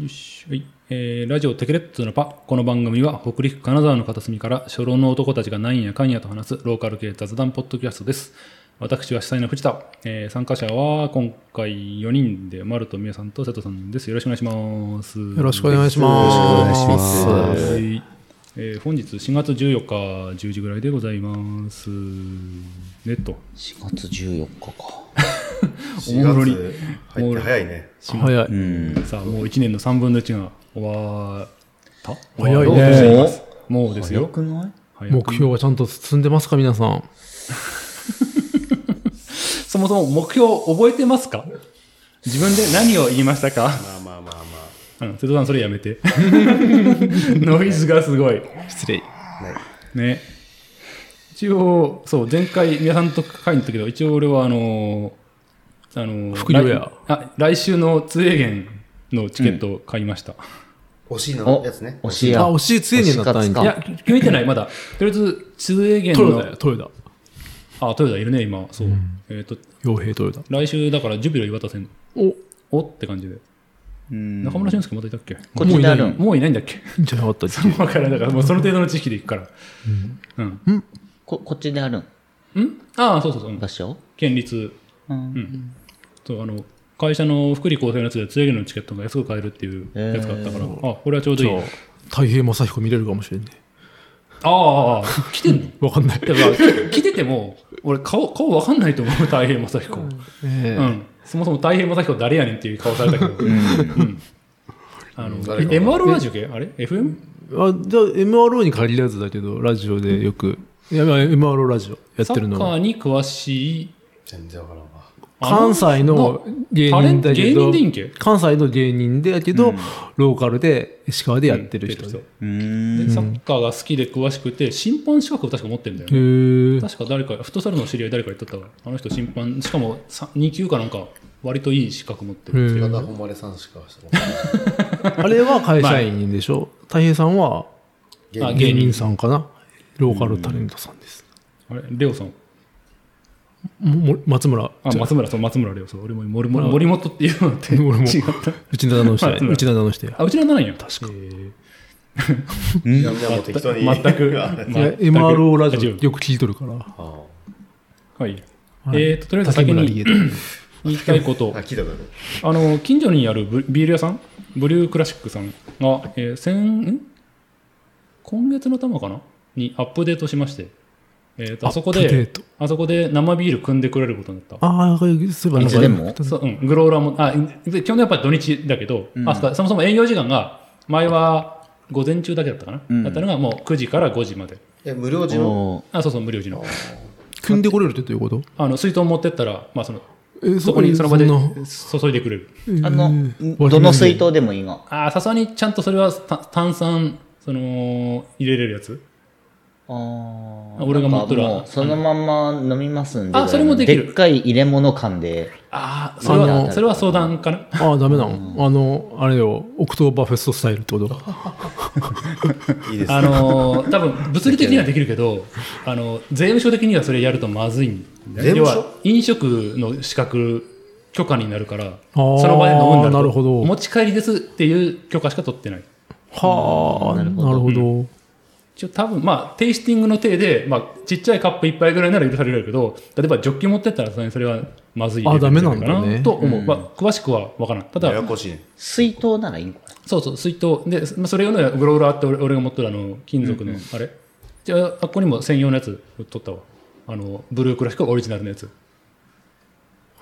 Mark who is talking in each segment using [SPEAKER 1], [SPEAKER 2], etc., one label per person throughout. [SPEAKER 1] よし、はいえーラジオテケレッツのパこの番組は北陸金沢の片隅から初老の男たちがなんやかんやと話すローカル系雑談ポッドキャストです私は主催の藤田、えー参加者は今回4人で丸と宮さんと瀬戸さんですよろしくお願いします
[SPEAKER 2] よろしくお願いします。
[SPEAKER 3] よろしくお願いしま
[SPEAKER 1] はいえー本日4月14日10時ぐらいでございますねと
[SPEAKER 3] 4月14日か。
[SPEAKER 1] おもろに
[SPEAKER 4] 4月入って早いね。
[SPEAKER 2] 早い。
[SPEAKER 1] さあもう1年の3分の1が終わった
[SPEAKER 2] 早い
[SPEAKER 1] 終わろうとしていま
[SPEAKER 2] ね。
[SPEAKER 1] すもうですよ
[SPEAKER 3] 早くない
[SPEAKER 1] 早く
[SPEAKER 2] 目標はちゃんと進んでますか、皆さん。
[SPEAKER 1] そもそも目標を覚えてますか自分で何を言いましたか
[SPEAKER 4] まあまあまあま
[SPEAKER 1] うん、瀬戸さんそれやめ て。ノイズがすごい。
[SPEAKER 2] 失礼。
[SPEAKER 1] ね。一応、そう、前回、皆さんと会に行ったけど、一応俺はあのーあのー
[SPEAKER 2] 副業や
[SPEAKER 1] 来あ、来週の通営限のチケットを買いました。
[SPEAKER 4] あ。推しの
[SPEAKER 3] お、
[SPEAKER 4] やつね。
[SPEAKER 3] 推しや。
[SPEAKER 2] あ、惜しいついになったん
[SPEAKER 3] 推し活
[SPEAKER 1] い
[SPEAKER 2] や。
[SPEAKER 1] や、決めてない、まだ。とりあえず、通営限
[SPEAKER 2] トヨタ
[SPEAKER 1] の
[SPEAKER 2] や、、トヨタ。
[SPEAKER 1] あ、トヨタいるね、今。そう。えっ、と、
[SPEAKER 2] 傭兵トヨタ。
[SPEAKER 1] 来週だから、ジュビロ磐田線、
[SPEAKER 2] お、い
[SPEAKER 1] おって感じで。
[SPEAKER 3] うん
[SPEAKER 1] 中村俊介またいたっけ
[SPEAKER 3] こっちにあるん。
[SPEAKER 1] もういないんだっけ
[SPEAKER 2] いんじゃなかったっけ
[SPEAKER 1] わからんだからもうその程度の知識でいくから。うん。
[SPEAKER 3] ここっちであるん。
[SPEAKER 1] うんああ、そうそうそう。うん
[SPEAKER 3] 場所
[SPEAKER 1] 県立。
[SPEAKER 3] うん。
[SPEAKER 1] そう、あの、会社の福利厚生のやつで通営業のチケットが安く買えるっていうやつがあったから、あ、これはちょうどい
[SPEAKER 2] じ
[SPEAKER 1] い
[SPEAKER 2] ゃ。あ、太平正彦見れるかもしれんね。
[SPEAKER 1] ああああ、来てんの
[SPEAKER 2] わかんない。
[SPEAKER 1] だから、来てても、俺顔、顔わかんないと思う、大平正彦。
[SPEAKER 2] え
[SPEAKER 1] う
[SPEAKER 2] え
[SPEAKER 1] ん。そもそも大平正彦誰やねんっていう顔されたけど。うん。あの、
[SPEAKER 4] 誰か
[SPEAKER 1] MR ラジオ系あれ ?FM?
[SPEAKER 2] あじゃあ、MRO に限らずだけど、ラジオでよく、いや、まあ MRO ラジオやっ
[SPEAKER 1] サ
[SPEAKER 2] てる
[SPEAKER 1] ッカ
[SPEAKER 2] のは
[SPEAKER 1] ーに詳しい。
[SPEAKER 4] 全然わからんわ。
[SPEAKER 2] 関西の芸
[SPEAKER 1] タレン
[SPEAKER 2] 人
[SPEAKER 1] ト
[SPEAKER 2] だけ
[SPEAKER 1] 芸人
[SPEAKER 2] ど
[SPEAKER 1] でいいんけ、
[SPEAKER 2] 関西の芸人だけど、ローカルで、石川でやってる人
[SPEAKER 1] うん
[SPEAKER 2] で。
[SPEAKER 3] うん。
[SPEAKER 1] でサッカーが好きで詳しくて審判資格を確か持ってるんだよね、
[SPEAKER 2] へえ。
[SPEAKER 1] 確か誰かフットサルの知り合い誰か言っとったわあの人審判しかもさ2級かなんか割といい資格持ってる、
[SPEAKER 2] へえ
[SPEAKER 4] 岩田誉さんしかしてない
[SPEAKER 2] あれは会社員でしょ。たい平さんは
[SPEAKER 4] 芸
[SPEAKER 1] あ
[SPEAKER 4] 人
[SPEAKER 2] 芸人さんかな。ローカルタレントさんです。
[SPEAKER 1] あれレオさん
[SPEAKER 2] もも松村。
[SPEAKER 1] あ
[SPEAKER 2] ちょ
[SPEAKER 1] 松村そう松村レオそう俺も森森森本っていうのって
[SPEAKER 2] 俺も
[SPEAKER 1] 違った
[SPEAKER 2] 内田の人や。
[SPEAKER 1] 松村
[SPEAKER 2] 内田の人や。
[SPEAKER 1] あうちらなんや
[SPEAKER 2] 確か。
[SPEAKER 4] みんなもう適当に。
[SPEAKER 1] 全く
[SPEAKER 2] いや
[SPEAKER 1] 全く
[SPEAKER 2] MRO ラジ
[SPEAKER 1] 大
[SPEAKER 2] オ
[SPEAKER 1] 丈
[SPEAKER 2] よく聞いとるから。
[SPEAKER 4] あ
[SPEAKER 1] 夫はいえーととりあえず
[SPEAKER 2] 竹
[SPEAKER 1] 先
[SPEAKER 2] 村
[SPEAKER 1] に
[SPEAKER 2] 理恵と。
[SPEAKER 1] 言いたいこと
[SPEAKER 4] あ、聞いたことある。
[SPEAKER 1] あの近所にあるブビール屋さんブリュークラシックさんが、えー先ん今月の頭かなにアップデートしまして、えーとあそこ
[SPEAKER 2] アップデ
[SPEAKER 1] で
[SPEAKER 2] ート
[SPEAKER 1] あそこで生ビール組んでくれることになった
[SPEAKER 2] ああ、そういえばなん
[SPEAKER 3] いつでも
[SPEAKER 2] か
[SPEAKER 1] そう、うん、グローラーもあで基本やっぱり土日だけど、あそうかそもそも営業時間が前は午前中だけだったかな、
[SPEAKER 3] うん
[SPEAKER 1] だったのがもう9時から5時まで
[SPEAKER 4] え、無料時の
[SPEAKER 3] おー
[SPEAKER 1] あそうそう無料時の
[SPEAKER 2] 組んでこれるってどういうこと
[SPEAKER 1] あの水筒持ってったら、まあ、その
[SPEAKER 2] え
[SPEAKER 1] そこにその場で
[SPEAKER 2] んな
[SPEAKER 1] 注いでくれる
[SPEAKER 3] あの、
[SPEAKER 2] え
[SPEAKER 3] んどの水筒でもいいが。
[SPEAKER 1] ああ、さすがにちゃんとそれはた炭酸、その、入れれるやつ
[SPEAKER 3] あー
[SPEAKER 1] 俺が持っとるわ
[SPEAKER 3] なんかもうそのまんま飲みますんで。
[SPEAKER 1] あそれもできる
[SPEAKER 3] っかい入れ物缶で。
[SPEAKER 1] ああ、それ
[SPEAKER 2] あ
[SPEAKER 1] は、
[SPEAKER 2] の
[SPEAKER 1] それは相談かな
[SPEAKER 2] ああ、ダメなの。あの、あれよ、オクトーバーフェストスタイルってことか。
[SPEAKER 4] いいです
[SPEAKER 1] あ
[SPEAKER 4] ね。
[SPEAKER 1] のー、多分物理的にはできるけ ど、あの、税務署的にはそれやるとまずいんだよ
[SPEAKER 4] 税
[SPEAKER 1] 要
[SPEAKER 4] 務署
[SPEAKER 1] は、飲食の資格、許可になるから、
[SPEAKER 2] ー
[SPEAKER 1] その場で飲むんだ
[SPEAKER 2] なるほど
[SPEAKER 1] 持ち帰りですっていう許可しか取ってない。
[SPEAKER 2] はあ、なるほど。
[SPEAKER 1] 一応多分、まあ、テイスティングの体で、まあ、ちっちゃいカップ一杯ぐらいなら許されるけど、例えばジョッキ持ってったらさすがにそれはまずいレベルじゃいか。
[SPEAKER 2] あダメなんだね
[SPEAKER 1] と思う。まあ、詳しくは分からん。ただ
[SPEAKER 4] や、やこしいね。
[SPEAKER 3] 水筒ならいいんか
[SPEAKER 1] そうそう、水筒。で、まあそれ用のグローラーって俺俺が持ってるあの、金属の、あれ。じゃあ、あっこにも専用のやつ取ったわ。あの、ブルークラシックオリジナルのやつ。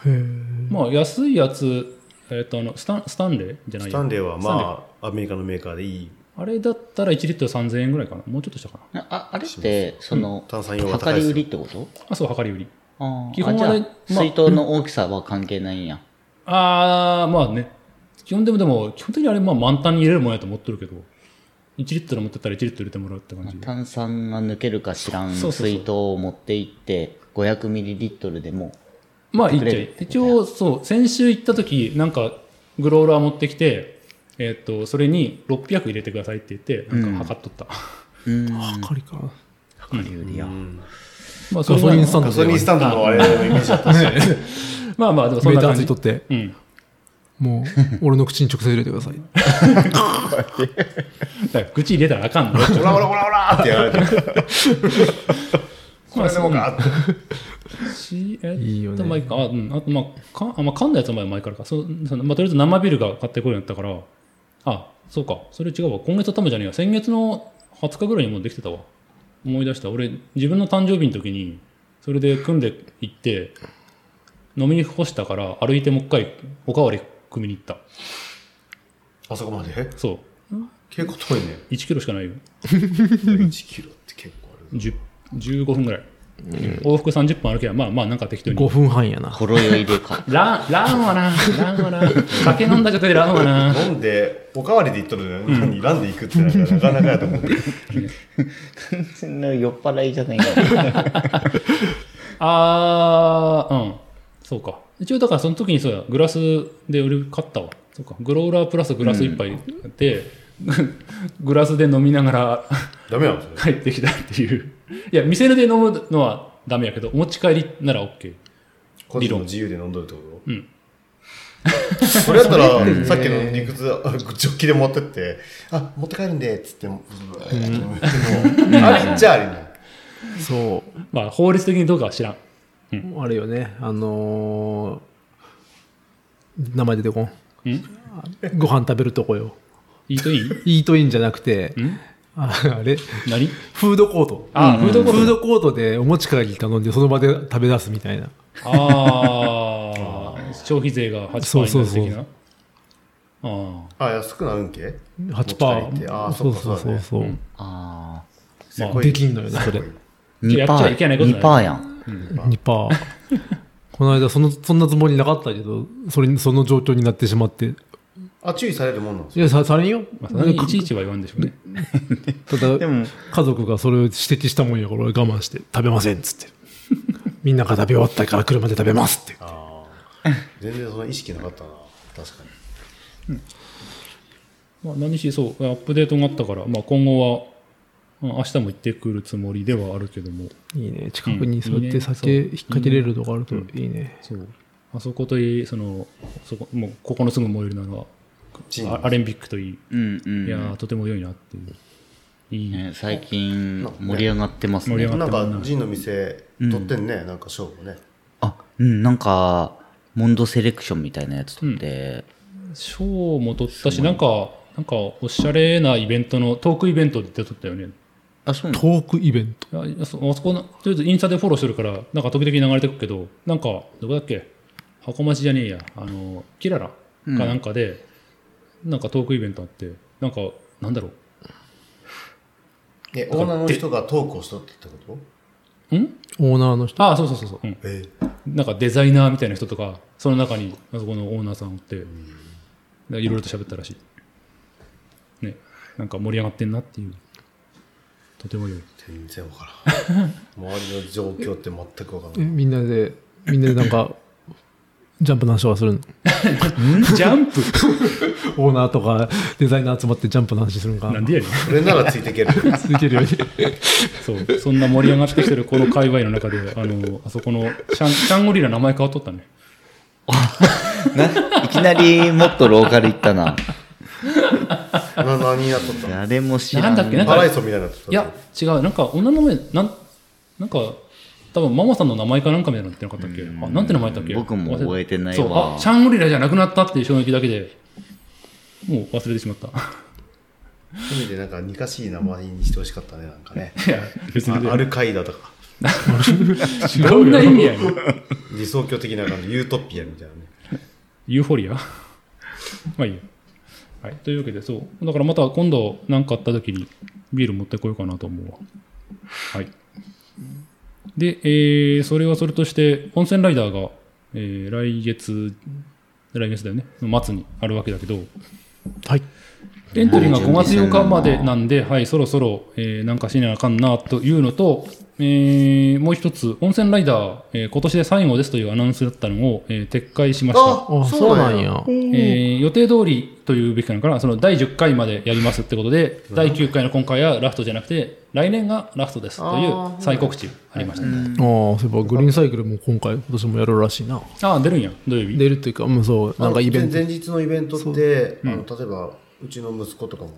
[SPEAKER 2] へえ。
[SPEAKER 1] まあ、安いやつ、えっ、と、あの、スタン、スタンレーじゃない
[SPEAKER 4] ス
[SPEAKER 1] や
[SPEAKER 4] タンレーはまあ、アメリカのメーカーでいい。
[SPEAKER 1] あれだったら1リットル3000円ぐらいかな。もうちょっとしたかな。
[SPEAKER 3] な。あ、あれって、その、
[SPEAKER 4] 炭酸用が高い
[SPEAKER 3] 量
[SPEAKER 4] です
[SPEAKER 3] り売りってこと
[SPEAKER 1] あ、そう、量り売り。
[SPEAKER 3] あー
[SPEAKER 1] 基本は
[SPEAKER 3] あ
[SPEAKER 1] ね
[SPEAKER 3] じゃあ
[SPEAKER 1] まあ
[SPEAKER 3] 水筒の大きさは関係ないんや。
[SPEAKER 1] あー、まあね。基本でも、でも、基本的にあれ、まあ、満タンに入れるもんやと思ってるけど、1リットル持ってったら1リットル入れてもらうって感じ。
[SPEAKER 3] 炭酸が抜けるか知らん
[SPEAKER 1] そうそうそう
[SPEAKER 3] 水筒を持って行って、500ミリリットルでも。
[SPEAKER 1] まあ、いっ
[SPEAKER 3] くれ
[SPEAKER 1] ちゃ
[SPEAKER 3] る
[SPEAKER 1] い。一応、そう、先週行った時、なんか、グローラー持ってきて、えっ、と、それに600入れてくださいって言って、なんか測っとった。
[SPEAKER 3] うん。
[SPEAKER 2] はかりかな。
[SPEAKER 3] 量り売りや。
[SPEAKER 1] まあ、そ
[SPEAKER 2] ガ
[SPEAKER 1] れ
[SPEAKER 2] ソ
[SPEAKER 1] は
[SPEAKER 2] リンスタン
[SPEAKER 4] ガ
[SPEAKER 2] ド
[SPEAKER 4] ソリンスタンドのあれのイメージだった。
[SPEAKER 1] まあまあ、でもそん
[SPEAKER 2] メー
[SPEAKER 1] な
[SPEAKER 2] タ
[SPEAKER 1] 感
[SPEAKER 2] ーつい
[SPEAKER 1] じ
[SPEAKER 2] と。って。
[SPEAKER 1] うん。
[SPEAKER 2] もう、俺の口に直接入れてください。
[SPEAKER 1] だから口入れたらあかんの。
[SPEAKER 4] ほらほらほらほらってやられて。これでもかって。
[SPEAKER 1] しえ
[SPEAKER 2] いいよ
[SPEAKER 1] っ
[SPEAKER 2] ね
[SPEAKER 1] と、まあいいか。あ、うん。あと、まあ、かあまあ、噛んだやつは前前からか。そう、そのまあ、とりあえず生ビールが買ってこいようになったから、あ、そうか。それ違うわ。今月はためじゃねえや。先月の20日ぐらいにもうできてたわ。思い出した。俺、自分の誕生日の時に、それで組んで行って、飲みに干したから、歩いてもう一回、おかわり組みに行った。
[SPEAKER 4] あそこまで
[SPEAKER 1] そう。
[SPEAKER 4] 結構遠いね。
[SPEAKER 1] 1キロしかないよ。
[SPEAKER 4] 1キロって結構ある。
[SPEAKER 1] 10 15分ぐらい。往復30分歩けば、まあまあ、なんか適当に。
[SPEAKER 2] 5分半やな。
[SPEAKER 3] ほろ酔いでか。
[SPEAKER 1] ラン、ランはな、ランはな、酒飲んだ状態でランはな。
[SPEAKER 4] 飲んで、おかわりで言っとるのに、何ランで行くってなんかなかなかやと思う。
[SPEAKER 3] 完全な酔っ払いじゃないか。
[SPEAKER 1] あー、うん。そうか。一応だからその時にそうや、グラスで俺買ったわ。そうか。グローラープラスグラス一杯で、グラスで飲みながら
[SPEAKER 4] ダメなんです
[SPEAKER 1] 帰ってきたっていう。いや、店で飲むのはダメやけど、お持ち帰りなら OK。
[SPEAKER 4] 個人の自由で飲んどるってこと
[SPEAKER 1] うん
[SPEAKER 4] それやったら、さっきの理屈、あジョッキで持ってって、あ、持って帰るんで、っつって、もうありっちゃありな。
[SPEAKER 2] そ
[SPEAKER 1] まあ、法律的にどうかは知らん。
[SPEAKER 2] う。あれよね、あのー名前出てこん。ご飯食べるとこよ。
[SPEAKER 1] イートイン
[SPEAKER 2] イートインじゃなくて
[SPEAKER 1] ん、
[SPEAKER 2] ああれ、
[SPEAKER 1] 何
[SPEAKER 2] フードコート。
[SPEAKER 1] あーフードコート
[SPEAKER 2] フードコートでお持ち帰り頼んで、その場で食べ出すみたいな。
[SPEAKER 1] あー、消費税が8%
[SPEAKER 2] そう
[SPEAKER 1] にな
[SPEAKER 2] そう
[SPEAKER 1] る
[SPEAKER 2] そう
[SPEAKER 1] 的な。あ
[SPEAKER 4] あ、安くなるんけ持ち帰りって
[SPEAKER 2] 8%。
[SPEAKER 4] あー
[SPEAKER 2] そ
[SPEAKER 4] そうっか
[SPEAKER 2] そう
[SPEAKER 4] そうだ
[SPEAKER 2] そう
[SPEAKER 4] ね
[SPEAKER 2] そう。
[SPEAKER 3] あ
[SPEAKER 1] ー、まあ
[SPEAKER 4] こうい
[SPEAKER 2] で
[SPEAKER 4] う
[SPEAKER 2] きんのよな、それ。
[SPEAKER 3] ー
[SPEAKER 1] やっちゃいけないことだね
[SPEAKER 3] 2%。2%やん。
[SPEAKER 2] 2%。この間その、そんなつもりなかったけど、それにその状況になってしまって。
[SPEAKER 4] あ、注意されるもんなんです
[SPEAKER 2] いや、さされんよ。
[SPEAKER 1] まあ、そんなにいちいちは言わんでしょうね。
[SPEAKER 2] ただ、
[SPEAKER 3] でも
[SPEAKER 2] 家族がそれを指摘したもんやから、俺我慢して、食べませんっつ って。みんなが食べ終わったから車で食べますって。
[SPEAKER 4] あー全然その意識なかったな。確かに。
[SPEAKER 1] まあ、何しそう、アップデートがあったから、まあ、今後は、うん明日も行ってくるつもりではあるけども、
[SPEAKER 2] いいね。近くにそうやっ
[SPEAKER 1] う
[SPEAKER 2] て
[SPEAKER 1] ん
[SPEAKER 2] 酒引っ掛けれるとこあるといいね。
[SPEAKER 1] そう。あそこといい、その、そこ、もう、ここのすぐ最寄りなの
[SPEAKER 4] チ
[SPEAKER 1] は、あ
[SPEAKER 4] ン
[SPEAKER 1] アレンビックといい。
[SPEAKER 3] うんうん。
[SPEAKER 1] いやー、とても良いなっていう。いいね。
[SPEAKER 3] ね最近盛り上がってます
[SPEAKER 1] 盛り
[SPEAKER 3] ね
[SPEAKER 1] 上。
[SPEAKER 4] なんか、ジンの店、取ってんね、なんか勝負ね。
[SPEAKER 3] あ、うん、なんか、モンドセレクションみたいなやつ取って、
[SPEAKER 1] 賞も取ったし、なんか、なんか、おしゃれなイベントの、トークイベントって取ったよね。
[SPEAKER 3] あ、そうな
[SPEAKER 2] トー
[SPEAKER 3] の
[SPEAKER 2] クイベント。
[SPEAKER 1] あいやそあそこの、とりあえずインスタでフォローしてるから、なんか時々流れてくけど、なんか、どこだっけ箱町じゃねえや、あの、キララかなんかで、なんかトークイベントあって、なんか、なんだろ
[SPEAKER 4] え、オーナーの人がトークをしとってってこと
[SPEAKER 1] う。ん
[SPEAKER 2] オーナーの人。
[SPEAKER 1] ああ、そうそうそうそう、うん。
[SPEAKER 4] え
[SPEAKER 1] なんかデザイナーみたいな人とか、その中に、あそこのオーナーさんおって、なんかいろいろと喋ったらしい。ね。なんか盛り上がってんなっていう。とても良い。
[SPEAKER 4] 全然わからん。周りの状況って全くわから
[SPEAKER 2] え
[SPEAKER 4] ない。
[SPEAKER 2] みんなで、みんなでなんか、 ジャンプの話はするの
[SPEAKER 1] ジャンプ
[SPEAKER 2] オーナーとかデザイナー集まってジャンプの話するん か
[SPEAKER 1] なんでやねん。
[SPEAKER 4] それならついていける。
[SPEAKER 2] 続けるように。
[SPEAKER 1] そう、そんな盛り上がってきてるこの界隈の中で、あの、あそこのシャン、シャンゴリラ名前変わっとったね。
[SPEAKER 3] ないきなりもっとローカル行ったな。
[SPEAKER 4] な何やっとったの
[SPEAKER 3] 誰も知ら
[SPEAKER 1] なんだっけな
[SPEAKER 4] パライソンみたいになっとった
[SPEAKER 1] いや、違う、なんか女の名前、なん、なんか、多分ママさんの名前かなんかみたいなのってなかったっけあ、なんて名前だったっけ
[SPEAKER 3] 僕も覚えてない
[SPEAKER 1] そ
[SPEAKER 3] わ
[SPEAKER 1] う、あ、シャンゴリラじゃなくなったっていう衝撃だけで、もう忘れてしまった。
[SPEAKER 4] せめてなんか、にかしい名前にしてほしかったね、なんかね。
[SPEAKER 1] いや、別に
[SPEAKER 4] あアルカイダとか、
[SPEAKER 1] どんな意味やねん。
[SPEAKER 4] 理想郷的な感じ、ユートピアみたいなね。
[SPEAKER 1] ユーフォリア まあいいや。はい。というわけで、そう。だからまた今度何かあった時にビール持ってこようかなと思うわ。はい。で、えーそれはそれとして、温泉ライダーが、えー来月、来月だよね、末にあるわけだけど、
[SPEAKER 2] はい。
[SPEAKER 1] エントリーが5月8日までなんで、はい、そろそろ、えーなんかしなあかんなというのと、えーもう一つ、温泉ライダー、えー今年で最後ですというアナウンスだったのを、えー撤回しました。
[SPEAKER 2] あ、そうなんや。
[SPEAKER 1] えー予定通りというべきなのかな、その第10回までやりますってことで、第9回の今回はラストじゃなくて、来年がラストですという再告知ありましたね。
[SPEAKER 2] ああ、そういえばグリーンサイクルも今回、今年もやるらしいな。
[SPEAKER 1] ああ、出るんや、土曜日。
[SPEAKER 2] 出るっていうか、うん、そう、なんかイベント
[SPEAKER 4] 前。前日のイベントって、あの例えばうちの息子とかも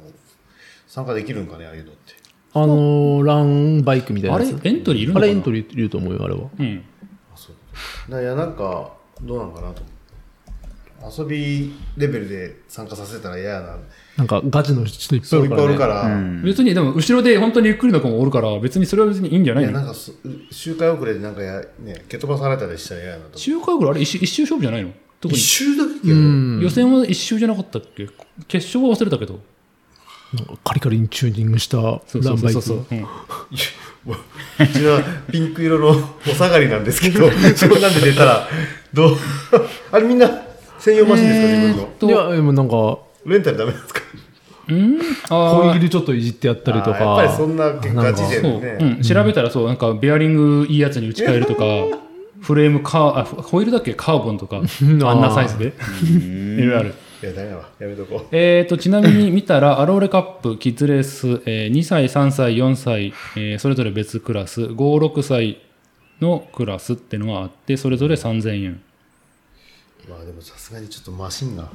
[SPEAKER 4] 参加できるんかねああいうのって
[SPEAKER 2] あのー、ランバイクみたい
[SPEAKER 1] あ
[SPEAKER 2] な
[SPEAKER 1] れ、
[SPEAKER 2] やつ。
[SPEAKER 1] エントリーいるの
[SPEAKER 2] あ
[SPEAKER 1] かな
[SPEAKER 2] れエントリーいると思うよ、あれは。
[SPEAKER 1] うん。
[SPEAKER 4] あそうだいやなんかどうなんかなと思って遊びレベルで参加させたら嫌やな
[SPEAKER 2] なんかガチの人いっぱい
[SPEAKER 4] そ
[SPEAKER 2] お
[SPEAKER 4] うい
[SPEAKER 2] る
[SPEAKER 4] っ
[SPEAKER 2] か
[SPEAKER 4] ぱ
[SPEAKER 2] ら、
[SPEAKER 4] いお
[SPEAKER 2] ね。
[SPEAKER 4] るから、
[SPEAKER 1] 別に、でも、後ろで本当にゆっくりの子もおるから、別にそれは別にいいんじゃないい
[SPEAKER 4] や
[SPEAKER 1] の
[SPEAKER 4] なんかそ周回遅れでなんかやね蹴飛ばされたりしたら嫌やなと思って
[SPEAKER 1] 周回ぐらいあれ一周一周勝負じゃないの特に
[SPEAKER 4] 周だけうん
[SPEAKER 1] 予選は一周じゃなかったっけ決勝は忘れたけど
[SPEAKER 2] なんかカリカリにチューニングしたラン
[SPEAKER 1] そうそう
[SPEAKER 2] バイ
[SPEAKER 1] そう
[SPEAKER 2] ク。
[SPEAKER 1] そう、うん、
[SPEAKER 4] うちはピンク色のお下がりなんですけ どそんなんで出たらどう あれみんな専用マシンですか自分の
[SPEAKER 1] そう
[SPEAKER 2] いや、でもなんか、
[SPEAKER 4] レンタルダメなんですか
[SPEAKER 1] うん
[SPEAKER 2] コイ
[SPEAKER 1] あ
[SPEAKER 2] ギリちょっといじってやったりと
[SPEAKER 4] あ
[SPEAKER 2] か。
[SPEAKER 4] ーやっぱりそんな結果事
[SPEAKER 1] あ
[SPEAKER 4] 前
[SPEAKER 1] そう、
[SPEAKER 4] でね
[SPEAKER 1] うん、調べたらそうなんかベアリングいいやつに打ち替えると かフレームカーあフホイールだっけカーボンとかあんなサイズでいろいろある
[SPEAKER 4] いや、ダメだわ。やめとこう。
[SPEAKER 1] えー、とちなみに見たら、ア ローレカップ、キッズレース、えー2歳、3歳、4歳、えーそれぞれ別クラス、5、6歳のクラスってのがあって、それぞれ3000円。
[SPEAKER 4] まあでもさすがにちょっとマシンが。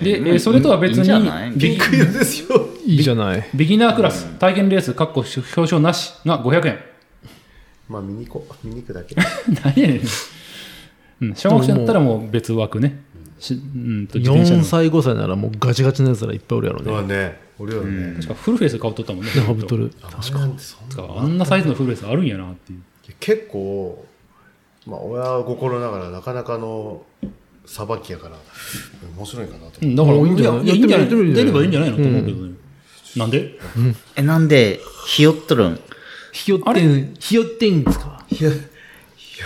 [SPEAKER 1] で、えーそれとは別
[SPEAKER 3] いいん
[SPEAKER 1] に
[SPEAKER 3] じゃない
[SPEAKER 1] ビ
[SPEAKER 4] クイズですよ。
[SPEAKER 2] いいじゃない。
[SPEAKER 1] ビギナークラス、体験レース、かっこ表彰なしが500円。
[SPEAKER 4] まあ見に行こう。見に行くだけ。
[SPEAKER 1] 何やねん。うん、小学生だったらもう別枠ね。しうんと自転車
[SPEAKER 2] 4
[SPEAKER 1] の。
[SPEAKER 2] 歳、5歳ならもうガチガチのやつらいっぱいおるやろね。
[SPEAKER 4] あね、俺らね。
[SPEAKER 1] 確かフルフェイス買うとったもんね。
[SPEAKER 2] ハブト
[SPEAKER 1] きっ
[SPEAKER 2] ル。
[SPEAKER 4] 確かにそんな
[SPEAKER 1] とあんなサイズのフルフェイスあるんやなっていう。
[SPEAKER 4] 結構、まあ親心ながらなかなかのさばきやから、面白いかなと
[SPEAKER 1] う
[SPEAKER 4] 思
[SPEAKER 1] ん、だから、
[SPEAKER 2] あいいんじゃない
[SPEAKER 1] やいいんじゃな
[SPEAKER 2] や
[SPEAKER 1] い
[SPEAKER 2] ってみる
[SPEAKER 1] 出ればいいんじゃないのと思うけどね。なんで
[SPEAKER 3] え、なんで、ひよっとるん
[SPEAKER 2] ひよってん、ひよってんですか
[SPEAKER 4] う。いや、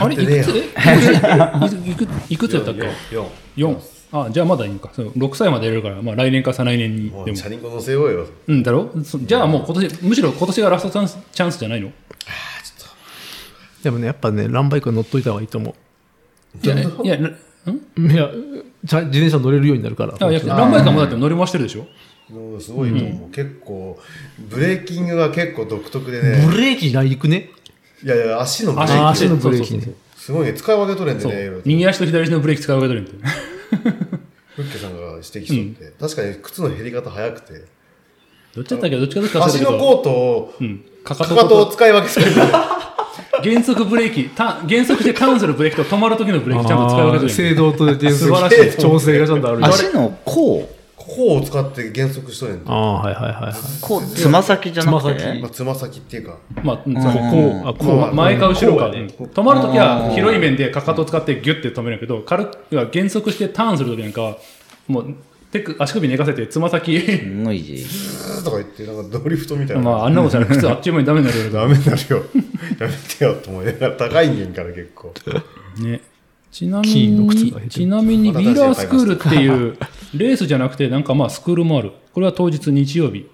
[SPEAKER 1] あれ、いくつ
[SPEAKER 4] や
[SPEAKER 1] えいくついくつやったっけ
[SPEAKER 4] 4。
[SPEAKER 1] ?4。あ、じゃあまだいいのか。そう6歳までやれるから、まあ来年か再来年に。
[SPEAKER 4] も
[SPEAKER 1] で
[SPEAKER 4] う
[SPEAKER 1] も
[SPEAKER 4] チャリンコ乗せようよ。
[SPEAKER 1] うんだろそじゃあもう今年、むしろ今年がラストチャンスチャンスじゃないの
[SPEAKER 2] でもね、やっぱね、ランバイクは乗っといた方がいいと思
[SPEAKER 1] いや、いや、ん
[SPEAKER 2] う。いや、ちゃん自転車乗れるようになるから。
[SPEAKER 1] あいや何倍かもだって乗り回してるでしょ
[SPEAKER 4] もうすごいと思う。結構、ブレーキングが結構独特でね。
[SPEAKER 2] ブレーキないくね。
[SPEAKER 4] いやいや、足のブ
[SPEAKER 1] あ
[SPEAKER 4] レ
[SPEAKER 1] ー
[SPEAKER 4] ーキ
[SPEAKER 1] 足
[SPEAKER 2] 足
[SPEAKER 1] の
[SPEAKER 2] の
[SPEAKER 1] ブ
[SPEAKER 2] ブ
[SPEAKER 1] レ
[SPEAKER 2] レ
[SPEAKER 1] ー
[SPEAKER 2] ー
[SPEAKER 1] キ
[SPEAKER 2] キ
[SPEAKER 1] ね
[SPEAKER 2] ね。
[SPEAKER 4] すごいね。使い分け取れんで
[SPEAKER 1] そう
[SPEAKER 4] ねいろいろと。
[SPEAKER 1] 右足と左足のブレーキ使い分けとるみたいな
[SPEAKER 4] フッケさんが指摘しとって、確かに靴の減り方早くて。
[SPEAKER 1] どっちだったっけどっちかどっちか忘れ
[SPEAKER 4] 足
[SPEAKER 1] たけど
[SPEAKER 4] のコートを、
[SPEAKER 1] うんかか
[SPEAKER 4] か
[SPEAKER 1] と
[SPEAKER 4] かとを
[SPEAKER 1] と
[SPEAKER 4] 使い分けする。
[SPEAKER 1] 減速ブレーキターン減速してターンするブレーキと止まる時のブレーキちゃんと使い分け とる
[SPEAKER 2] 制動と転
[SPEAKER 1] 素晴ら
[SPEAKER 2] 速
[SPEAKER 1] し
[SPEAKER 2] し
[SPEAKER 1] い
[SPEAKER 2] い調整がちゃんとある。あ
[SPEAKER 3] 足の甲
[SPEAKER 4] ここを使って減速しとるんだ。
[SPEAKER 2] あ、はいはいはいはい。
[SPEAKER 3] 甲、つま先じゃなく
[SPEAKER 2] つま先
[SPEAKER 3] て
[SPEAKER 4] まあ、つま先っていうか、
[SPEAKER 1] まあこう
[SPEAKER 2] あ、
[SPEAKER 1] こう
[SPEAKER 2] こ
[SPEAKER 1] ま前か後ろか、
[SPEAKER 4] こうやね
[SPEAKER 1] うん止まる時は広い面でかかとを使ってギュッて止めるけど軽くは減速してターンする時なんかはもう手首足首寝かせてつま先
[SPEAKER 3] すごいじ。
[SPEAKER 4] ずーっとか言って、なんかドリフトみたいな。
[SPEAKER 1] まああんなことしたら靴あっちゅう間にダメになるよ
[SPEAKER 4] ダメになるよ。やめてよと思いながら、高いんやんから結構。
[SPEAKER 1] ね、ちなみ
[SPEAKER 2] キーの靴
[SPEAKER 1] に
[SPEAKER 2] が減って、る
[SPEAKER 1] ちなみに、ビーラースクールっていう、レースじゃなくて、なんかまあ、スクールもある。これは当日日曜日。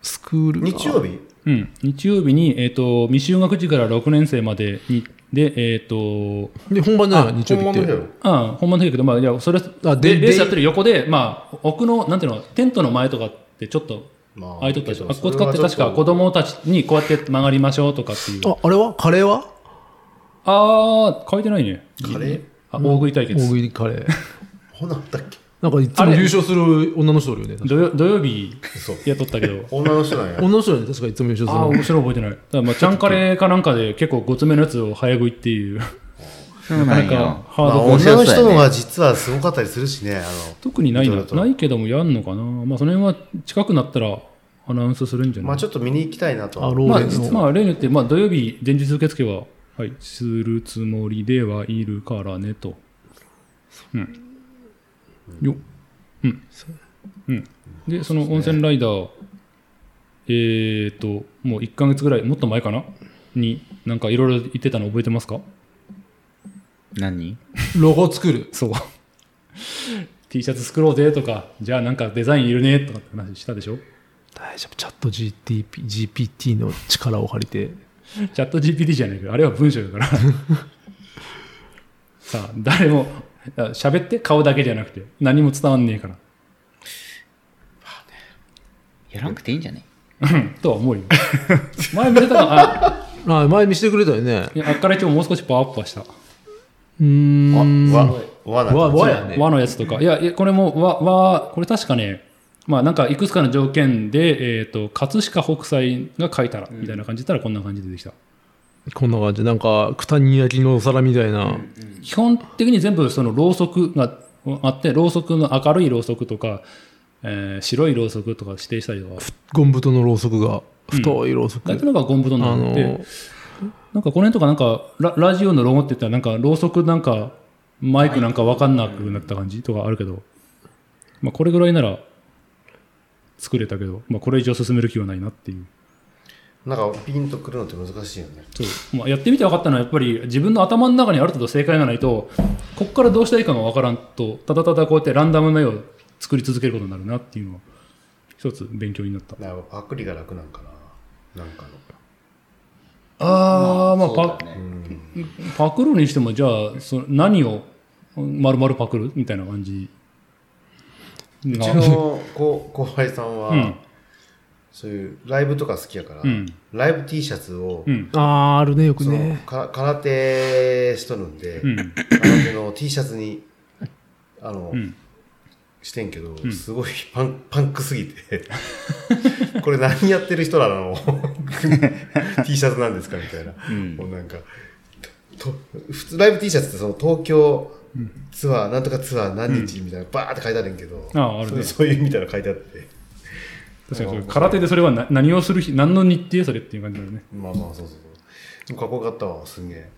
[SPEAKER 2] スクール。
[SPEAKER 4] 日曜日
[SPEAKER 1] うん。日曜日に、えっ、と、未就学児から6年生までに、で、えっ、と、
[SPEAKER 2] で、本番じゃないの日曜日
[SPEAKER 4] 本
[SPEAKER 2] っ
[SPEAKER 4] 物だ
[SPEAKER 2] て。
[SPEAKER 4] よ。
[SPEAKER 1] ああ、ほんまの日やけど、まあ、いや、それ、
[SPEAKER 2] あ
[SPEAKER 1] で、
[SPEAKER 2] で
[SPEAKER 1] レースやってる横で、まあ、奥の、なんていうの、テントの前とかってちょっと、
[SPEAKER 4] まあ
[SPEAKER 1] 空いとったでしょ。あ、ここ
[SPEAKER 4] それ
[SPEAKER 1] 使っ
[SPEAKER 4] は
[SPEAKER 1] て
[SPEAKER 4] ちょっと
[SPEAKER 1] 確か子供たちにこうやって曲がりましょうとかっていう。
[SPEAKER 2] あ、あれはカレーは
[SPEAKER 1] ああ、書いてないね。
[SPEAKER 4] カレー
[SPEAKER 1] あ、大食い対
[SPEAKER 2] 大
[SPEAKER 1] 決。
[SPEAKER 2] 食いカレー。
[SPEAKER 4] ほなあったっけ
[SPEAKER 2] なんかいつも優勝する女の人おるよね。確か
[SPEAKER 1] 土曜土曜日
[SPEAKER 4] そう。
[SPEAKER 1] やっとったけど。
[SPEAKER 4] 女の人なんや。
[SPEAKER 2] 女の人よね、確かいつも優勝す
[SPEAKER 1] ああ、
[SPEAKER 2] る。
[SPEAKER 1] 面白い覚えてない。だからまあ、ちゃんカレーかなんかで結構ごつめのやつを早食いっていう、
[SPEAKER 3] そう
[SPEAKER 1] な
[SPEAKER 3] なんん
[SPEAKER 1] か
[SPEAKER 3] や。
[SPEAKER 1] ハー
[SPEAKER 4] まあ
[SPEAKER 1] ドコ
[SPEAKER 3] 面白
[SPEAKER 4] 女
[SPEAKER 3] そ
[SPEAKER 4] の
[SPEAKER 3] うやね
[SPEAKER 4] 人の方が実はすごかったりするしね、あ
[SPEAKER 1] 特にない
[SPEAKER 4] ど
[SPEAKER 1] な。
[SPEAKER 4] うだろう
[SPEAKER 1] ないけどもやんのかな。まあ、その辺は近くなったらアナウンスするんじゃ
[SPEAKER 4] の、
[SPEAKER 1] な
[SPEAKER 4] まあ
[SPEAKER 1] い
[SPEAKER 4] ちょっと見に行きたいなとは。
[SPEAKER 2] あロ
[SPEAKER 1] ま
[SPEAKER 2] ー
[SPEAKER 1] あ、
[SPEAKER 2] レンズ
[SPEAKER 1] 実
[SPEAKER 2] の。
[SPEAKER 1] まあ、例によって、まあ、土曜日前日受付は、はい、するつもりではいるからね、と。うん。よっうん。うん。で、その温泉ライダー、えーと、もう1ヶ月ぐらい、もっと前かなに、なんかいろいろ言ってたの覚えてますか
[SPEAKER 3] 何
[SPEAKER 2] ロゴ作る。
[SPEAKER 1] そう。 T シャツ作ろうぜとか、じゃあなんかデザインいるねとかって話したでしょ
[SPEAKER 2] 大丈夫、チャット GTP GPT の力を借りて。
[SPEAKER 1] チャット GPT じゃないけど、あれは文章だから。 さあ、誰も、あ喋って顔だけじゃなくて、何も伝わんねえから。
[SPEAKER 3] やらなくていいんじゃね
[SPEAKER 1] うんとは思うよ。前見せたの、あ、
[SPEAKER 2] あ、前見せてくれたよね。
[SPEAKER 1] いやあっから一応もう少しパワーアップはした。
[SPEAKER 2] うーん。
[SPEAKER 4] わ、わ、わな
[SPEAKER 2] わ、
[SPEAKER 4] んか
[SPEAKER 2] わやね。
[SPEAKER 1] 和のやつとか。いや、いやこれも和、和、これ確かね、まあなんかいくつかの条件で、えっ、と、葛飾北斎が書いたら、みたいな感じだったらこんな感じでできた。
[SPEAKER 2] こんな感じ。なんか、九谷焼きのお皿みたいな。
[SPEAKER 1] 基本的に全部そのろうそくがあって、ろうそくの明るいろうそくとか、えー白いろうそくとか指定したりとか、
[SPEAKER 2] ゴンブトのろうそくが、太いろうそく。
[SPEAKER 1] 大体なんかゴム布団
[SPEAKER 2] あ
[SPEAKER 1] にな
[SPEAKER 2] の
[SPEAKER 1] って、なんかこの辺とかなんかラ、ラジオのロゴって言ったら、なんかろうそくなんか、マイクなんか分かんなくなった感じとかあるけど、まあこれぐらいなら作れたけど、まあこれ以上進める気はないなっていう。
[SPEAKER 4] なんかピンとくるのって難しいよね。
[SPEAKER 1] そうまあ、やってみて分かったのはやっぱり自分の頭の中にある程度正解がないとここからどうしたらいいかが分からんとただただこうやってランダムな絵を作り続けることになるなっていうのは一つ勉強になった
[SPEAKER 4] なんかパクリが楽なんかな。なんかの。
[SPEAKER 1] ああまあ、
[SPEAKER 3] そう
[SPEAKER 1] パ
[SPEAKER 3] だね
[SPEAKER 1] パクるにしてもじゃあその何を丸々パクるみたいな感じ
[SPEAKER 4] うちの後後輩さんは、
[SPEAKER 1] うん
[SPEAKER 4] そういうライブとか好きやから、
[SPEAKER 1] うん
[SPEAKER 4] ライブ T シャツを、
[SPEAKER 1] うん
[SPEAKER 2] あー、あるね、よく
[SPEAKER 4] その
[SPEAKER 2] ね。
[SPEAKER 4] か空手しとるんで、
[SPEAKER 1] うん
[SPEAKER 4] 空手の T シャツにあの、
[SPEAKER 1] ん
[SPEAKER 4] してんけど、すごいパンパンクすぎて これ何やってる人らの T シャツなんですかみたいな、もうなんかと普通ライブ T シャツってその東京ツアー、なんとかツアー何日みたいな、バーって書いてあるんやけど
[SPEAKER 1] あああるね
[SPEAKER 4] そうそういうみたいなの書いてあって
[SPEAKER 1] 確かにそれ空手でそれはな何をする日何の日程それっていう感じだよね
[SPEAKER 4] まあまあそうそうそうでもかっこよかったわすんげえ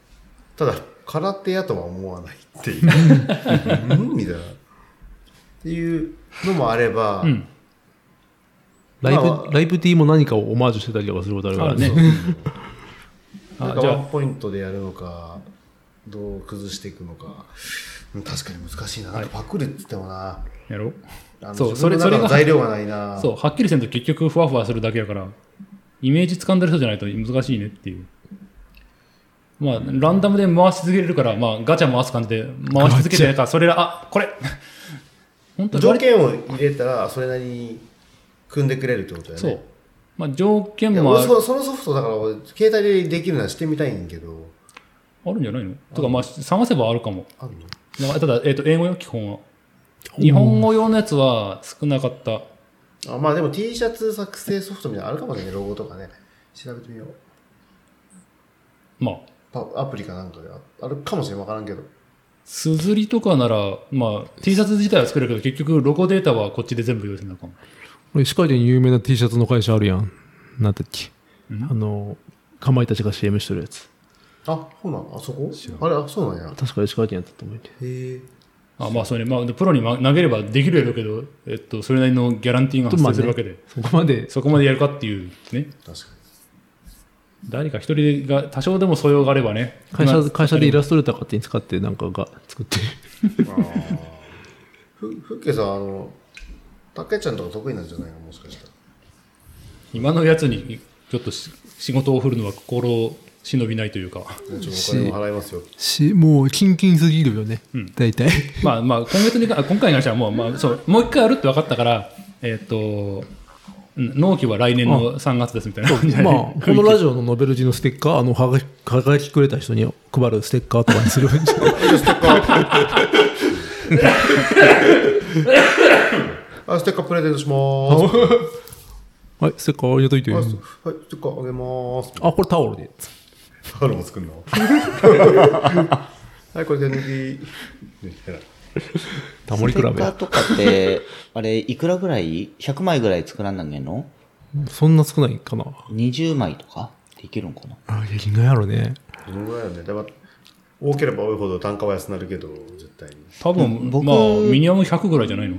[SPEAKER 4] ただ空手やとは思わないっていううんみたいなっていうのもあれば、
[SPEAKER 1] うん
[SPEAKER 2] ライブ、
[SPEAKER 4] まあまあ
[SPEAKER 2] ライブ T も何かをオマージュしてたりとかすることあるか
[SPEAKER 1] あ
[SPEAKER 2] ら
[SPEAKER 1] るね
[SPEAKER 2] ね。
[SPEAKER 4] なん
[SPEAKER 1] あ
[SPEAKER 4] か
[SPEAKER 1] じゃ
[SPEAKER 4] ワ
[SPEAKER 1] あ
[SPEAKER 4] ンポイントでやるのかどう崩していくのかうん確かに難しいななんかパクるって言ってもな、
[SPEAKER 1] やろう
[SPEAKER 4] あの
[SPEAKER 1] そう
[SPEAKER 4] 自分の
[SPEAKER 1] それ
[SPEAKER 4] 中の
[SPEAKER 1] それが
[SPEAKER 4] 材料がないな
[SPEAKER 1] そう、はっきりせんと結局ふわふわするだけやから、イメージ掴んでる人じゃないと難しいねっていう。まあ、ランダムで回し続けれるから、まあ、ガチャ回す感じで回し続けてないから、それら、あ、これ本当に
[SPEAKER 4] 条
[SPEAKER 1] 割と
[SPEAKER 4] 件を入れたらそれなりに組んでくれるってことやね
[SPEAKER 1] そう。まあ、条件
[SPEAKER 4] いや
[SPEAKER 1] もあ
[SPEAKER 4] 俺
[SPEAKER 1] る
[SPEAKER 4] そそのソフトだから俺携帯でできるのはしてみたいんやけど
[SPEAKER 1] あるんじゃないのとか、まあ、探せばあるかも。
[SPEAKER 4] あんの
[SPEAKER 1] まあただ、えっ、と、英語よ、基本は。日本語用のやつは少なかった。
[SPEAKER 4] あまあでも T シャツ作成ソフトみたいなのあるかもね、ロゴとかね。調べてみよう。
[SPEAKER 1] まあ、
[SPEAKER 4] パアプリかなんかでああるかもしれん、わからんけど。
[SPEAKER 1] すずりとかなら、まあ、T シャツ自体は作れるけど、結局、ロゴデータはこっちで全部用意するのかも。
[SPEAKER 2] 俺石川県に有名な T シャツの会社あるやん。なんだっけ。あの、かまいたちが CM してるやつ。
[SPEAKER 4] あ、そうなんあそこあれ、あそうなんや。
[SPEAKER 2] 確か石川県やったと思うけど
[SPEAKER 4] へえ。
[SPEAKER 1] あまあそうね、まあ、プロに投げればできるやろうけど、えっと、それなりのギャランティーが発生するわけで、
[SPEAKER 2] そこまで、
[SPEAKER 1] そこまでやるかっていうね、
[SPEAKER 4] 確か
[SPEAKER 1] 誰か一人が多少でも素養があればね、
[SPEAKER 2] 会
[SPEAKER 1] ま
[SPEAKER 2] 社、
[SPEAKER 1] あ
[SPEAKER 2] 会社でイラストレーター勝手に使って、なんかが作ってる。
[SPEAKER 4] に。ふ、ふっけさん、あの、たけちゃんとか得意なんじゃないのもしかしたら。
[SPEAKER 1] 今のやつにちょっとし仕事を振るのは心を忍びないというか、
[SPEAKER 4] ちょっとお金も払いますよ。
[SPEAKER 2] し、もう、キンキンすぎるよね。大体。
[SPEAKER 1] まあまあ、今月にか、あ今回に関してはもう、まあ、そう、もう一回あるって分かったから、えっと、うん納期は来年の3月ですみたいな感じで、
[SPEAKER 2] まあ、このラジオのノベルティのステッカー、あの、はがき、はがきくれた人に配るステッカーとかに する。
[SPEAKER 4] あ、ステッカープレゼントしま ーす。
[SPEAKER 2] はい、ステッカー入れといて。
[SPEAKER 4] あ
[SPEAKER 2] あ
[SPEAKER 4] す、はい、ステッカーあげまーす。
[SPEAKER 2] これタオルで。
[SPEAKER 4] タオルも作るの はい、これで抜き。みたいな
[SPEAKER 2] タモリ比べ
[SPEAKER 3] ス。テッカーとかって、あれ、いくらぐらい ?100 枚ぐらい作らんなんげんの
[SPEAKER 2] そんな少ないかな。
[SPEAKER 3] ?20 枚とかできるんかな
[SPEAKER 2] あ、いや、いないやろね。
[SPEAKER 4] どのぐらいよね。だから多ければ多いほど単価は安くなるけど、絶対に。
[SPEAKER 1] 多分、
[SPEAKER 3] 僕
[SPEAKER 1] まあ、ミニアム100ぐらいじゃないの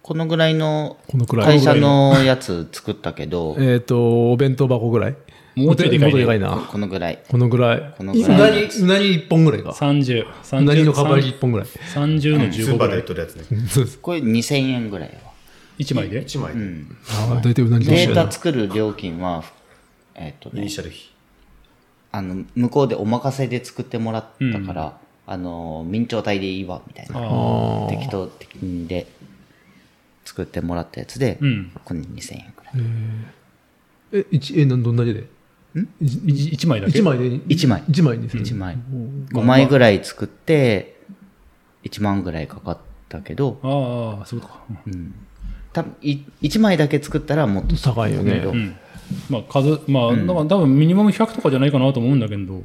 [SPEAKER 3] このぐらいの
[SPEAKER 2] このくらい
[SPEAKER 3] 会社のやつ作ったけど、
[SPEAKER 2] えっ、と、お弁当箱ぐらい。
[SPEAKER 1] もうちょいでかい
[SPEAKER 2] もうちょいでか
[SPEAKER 1] ね。
[SPEAKER 2] いな。
[SPEAKER 3] このぐらい。
[SPEAKER 2] このぐらい。
[SPEAKER 3] このぐら
[SPEAKER 2] うなぎ、うなぎ一本ぐらいか。
[SPEAKER 1] 30。
[SPEAKER 2] うなぎのかば焼
[SPEAKER 1] 30
[SPEAKER 2] き一本ぐらい。
[SPEAKER 1] 30の
[SPEAKER 4] スー
[SPEAKER 1] 15
[SPEAKER 4] パ
[SPEAKER 1] ぐら
[SPEAKER 4] ーで売っ
[SPEAKER 1] い。
[SPEAKER 4] とるやつね。
[SPEAKER 2] そうです。
[SPEAKER 3] これ2000円ぐらいよ。
[SPEAKER 1] 1枚で
[SPEAKER 4] 1枚、
[SPEAKER 2] ああ、大体うなぎと一
[SPEAKER 3] デ
[SPEAKER 2] 緒
[SPEAKER 3] ー
[SPEAKER 2] だ
[SPEAKER 3] タ作る料金は、えっ、と
[SPEAKER 4] イ
[SPEAKER 3] ね
[SPEAKER 4] ニ、シャル費。
[SPEAKER 3] あの、向こうでお任せで作ってもらったから、あの、明朝体でいいわ、みたいな。
[SPEAKER 1] ああ。
[SPEAKER 3] 適当的にで作ってもらったやつで、
[SPEAKER 1] うん
[SPEAKER 3] これ2000円くらい。
[SPEAKER 2] え、一、え、なんどんなじでん一
[SPEAKER 1] 1枚だけ
[SPEAKER 2] 一枚で
[SPEAKER 3] 一枚
[SPEAKER 2] 一枚にする。
[SPEAKER 3] 1枚。5枚ぐらい作って、1万ぐらいかかったけど、
[SPEAKER 1] ああ、そういうことか。うん
[SPEAKER 3] 多分い1枚だけ作ったらもっと
[SPEAKER 2] 高いよね。
[SPEAKER 1] うん。まあ、数、まあ、だから多分ミニマム100とかじゃないかなと思うんだけど。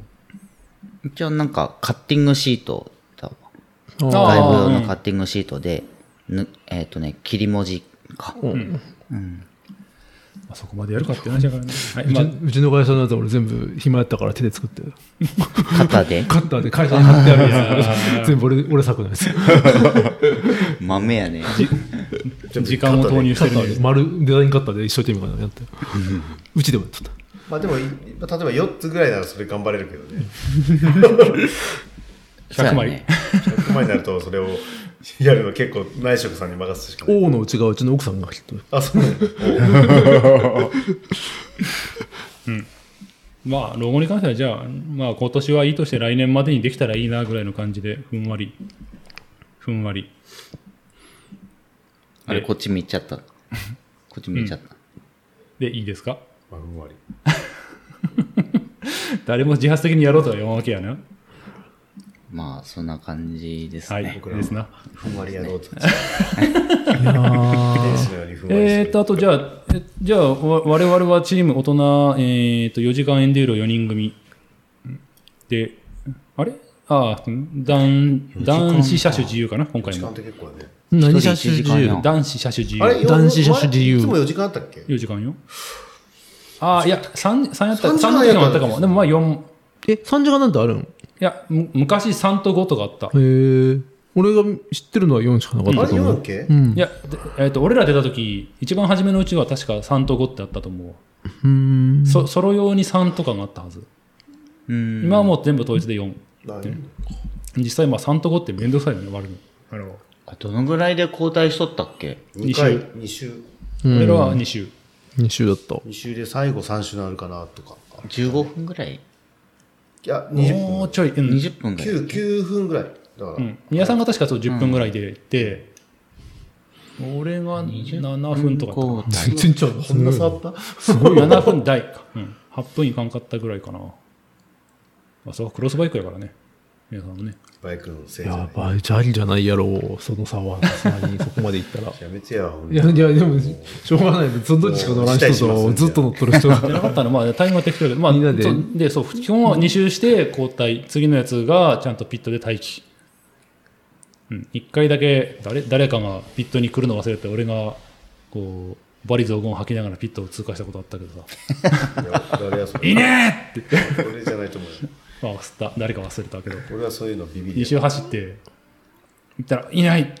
[SPEAKER 3] 一応なんかカッティングシートだわ
[SPEAKER 1] あ
[SPEAKER 3] 外
[SPEAKER 1] ー
[SPEAKER 3] 部用のカッティングシートで、ぬえっ、とね切り文字か、
[SPEAKER 1] あそこまでやるかって話だからね。はいう
[SPEAKER 2] ち
[SPEAKER 1] まあ
[SPEAKER 2] うちの会社のやつ俺全部暇やったから手で作ってる。
[SPEAKER 3] 肩 で
[SPEAKER 2] カッターで会社に貼ってあるやつ。全部俺、俺作のやつ。
[SPEAKER 3] 豆やね
[SPEAKER 1] 時間を投入し
[SPEAKER 2] カ
[SPEAKER 1] て
[SPEAKER 2] ッタ
[SPEAKER 1] る
[SPEAKER 2] ー
[SPEAKER 1] ね。
[SPEAKER 2] で、丸、デザインカッターで一生懸命やったよ。うちでもやってた。
[SPEAKER 4] まあでも、い例えば4つぐらいならそれ頑張れるけどね。
[SPEAKER 1] 100枚
[SPEAKER 3] そうやね
[SPEAKER 4] 100枚になるとそれを やるの結構内職さんに任せるしかない。
[SPEAKER 2] 王のうちがうちの奥さんがきっと。
[SPEAKER 4] あ、そう なんだ
[SPEAKER 1] まあ、ロゴに関しては、じゃあ、まあ、今年はいいとして来年までにできたらいいなぐらいの感じで、ふんわり。ふんわり。
[SPEAKER 3] あれこっち見ち ゃったこっち見ちゃった、
[SPEAKER 1] で、いいですか
[SPEAKER 4] まあ、ふんわり。
[SPEAKER 1] 誰も自発的にやろうとは言わんわけやな。
[SPEAKER 3] まあそんな感じです
[SPEAKER 1] は
[SPEAKER 3] ね、
[SPEAKER 1] い。ですな。
[SPEAKER 4] ふんわりやろうと。
[SPEAKER 2] あ
[SPEAKER 4] 天使のようにふんわりす
[SPEAKER 1] え
[SPEAKER 4] る。
[SPEAKER 1] ー、っと、あと、じゃあ、えじゃあ、わ我々はチーム大人、えー、と、4時間エンデューロ4人組。で、あれああ、男、男子車種自由かな、今回
[SPEAKER 4] 時間っ
[SPEAKER 1] も。
[SPEAKER 4] て結構だね。
[SPEAKER 2] 何
[SPEAKER 3] 人
[SPEAKER 2] 車
[SPEAKER 3] 一
[SPEAKER 2] 種
[SPEAKER 3] 時間
[SPEAKER 2] 自由
[SPEAKER 3] やん
[SPEAKER 1] 男子車種自由。
[SPEAKER 4] あれ
[SPEAKER 2] 男子車種自由
[SPEAKER 4] いつも4時間あったっけ
[SPEAKER 1] 4時間よ。ああ、いや、3、三やった、3
[SPEAKER 4] 3
[SPEAKER 1] 時
[SPEAKER 4] 時間
[SPEAKER 1] 間
[SPEAKER 4] やった
[SPEAKER 1] あったかも。でもまあ4、い
[SPEAKER 2] え、3時間なんてあるんへ
[SPEAKER 1] や、む昔3と5とかあった。
[SPEAKER 2] え。俺が知ってるのは4しかなかっ
[SPEAKER 4] あ
[SPEAKER 2] た
[SPEAKER 4] れ
[SPEAKER 2] と
[SPEAKER 4] 4
[SPEAKER 2] 思
[SPEAKER 4] だ
[SPEAKER 2] う
[SPEAKER 4] っ。け
[SPEAKER 1] いや、でえっと、俺ら出た時、一番初めのうちは確か3と5ってあったと思うわ。
[SPEAKER 2] うーん。
[SPEAKER 1] そ、ソロ用に3とかがあったはず。
[SPEAKER 3] うん
[SPEAKER 1] 今はもう全部統一で4。
[SPEAKER 4] まあいいの
[SPEAKER 1] 実際まあ3と5ってめんどくさいよね、割るの。あれは。
[SPEAKER 3] あどのぐらいで交代しとったっけ
[SPEAKER 4] 二回、2週、
[SPEAKER 1] 俺らは2週。
[SPEAKER 2] 2週だった。
[SPEAKER 4] 2週で最後3週になるかなとか。
[SPEAKER 3] 15分ぐらい
[SPEAKER 4] いや、20分
[SPEAKER 1] もうちょい、うん。
[SPEAKER 3] 20分ぐらい
[SPEAKER 4] 9、9分ぐらい。だから、
[SPEAKER 1] うん宮さんが確かそう10分ぐらいで、で、俺が7分とかだったかな
[SPEAKER 3] 交代
[SPEAKER 2] 全然ちゃうな。
[SPEAKER 4] こんな差あった
[SPEAKER 1] 7分台か、うん、8分いかんかったぐらいかな、あ、そうクロスバイクやからね皆さんもね
[SPEAKER 4] バイクのせいじゃない
[SPEAKER 2] やばい、じゃりじゃないやろ、その差は、さすがにそこまでいったら。 い
[SPEAKER 4] やめてや、ほんと
[SPEAKER 2] や、いや、でも、しょうがないね。ずっとしか乗らん人と、ずっと乗っとる人
[SPEAKER 1] じゃなかったらまあタイムは適当だけど、まあ、
[SPEAKER 2] みんなで
[SPEAKER 1] そうでそう基本は2周して交代次のやつがちゃんとピットで待機、うん、1回だけ誰誰かがピットに来るの忘れて俺がこうバリ雑言を吐きながらピットを通過したことあったけどさ
[SPEAKER 4] いや誰やそれ。いいねって。俺じゃないと思うよ。
[SPEAKER 1] まあ忘れた誰か忘れたけど
[SPEAKER 4] 俺はそういうのビビ
[SPEAKER 1] 2
[SPEAKER 4] り
[SPEAKER 1] 周走って行ったら「いない!」って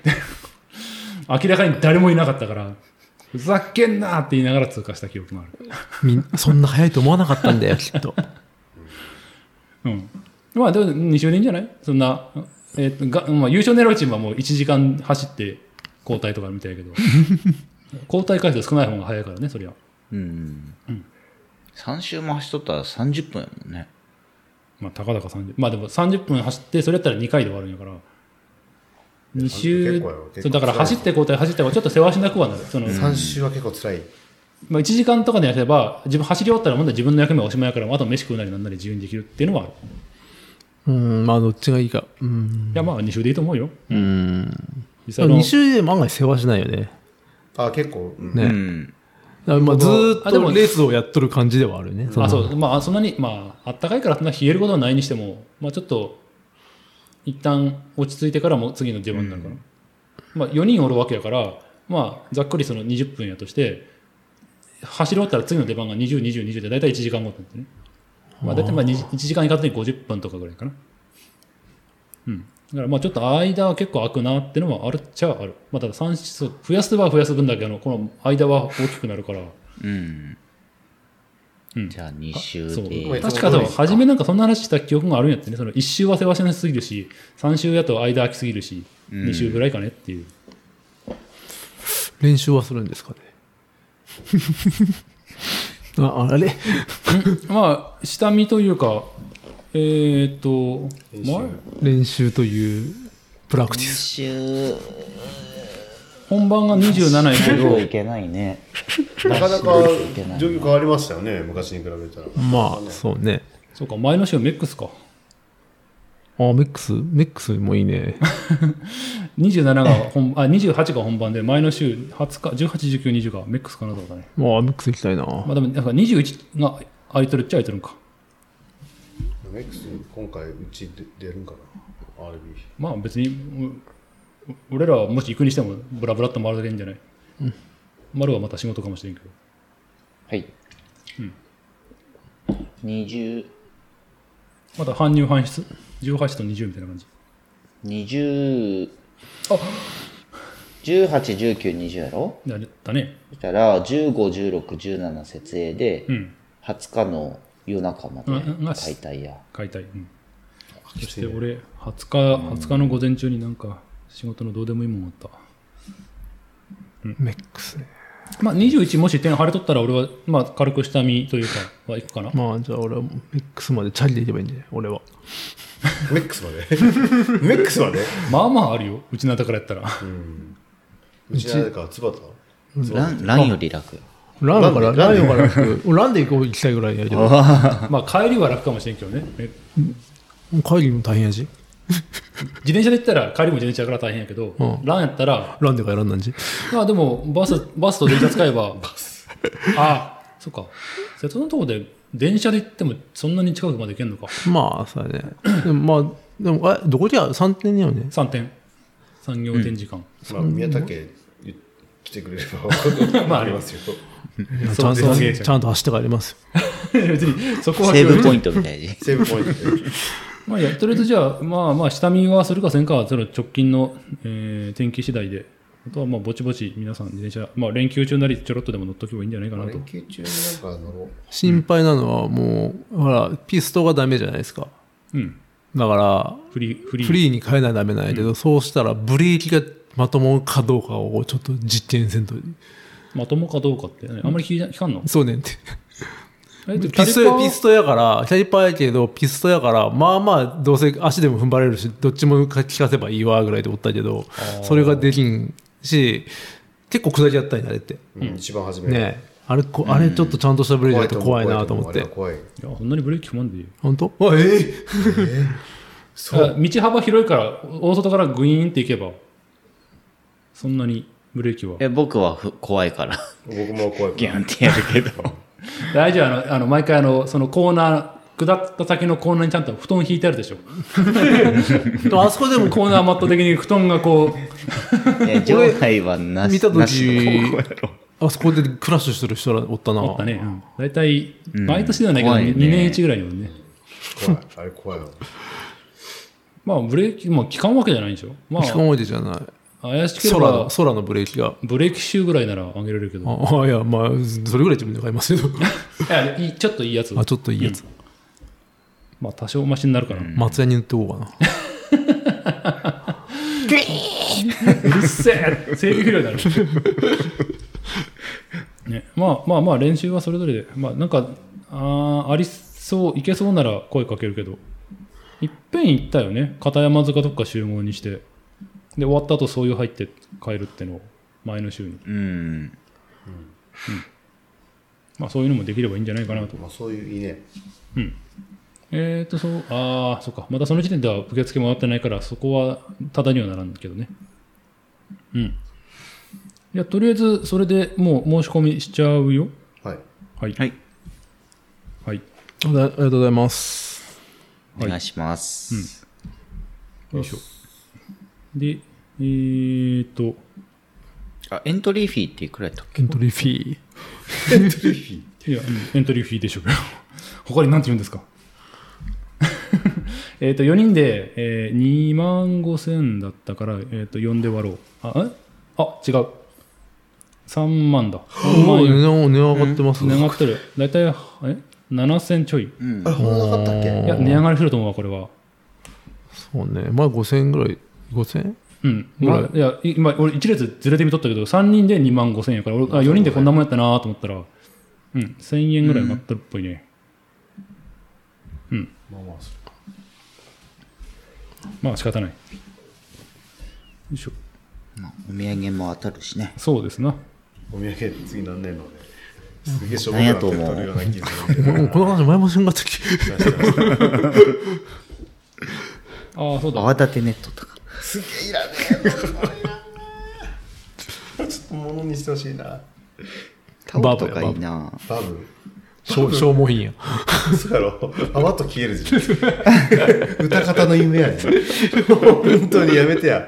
[SPEAKER 1] 明らかに誰もいなかったから「ふざけんな!」って言いながら通過した記憶もある
[SPEAKER 2] みん そんな早いと思わなかったんだよ、き っと。
[SPEAKER 1] うんまあでも2周でいいんじゃないそんな、えーとがまあ、優勝狙うチームはもう1時間走って交代とかみたいやけど交代回数少ない方が早いからねそりゃ
[SPEAKER 3] うん、3周も走っとったら30分やもんね
[SPEAKER 1] まあたかだか30まあでも30分走ってそれやったら2回で終わるんやから2周
[SPEAKER 4] 結構やろ結構
[SPEAKER 1] そうだから走って交代走ってはちょっと世話しなくはなるその、
[SPEAKER 4] 3週は結構辛い。
[SPEAKER 1] まあ、1時間とかでやれば自分走り終わったらまだ自分の役目はおしまいやからあと飯食うなりなんなり自由にできるっていうのはある、
[SPEAKER 2] うん、まあ、どっちがいいか。うん。
[SPEAKER 1] いやまあ2週でいいと思うよ、
[SPEAKER 2] うん。
[SPEAKER 1] 実際の
[SPEAKER 2] 2週でも案外世話しないよね。
[SPEAKER 4] あ、結構、うん
[SPEAKER 2] ね。
[SPEAKER 3] うん
[SPEAKER 2] だからまあ、ずーっ
[SPEAKER 1] あでも
[SPEAKER 2] とレースをやっとる感じではあるね。。
[SPEAKER 1] あそううまあそんなにまああったかいからそんな冷えることはないにしてもまあちょっと一旦落ち着いてからも次の出番になるかな、まあ4人おるわけやからまあざっくりその20分やとして走り終わったら次の出番が202020で大体1時間後なんですね、まあ、大体まあ1時間いかずに50分とかぐらいかなうんだからまあちょっと間は結構空くなってのはあるっちゃある、まあ、ただ算数増やすは増やす分だけあのこの間は大きくなるから
[SPEAKER 3] うん
[SPEAKER 1] うん
[SPEAKER 3] じゃあ2週
[SPEAKER 1] そう
[SPEAKER 3] で。
[SPEAKER 4] えー
[SPEAKER 1] 確か
[SPEAKER 4] そ
[SPEAKER 1] そうう、
[SPEAKER 4] です
[SPEAKER 1] 初めなんかそんな話した記憶があるんやってね、その1周はせわしなすぎるし、3週やと間空きすぎるし、2週ぐらいかねっていう。
[SPEAKER 2] 練習はするん ですかねああれ
[SPEAKER 1] まあ、下見というか、えーっと、前
[SPEAKER 2] 練習というプラクティ
[SPEAKER 3] 2
[SPEAKER 2] ス
[SPEAKER 3] 週
[SPEAKER 1] 本番が27やけ
[SPEAKER 3] 授
[SPEAKER 1] ど
[SPEAKER 3] 業、いけないね。
[SPEAKER 4] なかなか
[SPEAKER 3] 出していけない
[SPEAKER 4] 状況変わりましたよね、昔に比べたら。
[SPEAKER 2] まあそうね
[SPEAKER 1] そうか、前の週メックスか。
[SPEAKER 2] あメックスメックスもいいね
[SPEAKER 1] 27が本、あ、28が本番で、前の週20日、18、19、20がメックスかなとかね。
[SPEAKER 2] まあメックス行きたいな
[SPEAKER 1] まあでも、なんか21が空いてるっちゃ空いてるんか。
[SPEAKER 4] メックス今回うちで出るんかな ?RB。
[SPEAKER 1] まあ別に、う俺らはもし行くにしても、ブラブラっと回るだけいいんじゃない、丸はまた仕事かもしれんけど。
[SPEAKER 3] はい。20、
[SPEAKER 1] また搬入搬出 ?18 と20みたいな感じ。
[SPEAKER 3] 20、18、19、20やろ
[SPEAKER 1] だだね。
[SPEAKER 3] そしたら、15、16、17設営で、
[SPEAKER 1] うん。
[SPEAKER 3] 20日の夜中まで解体や。
[SPEAKER 1] 解体。うん。そして俺、20日、20日の午前中になんか、仕事のどうでもいいもんあった。
[SPEAKER 2] メックスね
[SPEAKER 1] まあ21もし点晴れとったら俺は、まあ軽く下見というか、は行くかな。
[SPEAKER 2] まあじゃあ俺はメックスまでチャリで行けばいいんじゃない俺は
[SPEAKER 4] メックス までメックスまで
[SPEAKER 1] まあまああるよ。うちのからやったら。
[SPEAKER 4] うちなんか、つばた
[SPEAKER 3] ランランより楽。
[SPEAKER 2] ランドから
[SPEAKER 4] ラ
[SPEAKER 2] ラ
[SPEAKER 4] ン
[SPEAKER 2] ン
[SPEAKER 4] ド
[SPEAKER 2] ドから行く ランで行こう行きたいぐらいやけど
[SPEAKER 1] まあ帰りは楽かもしれんけどね。え
[SPEAKER 2] 帰りも大変やし
[SPEAKER 1] 自転車で行ったら帰りも自転車やから大変やけど、
[SPEAKER 2] うん
[SPEAKER 1] ランやったら、
[SPEAKER 2] ランでからランなんじ
[SPEAKER 1] まあでもバス、 バスと電車使えば、ああ、そっか。瀬戸のとこで電車で行ってもそんなに近くまで行けんのか。
[SPEAKER 2] まあそうやねでもまあでもあどこじゃ3点やよね
[SPEAKER 1] 3点。産業展示館。
[SPEAKER 4] まあ、宮武言来てくれれば、
[SPEAKER 1] まあ
[SPEAKER 4] あり ますよ。
[SPEAKER 2] いやち
[SPEAKER 1] そ
[SPEAKER 2] ゃ
[SPEAKER 1] うんですね
[SPEAKER 2] とちゃんと走って帰りますよ
[SPEAKER 1] 別に、そこは
[SPEAKER 3] セーブポイ
[SPEAKER 1] ン
[SPEAKER 3] ントみたいに。
[SPEAKER 4] セーブポイントで。
[SPEAKER 1] まあいいや、とりあえずじゃあ、まあまあ、下見はするかせんかは、その直近の、えー天気次第で、あとはまあ、ぼちぼち皆さん自転車、まあ、連休中なりちょろっとでも乗っとけばいいんじゃないかなと
[SPEAKER 4] 連。休中になんか乗ろう。
[SPEAKER 2] 心配なのはもうほらピストがダメじゃないですか
[SPEAKER 1] うん。
[SPEAKER 2] だから
[SPEAKER 1] フリー、フリー。
[SPEAKER 2] フリーに変えないとダメなんやけど、そうしたらブレーキがまともかどうかをちょっと実験せんと
[SPEAKER 1] まともかどうかって、あんまり聞いた聞かんの
[SPEAKER 2] そうねんって
[SPEAKER 1] えっと
[SPEAKER 2] ピスト
[SPEAKER 1] キ
[SPEAKER 2] や
[SPEAKER 1] ャリパー
[SPEAKER 2] ピストやからキャリパーやけどピストやからまあまあどうせ足でも踏ん張れるしどっちもか効かせばいいわぐらいでおったけどそれができんし結構下りやったんやあれって
[SPEAKER 4] うん一番初め。
[SPEAKER 2] ねえあれこあれちょっとちゃんとしたブレーキだと怖いなと思っ
[SPEAKER 4] あ
[SPEAKER 2] て
[SPEAKER 4] れは怖い。
[SPEAKER 1] いや、そんなにブレーキ踏まんでいいよ。
[SPEAKER 2] 本当あええ
[SPEAKER 1] だから道幅広いから、大外からグイーンって行けば、そんなにブレーキは。
[SPEAKER 3] え僕はふ怖いから、
[SPEAKER 4] 僕も怖い。
[SPEAKER 3] ギャンってやるけど。
[SPEAKER 1] 大丈夫あの、あの、毎回あの、そのコーナー、下った先のコーナーにちゃんと布団引いてあるでしょ。
[SPEAKER 2] あそこ でもこ
[SPEAKER 1] コーナーマット的に布団がこ
[SPEAKER 3] いや場内はなし。
[SPEAKER 2] 見た時
[SPEAKER 3] なしの高校やろ
[SPEAKER 2] うあそこでクラッシュしてる人らおったな
[SPEAKER 1] う、あったね。大体、毎年ではないけど、
[SPEAKER 3] 怖いね
[SPEAKER 1] 2年1ぐらいにはね。
[SPEAKER 4] 怖い。あれ怖いわ。
[SPEAKER 1] まあ、ブレーキ、まあ、効かんわけじゃないでしょ。ま
[SPEAKER 2] しかも思い出じゃない
[SPEAKER 1] あ、怪しけれ
[SPEAKER 2] 空の
[SPEAKER 1] ば、
[SPEAKER 2] 空のブレーキが
[SPEAKER 1] ブレーキシューぐらいなら上げれるけど。
[SPEAKER 2] ああいやまあそれぐらい自分で買いますけど
[SPEAKER 1] いやいいちょっといいやつ。
[SPEAKER 2] あちょっといいやつ、
[SPEAKER 1] まあ、多少マシになるから。
[SPEAKER 2] 松屋に売っておこうかな
[SPEAKER 1] うっせえ整備不良になる。ね、まあまあまあ練習はそれぞれで、まあなんか、あーありそう、いけそうなら声かけるけど、いっぺん行ったよね。片山塚とか集合にして、で、終わった後そういう入って帰るってのを前の週に。
[SPEAKER 3] うん。
[SPEAKER 1] まあそういうのもできればいいんじゃないかなと。
[SPEAKER 4] まあ、そういう、いいね。
[SPEAKER 1] えっ、ー、と、そう、ああ、そっか。またその時点では受付も終わってないから、そこはただにはならんけどね。うん。いや、とりあえず、それでもう申し込みしちゃうよ。
[SPEAKER 4] はい。
[SPEAKER 1] はい。
[SPEAKER 3] はい。
[SPEAKER 1] はい。
[SPEAKER 2] ありがとうございます。
[SPEAKER 3] お願いします。
[SPEAKER 1] よいしょ。で、えーと、
[SPEAKER 3] あ、エントリーフィーっていくらやったっけ
[SPEAKER 2] エントリーフィー。
[SPEAKER 1] いや、うんエントリーフィーでしょうけど。 他に何て言うんですか えっと、4人で、えー、2万5千だったから、えっ、と、4で割ろう。あ、えあ、違う。 3万だ。3
[SPEAKER 2] まあ、
[SPEAKER 1] 万円。
[SPEAKER 2] 値段値段上がってます
[SPEAKER 1] 値上
[SPEAKER 2] ね。
[SPEAKER 1] がってる。だいたい、え ?7000 ちょい。い
[SPEAKER 3] うん
[SPEAKER 4] あれ、ほんとなかったっけ
[SPEAKER 1] や、値上がりすると思うわ、これは。
[SPEAKER 2] そうね。まあ5000円ぐらい。5000
[SPEAKER 1] うん。まあ、いや、い今、俺1列ずれてみとったけど、3人で2万5千円やから、俺あ4人でこんなもんやったなと思ったら、うん、1000円ぐらい上がってるっぽいね。
[SPEAKER 4] まあまあ、そ
[SPEAKER 1] まあ、仕方ない。よいしょ。
[SPEAKER 3] まあお土産も当たるしね。
[SPEAKER 1] そうですな。
[SPEAKER 4] うお土産次何年のね。すげえしょうも
[SPEAKER 3] 何や
[SPEAKER 4] なくな
[SPEAKER 3] と
[SPEAKER 4] って
[SPEAKER 3] 思う
[SPEAKER 4] るような気がす る。
[SPEAKER 2] 円。もうこの話前もしんかったっけ
[SPEAKER 1] ああ、そうだ。
[SPEAKER 3] 泡立てネットとか。
[SPEAKER 4] すげえいらねえ。ちょっと物にしてほしいな。
[SPEAKER 3] タオルとかいいな。
[SPEAKER 4] バブ
[SPEAKER 2] 消消耗品や。
[SPEAKER 4] そうやろ。泡と消えるじゃ ん。歌方の夢や ねん。本当にやめてや。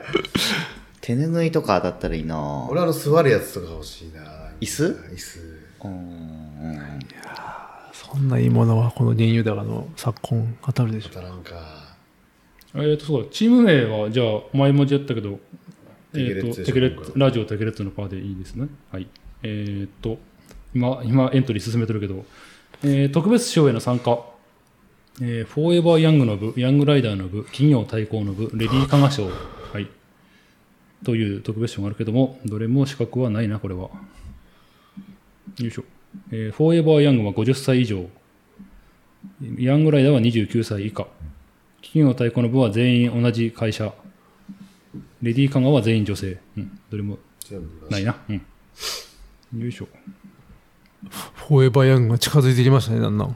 [SPEAKER 3] 手ぬぐいとか当たったらいいな。
[SPEAKER 4] 俺あの座るやつとか欲しいな。
[SPEAKER 3] 椅子
[SPEAKER 4] 椅子。
[SPEAKER 3] うん。
[SPEAKER 2] そんないいものはこの原油高の昨今当たるでしょ
[SPEAKER 4] 当。たらんか。
[SPEAKER 1] えっ、と、そうだ。チーム名は、じゃあ、前文字やったけど、えっ、と、テ
[SPEAKER 4] テ
[SPEAKER 1] ケ
[SPEAKER 4] ケ
[SPEAKER 1] レ
[SPEAKER 4] レ
[SPEAKER 1] ッ
[SPEAKER 4] ッ
[SPEAKER 1] ツ
[SPEAKER 4] ツ、
[SPEAKER 1] ラジオテケレッツのパーでいいですね。はい。えっ、と、今、今、エントリー進めてるけど、えー特別賞への参加、えーフォーエバーヤングの部、ヤングライダーの部、企業対抗の部、レディー加賀賞、はい。という特別賞があるけども、どれも資格はないな、これは。よいしょ。えーフォーエバーヤングは50歳以上、ヤングライダーは29歳以下、企業対抗の部は全員同じ会社、レディーカンガは全員女性。うん、どれも
[SPEAKER 4] 全部
[SPEAKER 1] ないな。うん。よいしょ。
[SPEAKER 2] フォーエバーヤングが近づいてきましたね、なんなん。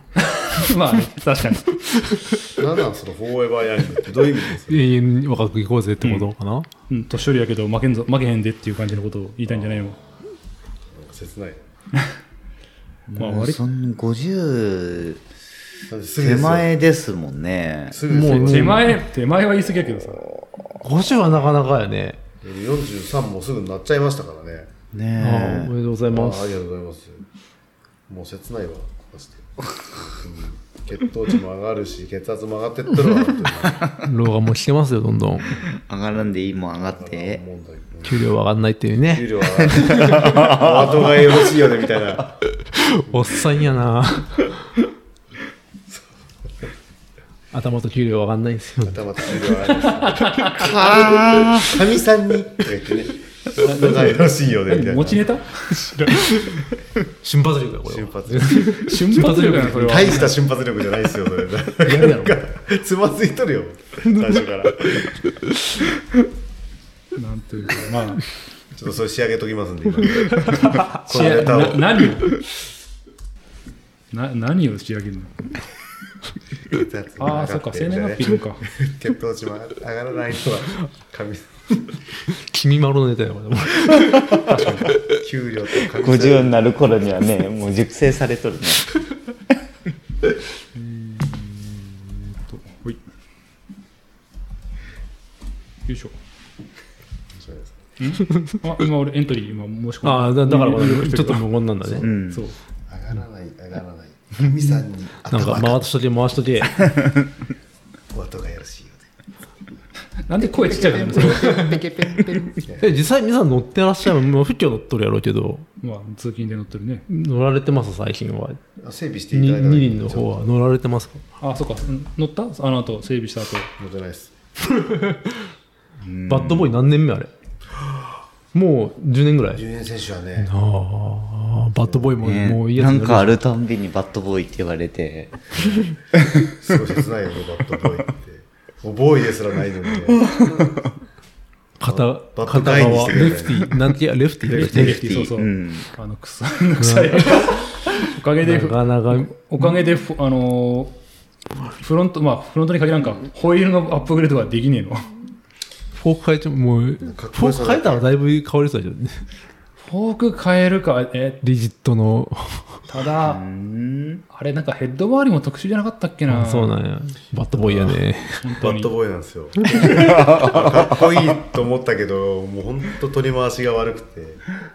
[SPEAKER 1] まあ、確かに。
[SPEAKER 4] なんなんそのフォーエバーヤングってどういう意味ですか
[SPEAKER 2] 永遠に若くいこうぜってことかな。
[SPEAKER 1] うん、年寄りやけど負けんぞ、負けへんでっていう感じのことを言いたいんじゃないの
[SPEAKER 4] なんか切ない。
[SPEAKER 1] まあ、
[SPEAKER 3] もう
[SPEAKER 1] 割
[SPEAKER 3] そん50
[SPEAKER 4] だってすぐ
[SPEAKER 3] 手
[SPEAKER 4] ですよ。
[SPEAKER 3] 前ですもんね。
[SPEAKER 4] すぐです
[SPEAKER 2] も
[SPEAKER 4] よ
[SPEAKER 2] う。
[SPEAKER 1] 手前、手前は言い過ぎやけどさ。
[SPEAKER 2] 50はなかなかやね。
[SPEAKER 4] 43もすぐなっちゃいましたからね。
[SPEAKER 2] ああ
[SPEAKER 3] ね
[SPEAKER 2] おめでとうございま
[SPEAKER 4] ああ
[SPEAKER 2] す
[SPEAKER 4] り。がとうございます。もう切ないわ、マジで。うん血糖値も上がるし、血圧も上がってってるわ、本
[SPEAKER 2] 老眼も来てますよ、どんどん。
[SPEAKER 3] え。上がらんでいいもん上がっ
[SPEAKER 4] 当に
[SPEAKER 3] て。
[SPEAKER 4] 思うんだけど。
[SPEAKER 2] 給料上がんないっていう
[SPEAKER 4] 給
[SPEAKER 2] ね。
[SPEAKER 4] 料は、お後がよろしいよね、みたいな。
[SPEAKER 2] おっさんや な。頭と給料上がんないんですよ。
[SPEAKER 4] 頭と給料は上がりかみさんに、とか言ってね。お後がよろしいよね、みたいな。
[SPEAKER 1] 持ちネタ
[SPEAKER 2] 瞬発力だ、これ
[SPEAKER 4] 瞬
[SPEAKER 2] は。
[SPEAKER 4] 発力。
[SPEAKER 1] 瞬発力やな、これは。
[SPEAKER 4] 大した瞬発力じゃないですよ、それ。
[SPEAKER 2] るやろ
[SPEAKER 4] なんか、つまずいとるよ、最初から。ち
[SPEAKER 1] なんというか、まあ、
[SPEAKER 4] ょっとそれ仕上げときますんで、今。このネタを。
[SPEAKER 1] な何をな何を仕上げるのああ、そっか、生年月日のか。
[SPEAKER 4] 血糖値も上がらないのは神
[SPEAKER 2] 君まろのネタやから。
[SPEAKER 4] 給料と神様
[SPEAKER 3] 50になる頃には ね、もう熟成されとるね。
[SPEAKER 1] とほいよいしょ。あ、今俺エントリー今申し込んだ。
[SPEAKER 2] ああ、だだからこ
[SPEAKER 1] うん
[SPEAKER 2] れ、ちょっと無言なんだ
[SPEAKER 3] う
[SPEAKER 2] ね。
[SPEAKER 3] ん。
[SPEAKER 1] そう。
[SPEAKER 4] 上がらない上がらない神さんに
[SPEAKER 2] なんか、回しとけ、回しとけ。
[SPEAKER 4] お後がよろしいよ
[SPEAKER 1] なんで声ちっちゃくなるのそれ
[SPEAKER 2] え、実際皆さん乗ってらっしゃる、もう不況乗っとるやろうけど、
[SPEAKER 1] まあ、通勤で乗ってるね。
[SPEAKER 2] 乗られてます、最近は。
[SPEAKER 4] うで整備していただいた
[SPEAKER 2] 2
[SPEAKER 4] の
[SPEAKER 2] 輪の方は乗られてますか
[SPEAKER 1] あ、そっか。うん乗ったあの後、整備した後。
[SPEAKER 4] 乗ってないです
[SPEAKER 2] バッドボーイ何年目あれもう10年ぐらい
[SPEAKER 4] 10年選手はね
[SPEAKER 2] ああ、バッドボーイも、
[SPEAKER 3] ね
[SPEAKER 2] もういいや
[SPEAKER 3] な
[SPEAKER 2] つに
[SPEAKER 3] んか
[SPEAKER 2] な
[SPEAKER 3] あ
[SPEAKER 2] る
[SPEAKER 3] るたんびにバッドボーイって言われて、
[SPEAKER 4] すごい切ないよねバッドボーイってもうボーイですらないのにね
[SPEAKER 2] 片
[SPEAKER 4] バッ
[SPEAKER 2] 片
[SPEAKER 4] ドガイに
[SPEAKER 2] 側
[SPEAKER 4] してく
[SPEAKER 2] レ
[SPEAKER 4] れたよね
[SPEAKER 2] フティなんていやレフティレフテ
[SPEAKER 1] レ
[SPEAKER 2] ィ
[SPEAKER 1] フティ、そうそう。
[SPEAKER 3] うん
[SPEAKER 1] あの、臭 い、臭い。おかげで、
[SPEAKER 2] なかなか
[SPEAKER 1] おかげで、ふあのー、フロント、まあ、フロントに限らんか、ホイールのアップグレードはできねえの。
[SPEAKER 2] フォーク変えちゃうもうフォ
[SPEAKER 4] かっこ
[SPEAKER 2] ー
[SPEAKER 4] よさ
[SPEAKER 2] ク
[SPEAKER 4] だ
[SPEAKER 2] 変
[SPEAKER 4] け
[SPEAKER 2] えたらだいぶ変わりそうだけどね
[SPEAKER 1] フォーク変えるか、え、
[SPEAKER 2] リジットの
[SPEAKER 1] ただ、あれ、なんかヘッド周りも特殊じゃなかったっけな。
[SPEAKER 2] そうなんやバッドボーイやね
[SPEAKER 1] 本当
[SPEAKER 4] バ
[SPEAKER 1] に
[SPEAKER 4] ッドボーイなんですよかっこいいと思ったけどもうほんと取り回しが悪くて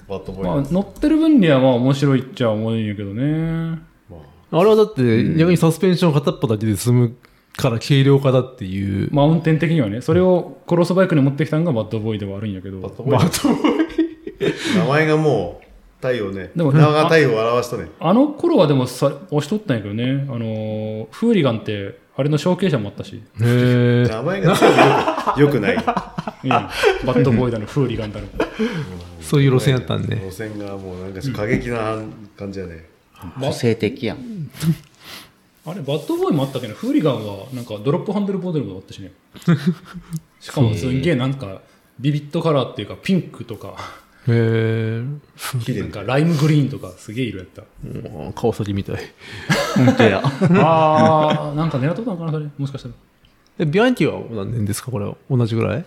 [SPEAKER 4] バッドボーイ
[SPEAKER 1] ま
[SPEAKER 4] な
[SPEAKER 1] あ
[SPEAKER 4] んです、
[SPEAKER 1] 乗ってる分にはまあ面白いっちゃ面白いんやけどね。
[SPEAKER 4] まあ
[SPEAKER 2] あれはだって逆にサスペンション片っぽだけで済むから軽量化だっていう
[SPEAKER 1] まあ運転的にはね。それをクロスバイクに持ってきたのがバッドボーイではあるんやけど。
[SPEAKER 4] バッドボーイ名前がもう太陽ね。
[SPEAKER 1] でも
[SPEAKER 4] 名が太陽を表したね。
[SPEAKER 1] あの頃はでもさ押しとったんやけどね、あのーフーリガンって、あれの承継者もあったし、
[SPEAKER 2] へえ。
[SPEAKER 4] 名 前がよくよくない。
[SPEAKER 1] うんバッドボーイだの、フーリガンだの。
[SPEAKER 2] そういう路線やったんで。
[SPEAKER 4] 路線がもうなんか過激な感じやね。
[SPEAKER 3] 個性的やん。
[SPEAKER 1] あれ、バッドボーイもあったけど、フーリガンはなんかドロップハンドルボトルもあったしね。しかもすんげえなんか、ビビットカラーっていうか、ピンクとか、
[SPEAKER 2] へえ。
[SPEAKER 4] 綺麗
[SPEAKER 1] なん
[SPEAKER 4] に。
[SPEAKER 1] かライムグリーンとか、すげえ色やった。
[SPEAKER 2] もう川崎みたい。
[SPEAKER 3] 本当や。
[SPEAKER 1] あー、なんか狙っとったのかな、それ。もしかしたら。
[SPEAKER 2] え、ビアンキは何年ですかこれは。同じぐらい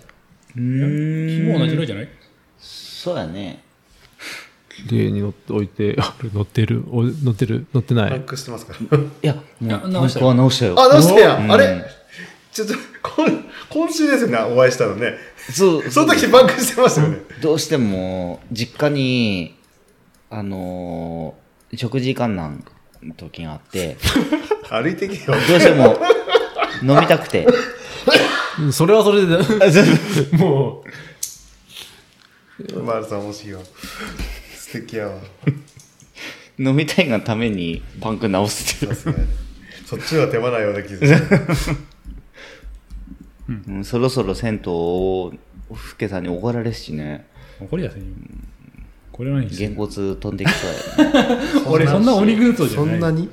[SPEAKER 1] もう同じ色じゃない
[SPEAKER 3] そうやね。
[SPEAKER 2] 例に乗っておいて、あ乗ってる、お乗ってる、乗ってな
[SPEAKER 4] パン
[SPEAKER 2] い。
[SPEAKER 4] クしてますから。
[SPEAKER 3] いや、
[SPEAKER 1] い
[SPEAKER 3] も
[SPEAKER 1] や
[SPEAKER 3] う、
[SPEAKER 1] 直したよ
[SPEAKER 3] パンクは直したよ。
[SPEAKER 4] あ、直してや
[SPEAKER 3] うん
[SPEAKER 4] あれちょっと、こん今週ですよね、お会いしたのね。
[SPEAKER 3] そう、
[SPEAKER 4] その時パンクしてましたよね。
[SPEAKER 3] どうしても、実家に、あのー食事困難の時があって、
[SPEAKER 4] 歩いてけよ。
[SPEAKER 3] どうして も、飲みたく て。
[SPEAKER 2] うんそれはそれで、 もう、
[SPEAKER 4] マルさん欲しいわ。素敵やわ。
[SPEAKER 3] 飲みたいがためにパンク直すっていう
[SPEAKER 4] さすがやねそっちは手間ないような気づき。
[SPEAKER 3] うんそろそろ銭湯を、ふけさんに怒られるしね、
[SPEAKER 1] 怒りやすいよ。これは何
[SPEAKER 3] げんこつ飛んできそうやね。
[SPEAKER 1] 俺そんな鬼軍曹じゃない
[SPEAKER 4] そんなに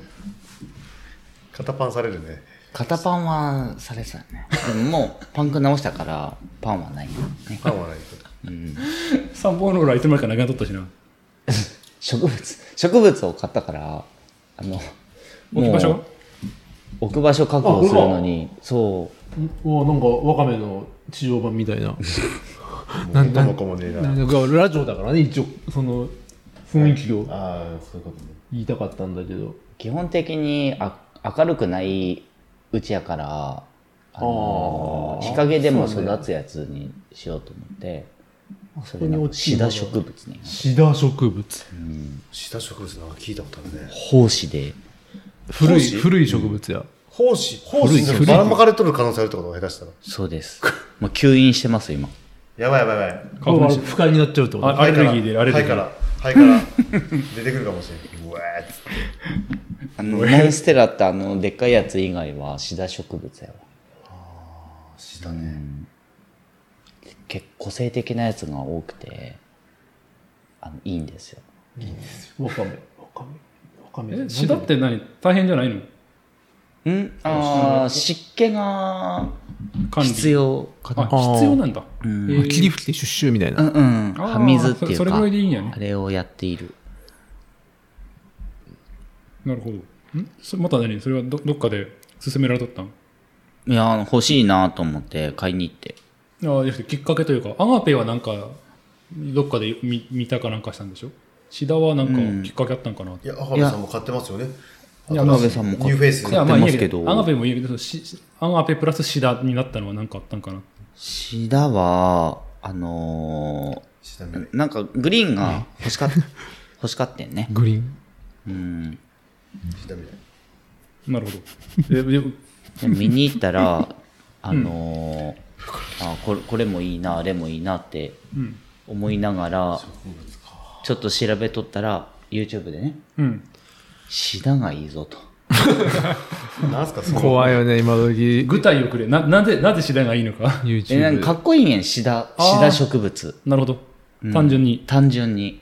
[SPEAKER 4] 肩パンされるね。
[SPEAKER 3] 肩パンはされそうやね。でももう、パンク直したから、パンはないよね。
[SPEAKER 4] パンはないけど。
[SPEAKER 1] 三本の裏いつの間にかなくなっとったしな。
[SPEAKER 3] 植物、植物を買ったから、あの、
[SPEAKER 1] 置き場所
[SPEAKER 3] 置く場所確保するのに、そう、
[SPEAKER 2] おなんかワカメの地上版みたいな。な
[SPEAKER 4] な
[SPEAKER 2] んん
[SPEAKER 4] と
[SPEAKER 2] なん
[SPEAKER 4] もこもねえ
[SPEAKER 2] な
[SPEAKER 4] な。
[SPEAKER 2] んかラジオだからね、一応、その、雰囲気を
[SPEAKER 4] ああ、そういうことね。
[SPEAKER 2] 言いたかったんだけど。
[SPEAKER 3] 基本的にあ明るくないうちやから、あの
[SPEAKER 2] あー
[SPEAKER 3] 日陰でも育つやつにしようと思って、それがシダ植物ね。
[SPEAKER 2] シダ植物。
[SPEAKER 4] シダ植物なんか聞いたことあるね。
[SPEAKER 3] 胞子で。
[SPEAKER 2] 古い、
[SPEAKER 4] 胞子
[SPEAKER 2] 古い植物や。
[SPEAKER 4] 胞子、胞子にばらまかれとる可能性あるってこと下手したら。
[SPEAKER 3] そうです。もう吸引してます、今。
[SPEAKER 4] やばいやばいやばい。
[SPEAKER 1] 花粉症
[SPEAKER 2] 不快になっちゃうってこと
[SPEAKER 1] あアレルギーでアレルギー
[SPEAKER 4] 肺から、肺から、出てくるかもしれない。うわーっつって
[SPEAKER 3] あの、モンステラってあの、でっかいやつ以外はシダ植物やわ。
[SPEAKER 4] したね。
[SPEAKER 3] 結構個性的なやつが多くて、あの、いいんですよ。
[SPEAKER 2] ワカメ。ワカメ。ワカメ。
[SPEAKER 1] え、シダって何大変じゃないの
[SPEAKER 3] んああ、湿気が
[SPEAKER 1] 管理。
[SPEAKER 3] 必要か
[SPEAKER 1] あ
[SPEAKER 3] な。、
[SPEAKER 1] 必要なんだ。えー
[SPEAKER 2] 切り振ってシュッシュみたいな。
[SPEAKER 3] うんうん。
[SPEAKER 1] あー
[SPEAKER 3] 葉水っていうか、
[SPEAKER 1] そそれぐらいでいいんや
[SPEAKER 3] あ
[SPEAKER 1] ね。
[SPEAKER 3] れをやっている。
[SPEAKER 1] なるほど。んそれまた何それはどどっかで勧められとったん
[SPEAKER 3] いやー、欲しいなと思って買いに行って。
[SPEAKER 1] あー要するにきっかけというか、アガペはなんか、どっかで見見たかなんかしたんでしょシダはなんかきっかけあったんかな、
[SPEAKER 4] いや、アハベさんも買ってますよね。
[SPEAKER 1] いや
[SPEAKER 4] 新し
[SPEAKER 3] アハベさんも買っ
[SPEAKER 4] ニューフェイス。
[SPEAKER 1] いや
[SPEAKER 3] 買ってますけど
[SPEAKER 1] まあいいやアガペもいいけど、そのししアガペプラスシダになったのは何かあったんかな
[SPEAKER 3] シダは、あの
[SPEAKER 4] したね
[SPEAKER 3] ー、なんかグリーンが欲しか った、欲しかったよね。
[SPEAKER 2] グリーン。
[SPEAKER 3] うん。
[SPEAKER 4] したみたい
[SPEAKER 1] なるほど。えでも
[SPEAKER 3] で見に行ったら、 あのーあこれ、これもいいな、あれもいいなって
[SPEAKER 1] うん。
[SPEAKER 3] 思いながら、ちょっと調べとったら、YouTube でね、
[SPEAKER 1] うん。
[SPEAKER 3] シダがいいぞと。
[SPEAKER 4] なんすか、その。
[SPEAKER 2] 怖いよね、今時。
[SPEAKER 1] 具体をくれ。な、なぜ、なぜシダがいいのか。
[SPEAKER 3] え、なん
[SPEAKER 2] YouTube。
[SPEAKER 3] かかっこいいねん、シダ、
[SPEAKER 1] あー
[SPEAKER 3] シダ植物。
[SPEAKER 1] なるほど。単純に。
[SPEAKER 3] 単純に。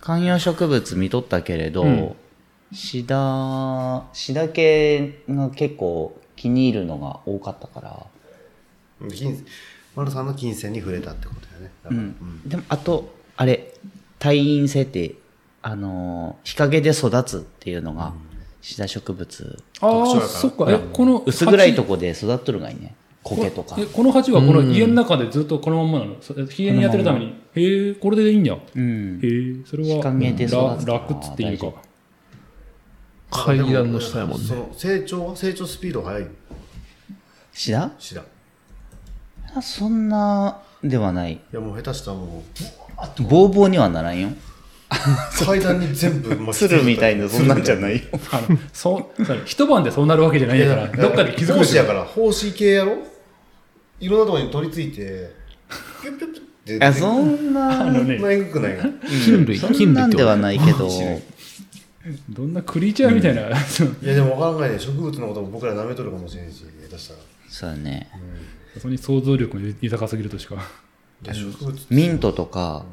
[SPEAKER 3] 観葉植物見とったけれど、
[SPEAKER 1] ん
[SPEAKER 3] シダ、シダ系が結構気に入るのが多かったから、
[SPEAKER 4] 金丸さんの金銭に触れたってことだよね。だからうん
[SPEAKER 3] でもあと、あれ、退院性って、あのー、日陰で育つっていうのが、シダ植物、
[SPEAKER 1] あ
[SPEAKER 4] 特徴
[SPEAKER 1] あ、
[SPEAKER 4] やから
[SPEAKER 1] そっか。え、この、
[SPEAKER 3] 薄暗いとこで育っとるがいいね。苔とか
[SPEAKER 1] え。この鉢はこの家の中でずっとこのまんまなのそ日にやってるためにへえこれでいいんやへ
[SPEAKER 3] うん。
[SPEAKER 1] えそれは
[SPEAKER 3] 日陰で育つ
[SPEAKER 1] ら
[SPEAKER 3] から
[SPEAKER 1] 楽っつっていいのか
[SPEAKER 2] 階段の下やもん
[SPEAKER 4] そ
[SPEAKER 2] ね。
[SPEAKER 4] の成長は成長スピード速い
[SPEAKER 3] シダ
[SPEAKER 4] しだ。い
[SPEAKER 3] あそんな、ではない。
[SPEAKER 4] や、もう下手したらも
[SPEAKER 3] ボーボーにはならんよ。
[SPEAKER 4] う、階段に全部巻
[SPEAKER 3] 鶴みたい な、そんなんじゃないよ。
[SPEAKER 1] あのそうそう一晩でそうなるわけじゃないんやからどっかで気づく
[SPEAKER 4] 奉
[SPEAKER 1] で
[SPEAKER 4] 仕
[SPEAKER 1] しょ
[SPEAKER 4] やから、奉仕系やろいろんなところに取り付いて、ピュッピュッピュッで
[SPEAKER 3] や、そんな、
[SPEAKER 1] あのね
[SPEAKER 4] なにくくないか
[SPEAKER 2] 菌類、
[SPEAKER 3] そ
[SPEAKER 2] 菌
[SPEAKER 3] んな
[SPEAKER 2] 類っ
[SPEAKER 3] ん
[SPEAKER 2] て
[SPEAKER 3] ではないけど、
[SPEAKER 4] 菌類
[SPEAKER 1] どんなクリーチャーみたいな、その
[SPEAKER 4] いやでもわかんないね植物のことも僕ら舐めとるかもしれんし下手したら、
[SPEAKER 3] そうだね。
[SPEAKER 1] そこに想像力が豊かすぎるとしか。
[SPEAKER 4] いや植物って
[SPEAKER 3] ミントとか、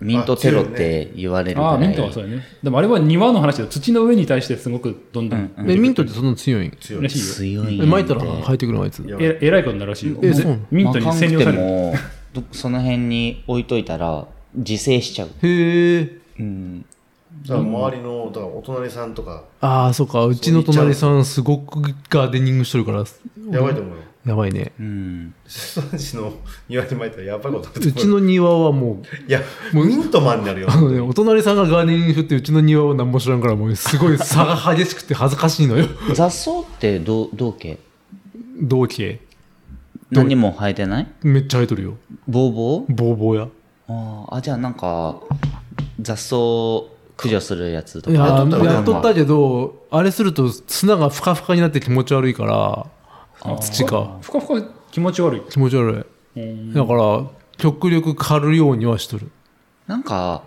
[SPEAKER 3] ミントテロって言われるぐ
[SPEAKER 1] ああ、
[SPEAKER 3] ら
[SPEAKER 1] ミン
[SPEAKER 3] い
[SPEAKER 1] トはそうやね。でもあれは庭の話で土の上に対してすごくどんどん、
[SPEAKER 2] えミントってそんな強いん
[SPEAKER 4] 強い
[SPEAKER 1] らしいよ。
[SPEAKER 3] 強いん
[SPEAKER 2] え
[SPEAKER 3] で。
[SPEAKER 2] 巻いたら生えてくるのあいつ
[SPEAKER 4] いや
[SPEAKER 1] ええらいことになるらしいよ。
[SPEAKER 2] えそう
[SPEAKER 1] ミントに
[SPEAKER 3] まあ
[SPEAKER 1] 占領
[SPEAKER 3] か
[SPEAKER 1] される。
[SPEAKER 3] んくても、どその辺に置いといたら、自生しちゃう。
[SPEAKER 2] へえ
[SPEAKER 3] うん。
[SPEAKER 4] だから周りのだからお隣さんとか
[SPEAKER 2] ああそっかうちの隣さんすごくガーデニングしとるから
[SPEAKER 4] やばいと思うよ
[SPEAKER 2] やばいね
[SPEAKER 3] うん。
[SPEAKER 4] 人たちの庭にまいたらやばいことあると
[SPEAKER 2] う
[SPEAKER 4] 思う
[SPEAKER 2] ちの庭はもう
[SPEAKER 4] いやミントマンになるよ
[SPEAKER 2] あのね、 お隣さんがガーデニングしようってうちの庭を何も知らんからもうすごい差が激しくて恥ずかしいのよ
[SPEAKER 3] 雑草ってどう、どう系
[SPEAKER 2] 同期
[SPEAKER 3] 何も生えてない
[SPEAKER 2] めっちゃ生えとるよ
[SPEAKER 3] ボーボー
[SPEAKER 2] ボーボーや
[SPEAKER 3] あーあ、じゃあなんか、雑草を駆除するやつと
[SPEAKER 2] い
[SPEAKER 3] か。
[SPEAKER 2] や
[SPEAKER 4] やっとったよ
[SPEAKER 2] やっとったけどあれすると砂がふかふかになって気持ち悪いから土か
[SPEAKER 1] ふかふか気持ち悪い。
[SPEAKER 2] 気持ち悪いだから極力狩るようにはしとる
[SPEAKER 3] なんか、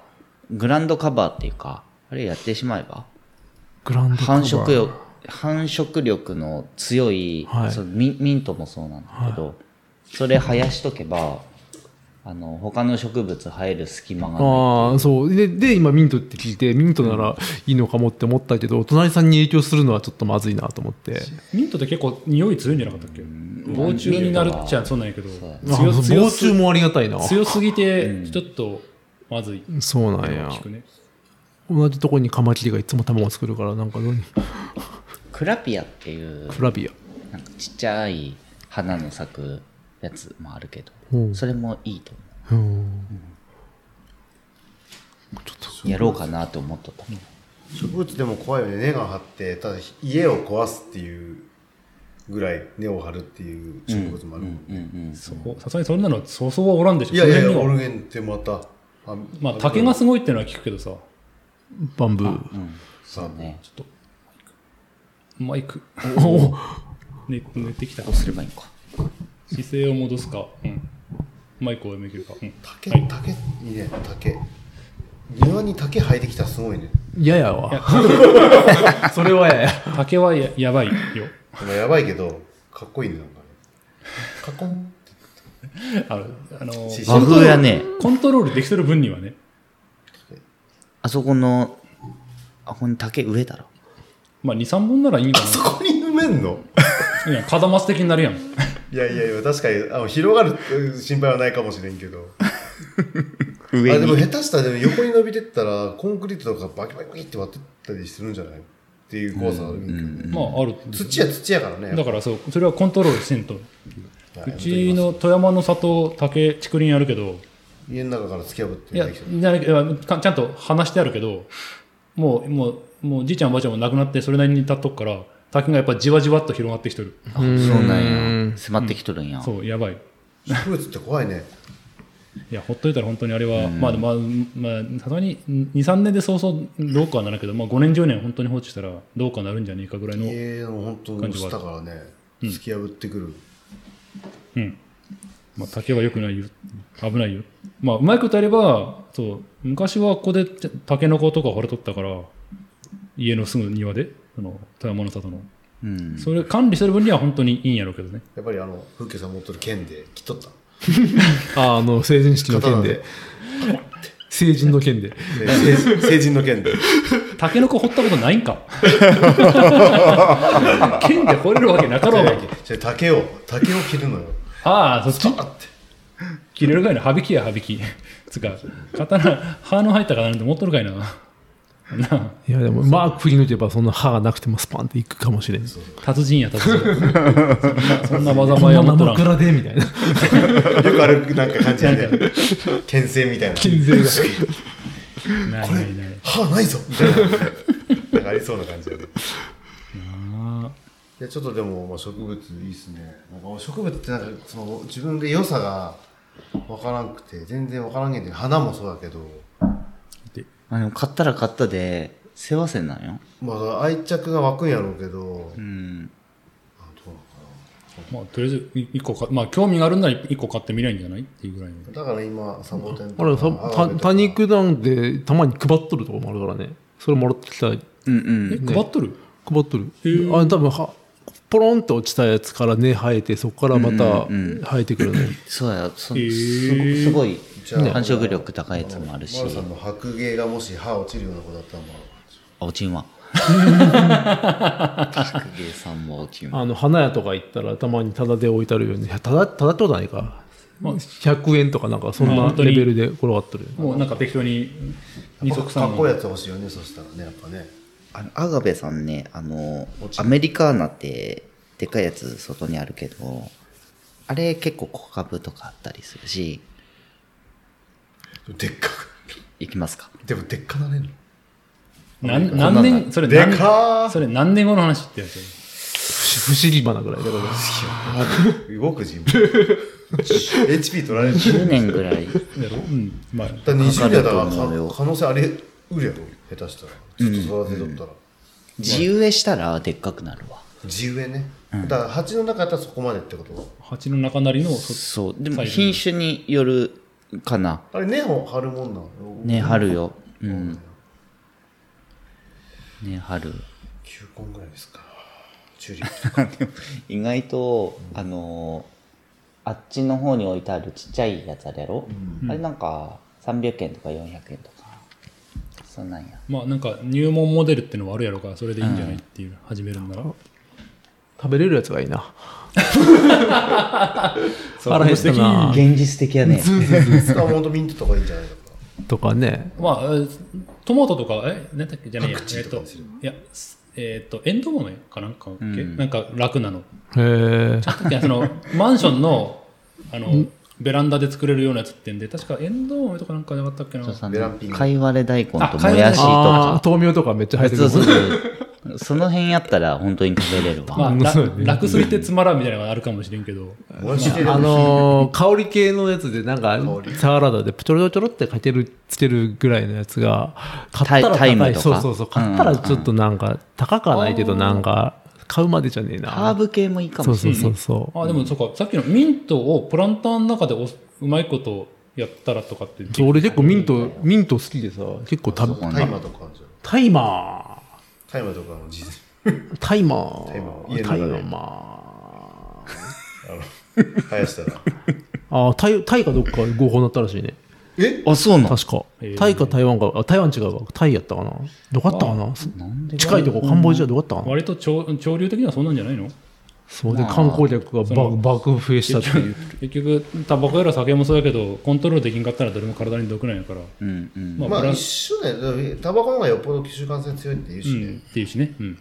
[SPEAKER 3] グランドカバーっていうか、あれやってしまえば
[SPEAKER 2] グランドカバ
[SPEAKER 3] 繁
[SPEAKER 2] ー
[SPEAKER 3] 殖よ繁殖力の強い、
[SPEAKER 2] はい
[SPEAKER 3] そのミミントもそうなんだけど、それ生やしとけばあの他の植物生える隙間がない
[SPEAKER 2] ああそうでで今ミントって聞いてミントならいいのかもって思ったけどお隣さんに影響するのはちょっとまずいなと思って
[SPEAKER 1] ミントって結構匂い強いんじゃなかったっけ防虫になるっちゃそうなんやけど
[SPEAKER 2] あ、
[SPEAKER 1] 強
[SPEAKER 2] そう
[SPEAKER 1] 強
[SPEAKER 2] 防
[SPEAKER 1] す
[SPEAKER 2] 虫もありがたいな
[SPEAKER 1] 強すぎて、ちょっとまずい。
[SPEAKER 2] そうなんや
[SPEAKER 1] 聞くね。
[SPEAKER 2] 同じとこにカマキリがいつも卵を作るからなんかどうに
[SPEAKER 3] クラピアっていう
[SPEAKER 2] クラビア
[SPEAKER 3] なんかちっちゃい花の咲くやつもあるけど、
[SPEAKER 2] うん
[SPEAKER 3] それもいいと思
[SPEAKER 2] うん
[SPEAKER 3] うやろうかなと思っとったけど
[SPEAKER 4] 植物でも怖いよね根が張ってただ家を壊すっていうぐらい根を張るっていう植物もある、
[SPEAKER 3] うんうん
[SPEAKER 1] そこさすがにそんなのそうそうはおらんでしょ。
[SPEAKER 4] いやいやい
[SPEAKER 1] そ
[SPEAKER 4] や
[SPEAKER 1] の
[SPEAKER 4] オ
[SPEAKER 1] 辺には
[SPEAKER 4] ルゲンってまたあ
[SPEAKER 1] まあ竹がすごいってのは聞くけどさ、ちょ
[SPEAKER 2] バンブー
[SPEAKER 4] さ
[SPEAKER 3] ね
[SPEAKER 1] っとマイク
[SPEAKER 2] お
[SPEAKER 1] 寝寝てきた
[SPEAKER 3] どうすればいいのか
[SPEAKER 1] 姿勢を戻すか、うん、マイクを読み切るか、うん
[SPEAKER 4] 竹
[SPEAKER 1] はい
[SPEAKER 4] 竹いいね竹庭に竹生えてきたらすごいね
[SPEAKER 2] ややわそれはやや
[SPEAKER 1] 竹はややばいよ
[SPEAKER 4] まあやばいけどかっこいいねなん かねカコン
[SPEAKER 1] あのあの
[SPEAKER 4] し
[SPEAKER 3] 和風やね
[SPEAKER 1] コントロールできてる分にはね
[SPEAKER 3] あそこのあここに竹植えたら
[SPEAKER 1] まあ23本ならいいんだ
[SPEAKER 4] そこに埋めんの
[SPEAKER 1] ないやカダマス的になるやん
[SPEAKER 4] いやいやいや確かにあの広がるうん心配はないかもしれんけ どあでも下手したらでも横に伸びてったらコンクリートとかバキバキバキって割ってったりするんじゃないっていう怖さはあるけど、
[SPEAKER 1] まあある
[SPEAKER 4] 土は土やからね
[SPEAKER 1] だからそうそれはコントロールせんと
[SPEAKER 4] ら
[SPEAKER 1] うちの富山の里竹竹林あるけど
[SPEAKER 4] 家の中から突き破って
[SPEAKER 1] いや
[SPEAKER 4] できた
[SPEAKER 1] じゃないいやかちゃんと話してあるけどもうもうもうじいちゃんおばあちゃんも亡くなってそれなりに経っとくから竹がやっぱじわじわっと広がってきてる
[SPEAKER 3] あそうなんや迫ってきとるんや、
[SPEAKER 1] そうやばい
[SPEAKER 4] 植物って怖いね
[SPEAKER 1] いやほっといたら本当にあれは、まあでもまあまあさすがに23年でそうそうどうかはならんけど、まあ、5年10年本当に放置したらどうかなるんじゃねえかぐらいの、
[SPEAKER 4] 家の本当に下からね突き破ってくる、
[SPEAKER 1] うんまあ、竹は良くないよ危ないよまあうまいことやればそう昔はここでちゃタケノコとか掘れとったから家のすぐ庭でその富山の里の
[SPEAKER 3] うん、
[SPEAKER 1] それ管理する分には本当にいいんやろうけどね
[SPEAKER 4] やっぱりあの風景さん持ってる剣で切っ とった
[SPEAKER 2] ああの成人式の件
[SPEAKER 4] 刀
[SPEAKER 2] で
[SPEAKER 4] で
[SPEAKER 2] 成人の件で
[SPEAKER 4] ね成成人の剣で
[SPEAKER 1] タケノコ掘ったことないんか剣で掘れるわけなかろうが
[SPEAKER 4] それ竹を竹を切るのよ
[SPEAKER 1] ああそっち
[SPEAKER 4] あって
[SPEAKER 1] 切れるかいな、はびきやはびき。つうか、刀、歯の入った刀なんて持っとるかいな。なあ
[SPEAKER 2] いやでもまあくり抜けばそんな歯がなくてもスパンっていくかもしれん
[SPEAKER 1] 達人や、達人。そんなそんな技
[SPEAKER 2] こん
[SPEAKER 1] 前
[SPEAKER 2] な
[SPEAKER 1] は持っとら
[SPEAKER 2] 生
[SPEAKER 1] ん。
[SPEAKER 2] 蔵でみたいな
[SPEAKER 4] よくあるなんか感じやね牽制みたいな
[SPEAKER 2] 金星が
[SPEAKER 1] ないないない。
[SPEAKER 4] 歯ないぞみたいななんかありそうな感じだねいやちょっとでも、まあ、植物いいっすねなんか植物ってなんかその自分で良さが分からんくて全然分からんげんで花もそうだけど
[SPEAKER 3] あの買ったら買ったで世話せんなんよ
[SPEAKER 4] まあ愛着が湧くんやろうけど、
[SPEAKER 3] うん
[SPEAKER 4] あどうなのか
[SPEAKER 1] まあ、とりあえずい一個か、まあ、興味があるなら一個買ってみりゃいいんじゃないっていうぐらいの。
[SPEAKER 4] だから今、サボテンと
[SPEAKER 2] あ
[SPEAKER 4] か。
[SPEAKER 2] れさた多肉なんでたまに配っとるとこもあるからねそれもらってきた配
[SPEAKER 3] うん
[SPEAKER 1] え、
[SPEAKER 2] ね
[SPEAKER 1] 配っとる、
[SPEAKER 2] っとる
[SPEAKER 1] ー
[SPEAKER 2] あ多分はポロンと落ちたやつから根生えてそこからまた
[SPEAKER 3] うんうんうん
[SPEAKER 2] 生えてくるね、
[SPEAKER 3] そうだよ。そ
[SPEAKER 1] へー
[SPEAKER 3] すごすごい
[SPEAKER 4] じゃあ
[SPEAKER 3] 繁殖力高いやつもあるし
[SPEAKER 4] マ、ルさんの白芸がもし歯落ちるような子だったら、ま
[SPEAKER 3] おちんは。白芸さんもおちんは。
[SPEAKER 2] あの花屋とか行ったらたまにタダで置いてあるよねいやタダタダってことはないか、100円とかなんかそん
[SPEAKER 1] まあ
[SPEAKER 2] な
[SPEAKER 1] 本当に
[SPEAKER 2] レベルで転がってるよね
[SPEAKER 1] もうなんか適当に二
[SPEAKER 4] あ、
[SPEAKER 1] 足
[SPEAKER 4] か
[SPEAKER 1] 三
[SPEAKER 4] っこいいやつ欲しいよね、そしたらね、やっぱね。
[SPEAKER 3] あのアガベさんね、あの、アメリカーナって、でかいやつ外にあるけど、あれ結構小株とかあったりするし、
[SPEAKER 4] でっかく。
[SPEAKER 3] 行きますか。
[SPEAKER 4] でも、でっかなれんの
[SPEAKER 1] 何何年、それ
[SPEAKER 4] で
[SPEAKER 1] 何
[SPEAKER 4] かー
[SPEAKER 1] それ何年後の話ってやつ
[SPEAKER 2] 不思議花ぐらいだから
[SPEAKER 4] 動く人 HP 取られる。
[SPEAKER 3] 10年ぐら い。
[SPEAKER 1] やろうん。まあ、
[SPEAKER 4] だから20年だか
[SPEAKER 3] か
[SPEAKER 4] ら
[SPEAKER 3] かると思うよ
[SPEAKER 4] 可能性ありうるやろ下手したらちょっと育てとったら、
[SPEAKER 3] 地植えしたらでっかくなるわ。
[SPEAKER 4] 地植えねだから鉢の中だったらそこまでってこと
[SPEAKER 1] 蜂の中なりの、そ
[SPEAKER 3] そう。でも
[SPEAKER 1] 最後
[SPEAKER 3] 品種によるかな。
[SPEAKER 4] あれ根を張るもんなの
[SPEAKER 3] ね、春よ。うん。ね、春。
[SPEAKER 4] 9本ぐらいですかチューリップ
[SPEAKER 3] 意外と、あのーあっちの方に置いてあるちっちゃいやつあるやろ、あれなんか300円とか400円とかそんなんや
[SPEAKER 1] まあなんか入門モデルってのはあるやろから、それでいいんじゃないっていう、始めるんなら。
[SPEAKER 2] 食べれるやつがいい な
[SPEAKER 1] そう
[SPEAKER 2] 腹減ったな
[SPEAKER 3] 現実的やね
[SPEAKER 4] スカモンドミントとかいいんじゃないのか
[SPEAKER 2] とかね
[SPEAKER 1] まあ、えートマトとか、え、なんだっけ、じゃねえや
[SPEAKER 4] パクチ
[SPEAKER 1] え
[SPEAKER 4] ー
[SPEAKER 1] っ
[SPEAKER 4] と
[SPEAKER 1] と
[SPEAKER 4] かにする、
[SPEAKER 1] いや、すえっと、エンドウ豆かなんかだっけ、なんか楽なの。
[SPEAKER 2] へえ
[SPEAKER 1] いやその、マンションの、あの、ベランダで作れるようなやつってんで、確かエンドウ豆とかなんかなかったっけな。
[SPEAKER 3] さ
[SPEAKER 4] ベランピング
[SPEAKER 3] かいわれ大根と
[SPEAKER 1] あ
[SPEAKER 3] もやしと
[SPEAKER 2] あ
[SPEAKER 3] か
[SPEAKER 2] あー豆苗とかめっちゃ生えて
[SPEAKER 3] そう
[SPEAKER 2] る
[SPEAKER 3] そうそうその辺やったら本当に食べれる
[SPEAKER 1] ま
[SPEAKER 3] わ、
[SPEAKER 1] あ、ら
[SPEAKER 2] そうだね
[SPEAKER 1] 楽すぎてつまらんみたいなのがあるかもしれんけど。
[SPEAKER 4] なもやしで
[SPEAKER 2] あのー香り系のやつでなんかサラダでちょろちょろってかけるつけるぐらいのやつが買ったら高
[SPEAKER 3] タイタイム
[SPEAKER 2] い
[SPEAKER 3] とか
[SPEAKER 2] そうそうそう買ったらちょっとなんか高くはないけどなんか買うまでじゃねえ
[SPEAKER 3] ハー
[SPEAKER 2] な
[SPEAKER 3] ブ系もいいか
[SPEAKER 2] そ
[SPEAKER 3] も
[SPEAKER 2] う
[SPEAKER 3] しれ
[SPEAKER 2] そうそうそう
[SPEAKER 1] あ、でもそうか、さっきのミントをプランターの中でおうまいことやったらとかって。
[SPEAKER 2] そう俺結構ミントミント好きでさ結構食べ
[SPEAKER 4] タイマーとかあるじゃん
[SPEAKER 2] タイマ
[SPEAKER 4] タイマーとかの実
[SPEAKER 2] ータイマ
[SPEAKER 4] タイマー
[SPEAKER 2] ー
[SPEAKER 4] 家の
[SPEAKER 2] タ
[SPEAKER 4] 中
[SPEAKER 2] イ
[SPEAKER 4] で
[SPEAKER 2] マ
[SPEAKER 4] 践生やしたら
[SPEAKER 2] ーあータイタイかどっか合法になったらしいね
[SPEAKER 4] え
[SPEAKER 3] ないあそうなの
[SPEAKER 2] 確かタイか台湾かあ台湾違うかタイやったかなどこあったかな
[SPEAKER 3] なんで
[SPEAKER 2] 近いとこカンボジアどこあったかな
[SPEAKER 1] 割と潮潮流的にはそんなんじゃないの
[SPEAKER 2] そうで観光客が爆爆増えしたっていう
[SPEAKER 1] 結局、タバコやら酒もそうやけど、コントロールできんかったらどれも体に毒なんやから。
[SPEAKER 3] うんうん
[SPEAKER 1] まあ、
[SPEAKER 4] ま
[SPEAKER 1] ブラン
[SPEAKER 4] あ一緒だよタバコの方がよっぽど吸収感性強いって言うし
[SPEAKER 1] うん、っ
[SPEAKER 4] ね
[SPEAKER 1] ていうしね、うん、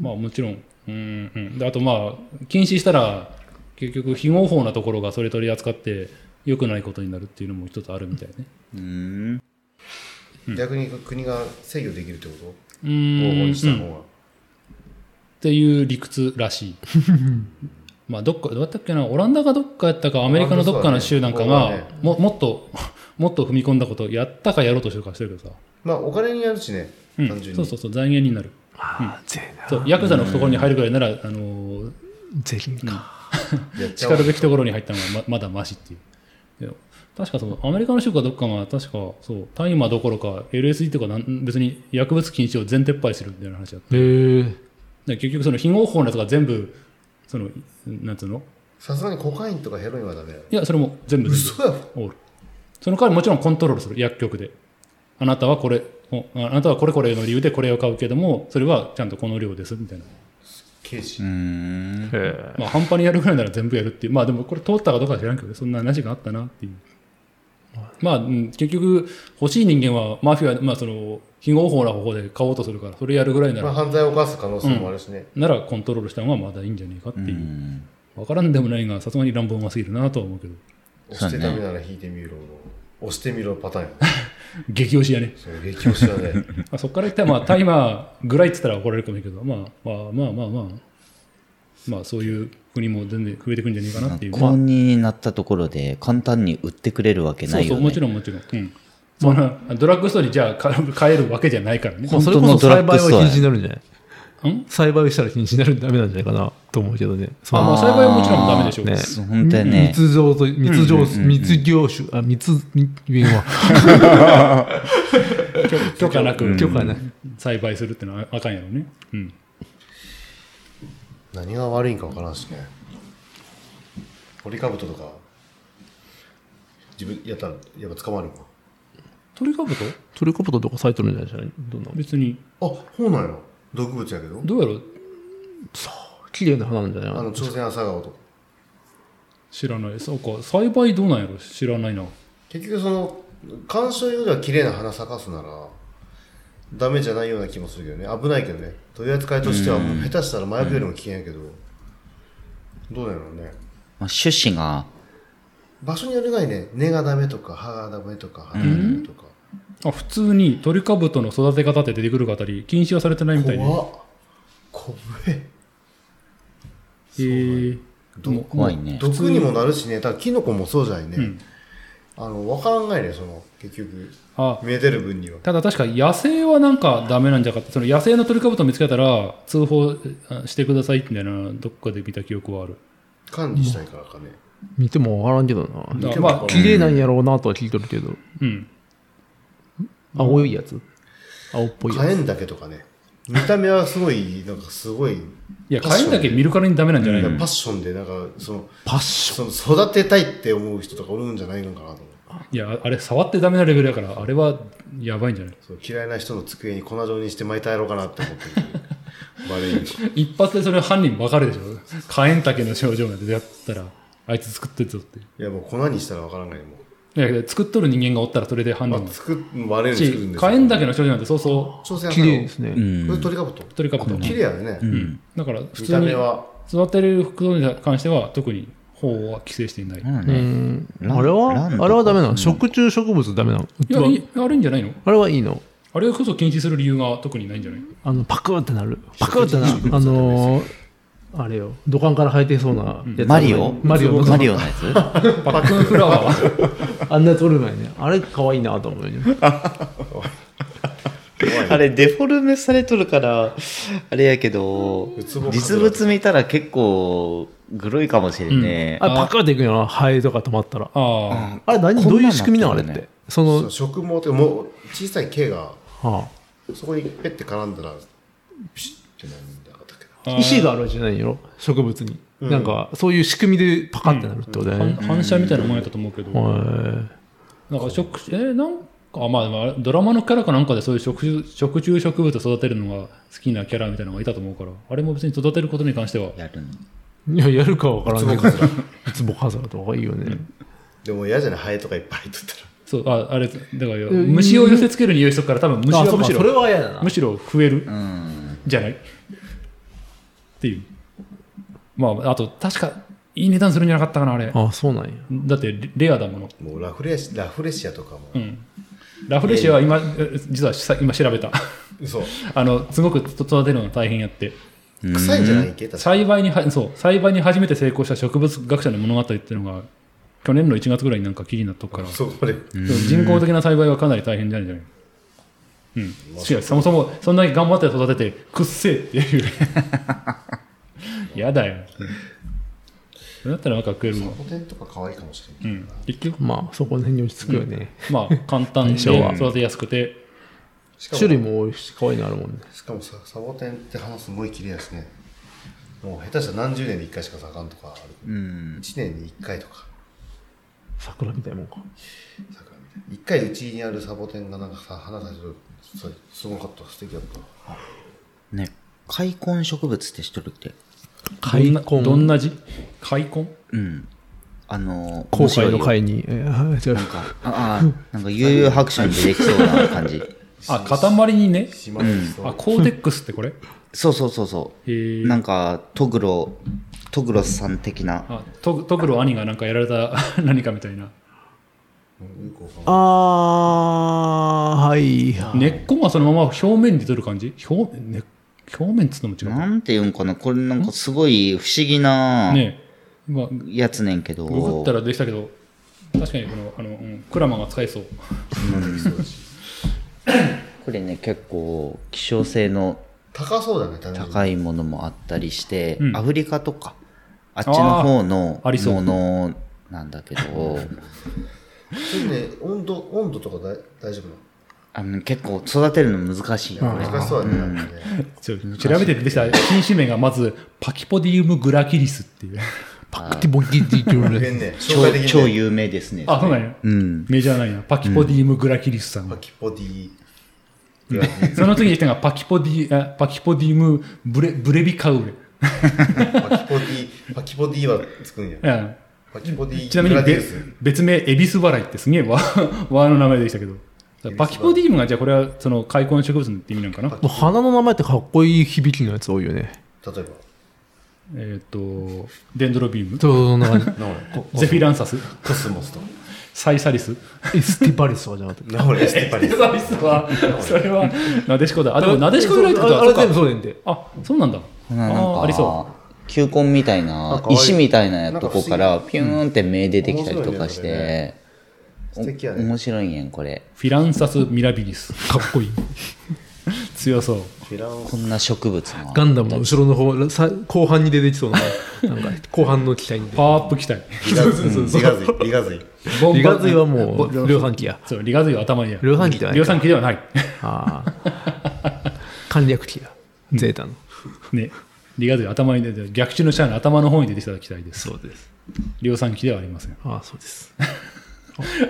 [SPEAKER 1] まあもちろん、うんうん、であとまあ禁止したら結局非合法なところがそれ取り扱って良くないことになるっていうのも一つあるみたいね
[SPEAKER 3] うん
[SPEAKER 4] 逆に国が制御できるってこ
[SPEAKER 1] う
[SPEAKER 4] と合法
[SPEAKER 1] ん、
[SPEAKER 4] にした
[SPEAKER 1] うんっ
[SPEAKER 4] 方が
[SPEAKER 1] ていう理屈らし いまあどっかどうやったっけなオランダがどっかやったかアメリカのどっかの州なんか
[SPEAKER 4] オラン
[SPEAKER 1] が、
[SPEAKER 4] ダそうだね
[SPEAKER 1] ももっと もっと踏み込んだことやったかやろうとしてるかしてるけどさ、
[SPEAKER 4] まあお金になるしね
[SPEAKER 1] うん
[SPEAKER 4] 単純に
[SPEAKER 1] そうそうそう財源になる
[SPEAKER 2] ああぜえな
[SPEAKER 1] そうヤクザの懐に入るぐらいなら、あのー
[SPEAKER 2] 税金か
[SPEAKER 4] やっち
[SPEAKER 1] し
[SPEAKER 4] ゃお
[SPEAKER 1] か
[SPEAKER 4] う
[SPEAKER 1] るべきところに入ったのがままだマシっていう。で確かそのアメリカの州かどっかが確かそう大麻どころか LSD とかなん別に薬物禁止を全撤廃するみたいな話だった
[SPEAKER 2] へえ
[SPEAKER 1] で結局その非合法のやつが全部そのなんつうの
[SPEAKER 4] さすがにコカインとかヘロインはダメだよ。
[SPEAKER 1] いやそれも全部全部
[SPEAKER 4] 嘘やろ
[SPEAKER 1] オールその代わりもちろんコントロールする薬局であなたはこれおああなたはこれこれの理由でこれを買うけどもそれはちゃんとこの量ですみたいな、
[SPEAKER 4] 刑事。
[SPEAKER 3] うん
[SPEAKER 2] へ
[SPEAKER 1] まあ、半端にやるぐらいなら全部やるっていうまあでもこれ通ったかどうかは知らんけどそんな話があったなっていうまあ、うん結局欲しい人間はマフィア、まあ、その非合法な方法で買おうとするからそれやるぐらいな
[SPEAKER 4] まあ、
[SPEAKER 1] ら
[SPEAKER 4] 犯罪を犯す可能性もあるしね。
[SPEAKER 1] ならコントロールした方がまだいいんじゃないかっていう、分からんでもないがさすがに乱暴が過ぎるなとは思うけど
[SPEAKER 4] 押してダメなら引いてみろ。押してみろパターンや。
[SPEAKER 1] 激推しやね
[SPEAKER 4] そう、激押し だね。
[SPEAKER 1] まあそこから言ったらまあタイマーぐらいって言ったら怒られるかもいいけど、まあ、まあまあまあまあまあそういう国も全然増えてくんじゃないかなっていう、
[SPEAKER 3] 公認になったところで簡単に売ってくれるわけ
[SPEAKER 1] そ
[SPEAKER 3] な
[SPEAKER 1] う
[SPEAKER 3] い
[SPEAKER 1] そ
[SPEAKER 3] よ
[SPEAKER 1] うも
[SPEAKER 3] ね
[SPEAKER 1] ちろんもちろん、うんそんなドラッグストアにじゃあか買えるわけじゃないからね
[SPEAKER 2] えそれこそ栽培は禁止になるんじゃない
[SPEAKER 1] ん
[SPEAKER 2] 栽培したら禁止になるんダメなんじゃないかなと思うけどね。そ
[SPEAKER 1] あ
[SPEAKER 2] の
[SPEAKER 1] まあ、栽培はもちろんダメでしょう。
[SPEAKER 2] ね
[SPEAKER 3] そう本当やね
[SPEAKER 2] 密造と、密造、密業種、あ、密、密、密は、
[SPEAKER 1] 許許可なく
[SPEAKER 2] 許可ない。
[SPEAKER 1] 栽培するってのはあかんやろうね。うん。
[SPEAKER 4] 何が悪いんか分からんしねポリカブトとか自分やったらやっぱ捕まるか
[SPEAKER 1] 鳥かぶと
[SPEAKER 2] トリコプトとかサイトルじゃないじゃないどんな
[SPEAKER 1] 別に、
[SPEAKER 4] あそうなんや毒物やけど
[SPEAKER 1] どうやろう
[SPEAKER 2] 綺麗な花なんじゃない
[SPEAKER 4] あの朝鮮朝顔とか
[SPEAKER 1] 知らない。そうか、栽培どうなんやろ知らないな。
[SPEAKER 4] 結局その観賞用では綺麗な花咲かすならダメじゃないような気もするけどね危ないけどね取り扱いとしてはもう下手したら麻薬よりも危険やけど、どうなのね
[SPEAKER 3] まあ、種子が、
[SPEAKER 4] 場所によるがいね根がダメとか葉がダメとか花がダメとか、
[SPEAKER 1] あ普通に鳥かぶとの育て方って出てくる方り禁止はされてないみたいね。
[SPEAKER 4] 怖っ怖え
[SPEAKER 1] へー
[SPEAKER 4] ど
[SPEAKER 3] 怖いね。
[SPEAKER 4] 毒にもなるしねだからキノコもそうじゃないね、
[SPEAKER 1] うん
[SPEAKER 4] あの分からんがいねその結局
[SPEAKER 1] あ
[SPEAKER 4] 見えてる分には
[SPEAKER 1] ただ確か野生はなんかダメなんじゃなかったその野生の鳥かぶと見つけたら通報あしてくださいみたいなどっかで見た記憶はある
[SPEAKER 4] 管理したいからかね、
[SPEAKER 2] 見てもわからんけどな。
[SPEAKER 1] だから
[SPEAKER 4] も
[SPEAKER 1] ま
[SPEAKER 4] わ
[SPEAKER 1] あ
[SPEAKER 4] か、
[SPEAKER 2] 綺麗なんやろうなとは聞いとるけど。
[SPEAKER 1] うん、
[SPEAKER 2] 青いやつ青っぽいや
[SPEAKER 4] 火
[SPEAKER 2] つ。
[SPEAKER 4] 炎だけとかね見た目はすごいなんかすごい
[SPEAKER 1] いや
[SPEAKER 4] パッ
[SPEAKER 1] 帰
[SPEAKER 4] ション
[SPEAKER 1] りだけ見るからにダメなんじゃないの、
[SPEAKER 4] パッションでなんかその
[SPEAKER 2] パッション。
[SPEAKER 4] その育てたいって思う人とかおるんじゃないのかなと思う
[SPEAKER 1] いやあれ触ってダメなレベルだからあれはやばいんじゃない
[SPEAKER 4] そう嫌いな人の机に粉状にして巻いてやろうかなって思ってるバレる
[SPEAKER 1] 一発でそれ犯人分かるでしょ火炎竹の症状が出てったらあいつ作ってるぞって
[SPEAKER 4] いやもう粉にしたらわからんがいも
[SPEAKER 1] いや作っとる人間がおったらそれで判
[SPEAKER 4] う、ま
[SPEAKER 1] 断
[SPEAKER 4] あ、作るバレる
[SPEAKER 1] し
[SPEAKER 4] 作るんです
[SPEAKER 1] 火炎竹の症状なんてそうそ
[SPEAKER 4] 朝鮮
[SPEAKER 2] 綺麗です
[SPEAKER 4] ね
[SPEAKER 2] ね。
[SPEAKER 3] うん
[SPEAKER 4] これ鳥かぶと
[SPEAKER 1] う鳥かぶと
[SPEAKER 4] 綺麗やね、
[SPEAKER 1] う、ん、だから普
[SPEAKER 4] 見
[SPEAKER 1] 通
[SPEAKER 4] た
[SPEAKER 1] に
[SPEAKER 4] 目は
[SPEAKER 1] 育てることに関しては特に法は規制していない、
[SPEAKER 3] なんだ
[SPEAKER 2] う
[SPEAKER 3] ね
[SPEAKER 2] ん。
[SPEAKER 3] ラン
[SPEAKER 2] あれ
[SPEAKER 3] ラン
[SPEAKER 2] は
[SPEAKER 3] とか
[SPEAKER 2] あれはダメなの食虫植物ダメなの
[SPEAKER 1] いやいいあるんじゃないの
[SPEAKER 2] あれはいいの
[SPEAKER 1] あれこそ禁止する理由が特にないんじゃない
[SPEAKER 2] あの、パクーってなる。パクーってなる。あのー、あれよ。土管から生えてそうなやつ
[SPEAKER 3] マリオ
[SPEAKER 2] マリオの
[SPEAKER 3] マリオのやつ
[SPEAKER 1] パックンフラワーは
[SPEAKER 2] あんな取る前ね。あれ可愛いなと思うよね。
[SPEAKER 3] あれデフォルメされとるから、あれやけど
[SPEAKER 4] つぼ、
[SPEAKER 3] 実物見たら結構グロいかもしれんね。
[SPEAKER 2] あれパクーっていくよな。ハエとか止まったら。
[SPEAKER 1] ああ
[SPEAKER 2] あれ何
[SPEAKER 3] こん
[SPEAKER 2] ど
[SPEAKER 3] な
[SPEAKER 2] うんいう
[SPEAKER 3] なって
[SPEAKER 2] 仕
[SPEAKER 3] る
[SPEAKER 2] 組
[SPEAKER 3] ね
[SPEAKER 2] みなのあれって。そ
[SPEAKER 4] そう
[SPEAKER 2] の、
[SPEAKER 4] 植毛ってもう小さい毛が
[SPEAKER 2] は
[SPEAKER 4] そこにペッて絡んだらピシッてなるんだったけど
[SPEAKER 2] あ、石があるわけじゃないよ。植物に。
[SPEAKER 4] うん
[SPEAKER 2] なんか、そういう仕組みでパカってなるってことだよ
[SPEAKER 1] 反
[SPEAKER 2] ね。
[SPEAKER 1] 反射みたいなもんやったと思うけど、
[SPEAKER 2] は
[SPEAKER 1] なんか食えーなんかあまあまあドラマのキャラかなんかでそういう食虫食虫植物育てるのが好きなキャラみたいなのがいたと思うからあれも別に育てることに関しては
[SPEAKER 3] やるの。
[SPEAKER 2] い。いや、やるかわからんけど。ウツボカズラとかいいよね。
[SPEAKER 4] でも嫌じゃないハエとかいっぱい入っとったら
[SPEAKER 1] そうああれだから虫を寄せつける匂いしとくから多分虫
[SPEAKER 2] あ
[SPEAKER 1] は
[SPEAKER 2] そう
[SPEAKER 1] む
[SPEAKER 2] か
[SPEAKER 1] し
[SPEAKER 2] それ
[SPEAKER 1] ろ
[SPEAKER 2] は嫌だな
[SPEAKER 1] む。しろ増える
[SPEAKER 3] うん。
[SPEAKER 1] じゃないっていうまああと確かいい値段するんじゃなかったかなあれ
[SPEAKER 2] あ、そうなんや。
[SPEAKER 1] だってレレアだもの
[SPEAKER 4] もうラフレシラフレシアとかも、
[SPEAKER 1] うんラフレシアは今、え実はさ今調べた
[SPEAKER 4] 嘘
[SPEAKER 1] あのすごく育てるのが大変やって
[SPEAKER 4] 臭いんじゃないっけ確か
[SPEAKER 1] 栽培にはそう栽培に初めて成功した植物学者の物語っていうのが去年の1月ぐらいになんか記事になっとくから、
[SPEAKER 4] そうこれ
[SPEAKER 1] 人工的な栽培はかなり大変じゃないんじゃないうん、違うそもそもそんなに頑張って育ててくっせえっていうやだよだったらなんか食えるもん、
[SPEAKER 4] 古典とか可愛いかもしれんけ
[SPEAKER 1] う
[SPEAKER 4] ど、
[SPEAKER 1] ん、結局
[SPEAKER 2] まあ、そこら辺に落ち着くよね。
[SPEAKER 1] まあ簡単で
[SPEAKER 2] 象は
[SPEAKER 1] 育てやすくて
[SPEAKER 4] しかも
[SPEAKER 2] 種類も多いし、可愛いのあるもんね。
[SPEAKER 4] しかもさサボテンって花すごい綺麗やしねもう下手したら何十年に一回しか咲かんとかあ
[SPEAKER 3] う
[SPEAKER 4] る、
[SPEAKER 3] ん。
[SPEAKER 4] 一年に一回とか
[SPEAKER 2] 桜みたいなもんか。
[SPEAKER 4] 咲くみたいな一回うちにあるサボテンがなんかさ花咲いてるそうすごかった素敵だった
[SPEAKER 3] ね、開墾植物って知っとるって。
[SPEAKER 1] どんな
[SPEAKER 2] 開墾
[SPEAKER 1] どんな字開墾
[SPEAKER 3] うん。あの、
[SPEAKER 2] 後悔の
[SPEAKER 3] 面白いよ
[SPEAKER 2] 会に。えー違
[SPEAKER 3] なん
[SPEAKER 2] う。
[SPEAKER 3] か、ああ、なんか悠々白書に出てきそうな感じ。
[SPEAKER 1] あ塊にね
[SPEAKER 4] 島にそう、
[SPEAKER 1] あコーテックスってこれ
[SPEAKER 3] そうそうそうそ
[SPEAKER 1] へー
[SPEAKER 3] う。なんか、トグロ、トグロさん的な。
[SPEAKER 1] あトグトグロ兄がなんかやられた 何かみたいな
[SPEAKER 4] うんよくわかんない
[SPEAKER 2] あー、はい。
[SPEAKER 1] 根っこがそのまま表面に出る感じ表,、ね、表面っつうのも違うか
[SPEAKER 3] なんていうんかな、これなんかすごい不思議な
[SPEAKER 1] ねえ今グ
[SPEAKER 3] やつねんけど。
[SPEAKER 1] グったらでしたけど確かにこのあの、うんクラマが使えそう
[SPEAKER 3] これね、結構、希少性の
[SPEAKER 4] 高そうだね、単純に
[SPEAKER 3] 高いものもあったりして、
[SPEAKER 1] うん
[SPEAKER 3] アフリカとか、あっちの方の
[SPEAKER 1] あーありそう
[SPEAKER 3] ものなんだけど、
[SPEAKER 4] それね、温度、温度とかだ大丈夫
[SPEAKER 3] あの結構育てるの難しいよ、
[SPEAKER 4] な
[SPEAKER 3] こ
[SPEAKER 4] の
[SPEAKER 3] れ。
[SPEAKER 4] 難しそうだね、なんかね。
[SPEAKER 1] ちょ 調べて出てきた品種名がまず、パキポディウムグラキリスっていう。
[SPEAKER 2] パクティボンキティって言われ
[SPEAKER 4] 変
[SPEAKER 2] る。
[SPEAKER 4] ね、
[SPEAKER 3] 超
[SPEAKER 4] 紹介的に、ね。
[SPEAKER 3] 超有名ですね。
[SPEAKER 1] あ、そうなんや。
[SPEAKER 3] うん。
[SPEAKER 1] メジャーなんや。パキポディウムグラキリスさん。
[SPEAKER 4] パキポディ。
[SPEAKER 1] その次に来たのがパキポディ、あパキポディウムブレブレビカウレ。
[SPEAKER 4] パキポディ、パキポディはつくんや
[SPEAKER 1] い。や
[SPEAKER 4] パキポディ、
[SPEAKER 1] ちなみに
[SPEAKER 4] グラデ
[SPEAKER 1] べ
[SPEAKER 4] ィウス
[SPEAKER 1] 別名、エビス払いってすげえ 和和の名前でしたけど。パキポディウムが、じゃあこれはその開墾植物のって意味なのかな
[SPEAKER 4] パ
[SPEAKER 2] もう花の名前ってかっこいい響きのやつ多いよね。
[SPEAKER 4] 例えば。
[SPEAKER 1] えっ、と、デンドロビウム、
[SPEAKER 2] そう、そんな感じ。
[SPEAKER 4] ナオレ、コ
[SPEAKER 1] ゼフィランサス、
[SPEAKER 4] コスモスと。
[SPEAKER 1] サイサリス。
[SPEAKER 2] エスティバリスはじゃなくて。
[SPEAKER 4] ナオレ、エスティパリス。
[SPEAKER 1] サイサリスは、 それは、なでしこだ。あ、でもなでしこぐらいってこと
[SPEAKER 2] あ
[SPEAKER 1] は
[SPEAKER 2] あ
[SPEAKER 1] そ
[SPEAKER 2] れ
[SPEAKER 1] っか
[SPEAKER 2] 全部そうねんで。
[SPEAKER 1] あ、そうなんだ。
[SPEAKER 3] こんななん
[SPEAKER 1] あーありそ
[SPEAKER 3] か、球根みたいな、石みたいなとこから、ピューンって芽出てきたりとかして、
[SPEAKER 4] 素敵や
[SPEAKER 3] お
[SPEAKER 4] ね。
[SPEAKER 3] 面白いねん、これ。
[SPEAKER 1] う。フィランサス・ミラビリス。
[SPEAKER 2] かっこいい。
[SPEAKER 1] 強そう。
[SPEAKER 4] フィランス
[SPEAKER 3] こんな植物もある
[SPEAKER 2] ガンダムの後ろの方、さ後半に出てきそう な、なんか後半の機体に。
[SPEAKER 1] パワーアップ期待。
[SPEAKER 4] リガズイ、リ ガズイ、リガズイ。
[SPEAKER 1] ボンバ
[SPEAKER 2] リガズイはも
[SPEAKER 1] ボ
[SPEAKER 2] う、量産機や。
[SPEAKER 1] そう、リガズイは頭にや。
[SPEAKER 2] 量産機じゃない
[SPEAKER 1] 量
[SPEAKER 2] か。
[SPEAKER 1] 産機ではない。
[SPEAKER 2] ああ。簡略機や。ゼータの。
[SPEAKER 1] ね。リガズイは頭に出て、逆中のシャアの頭の方に出てきた機体です。
[SPEAKER 2] そうです。
[SPEAKER 1] 量産機ではありません。
[SPEAKER 2] ああ、そうです。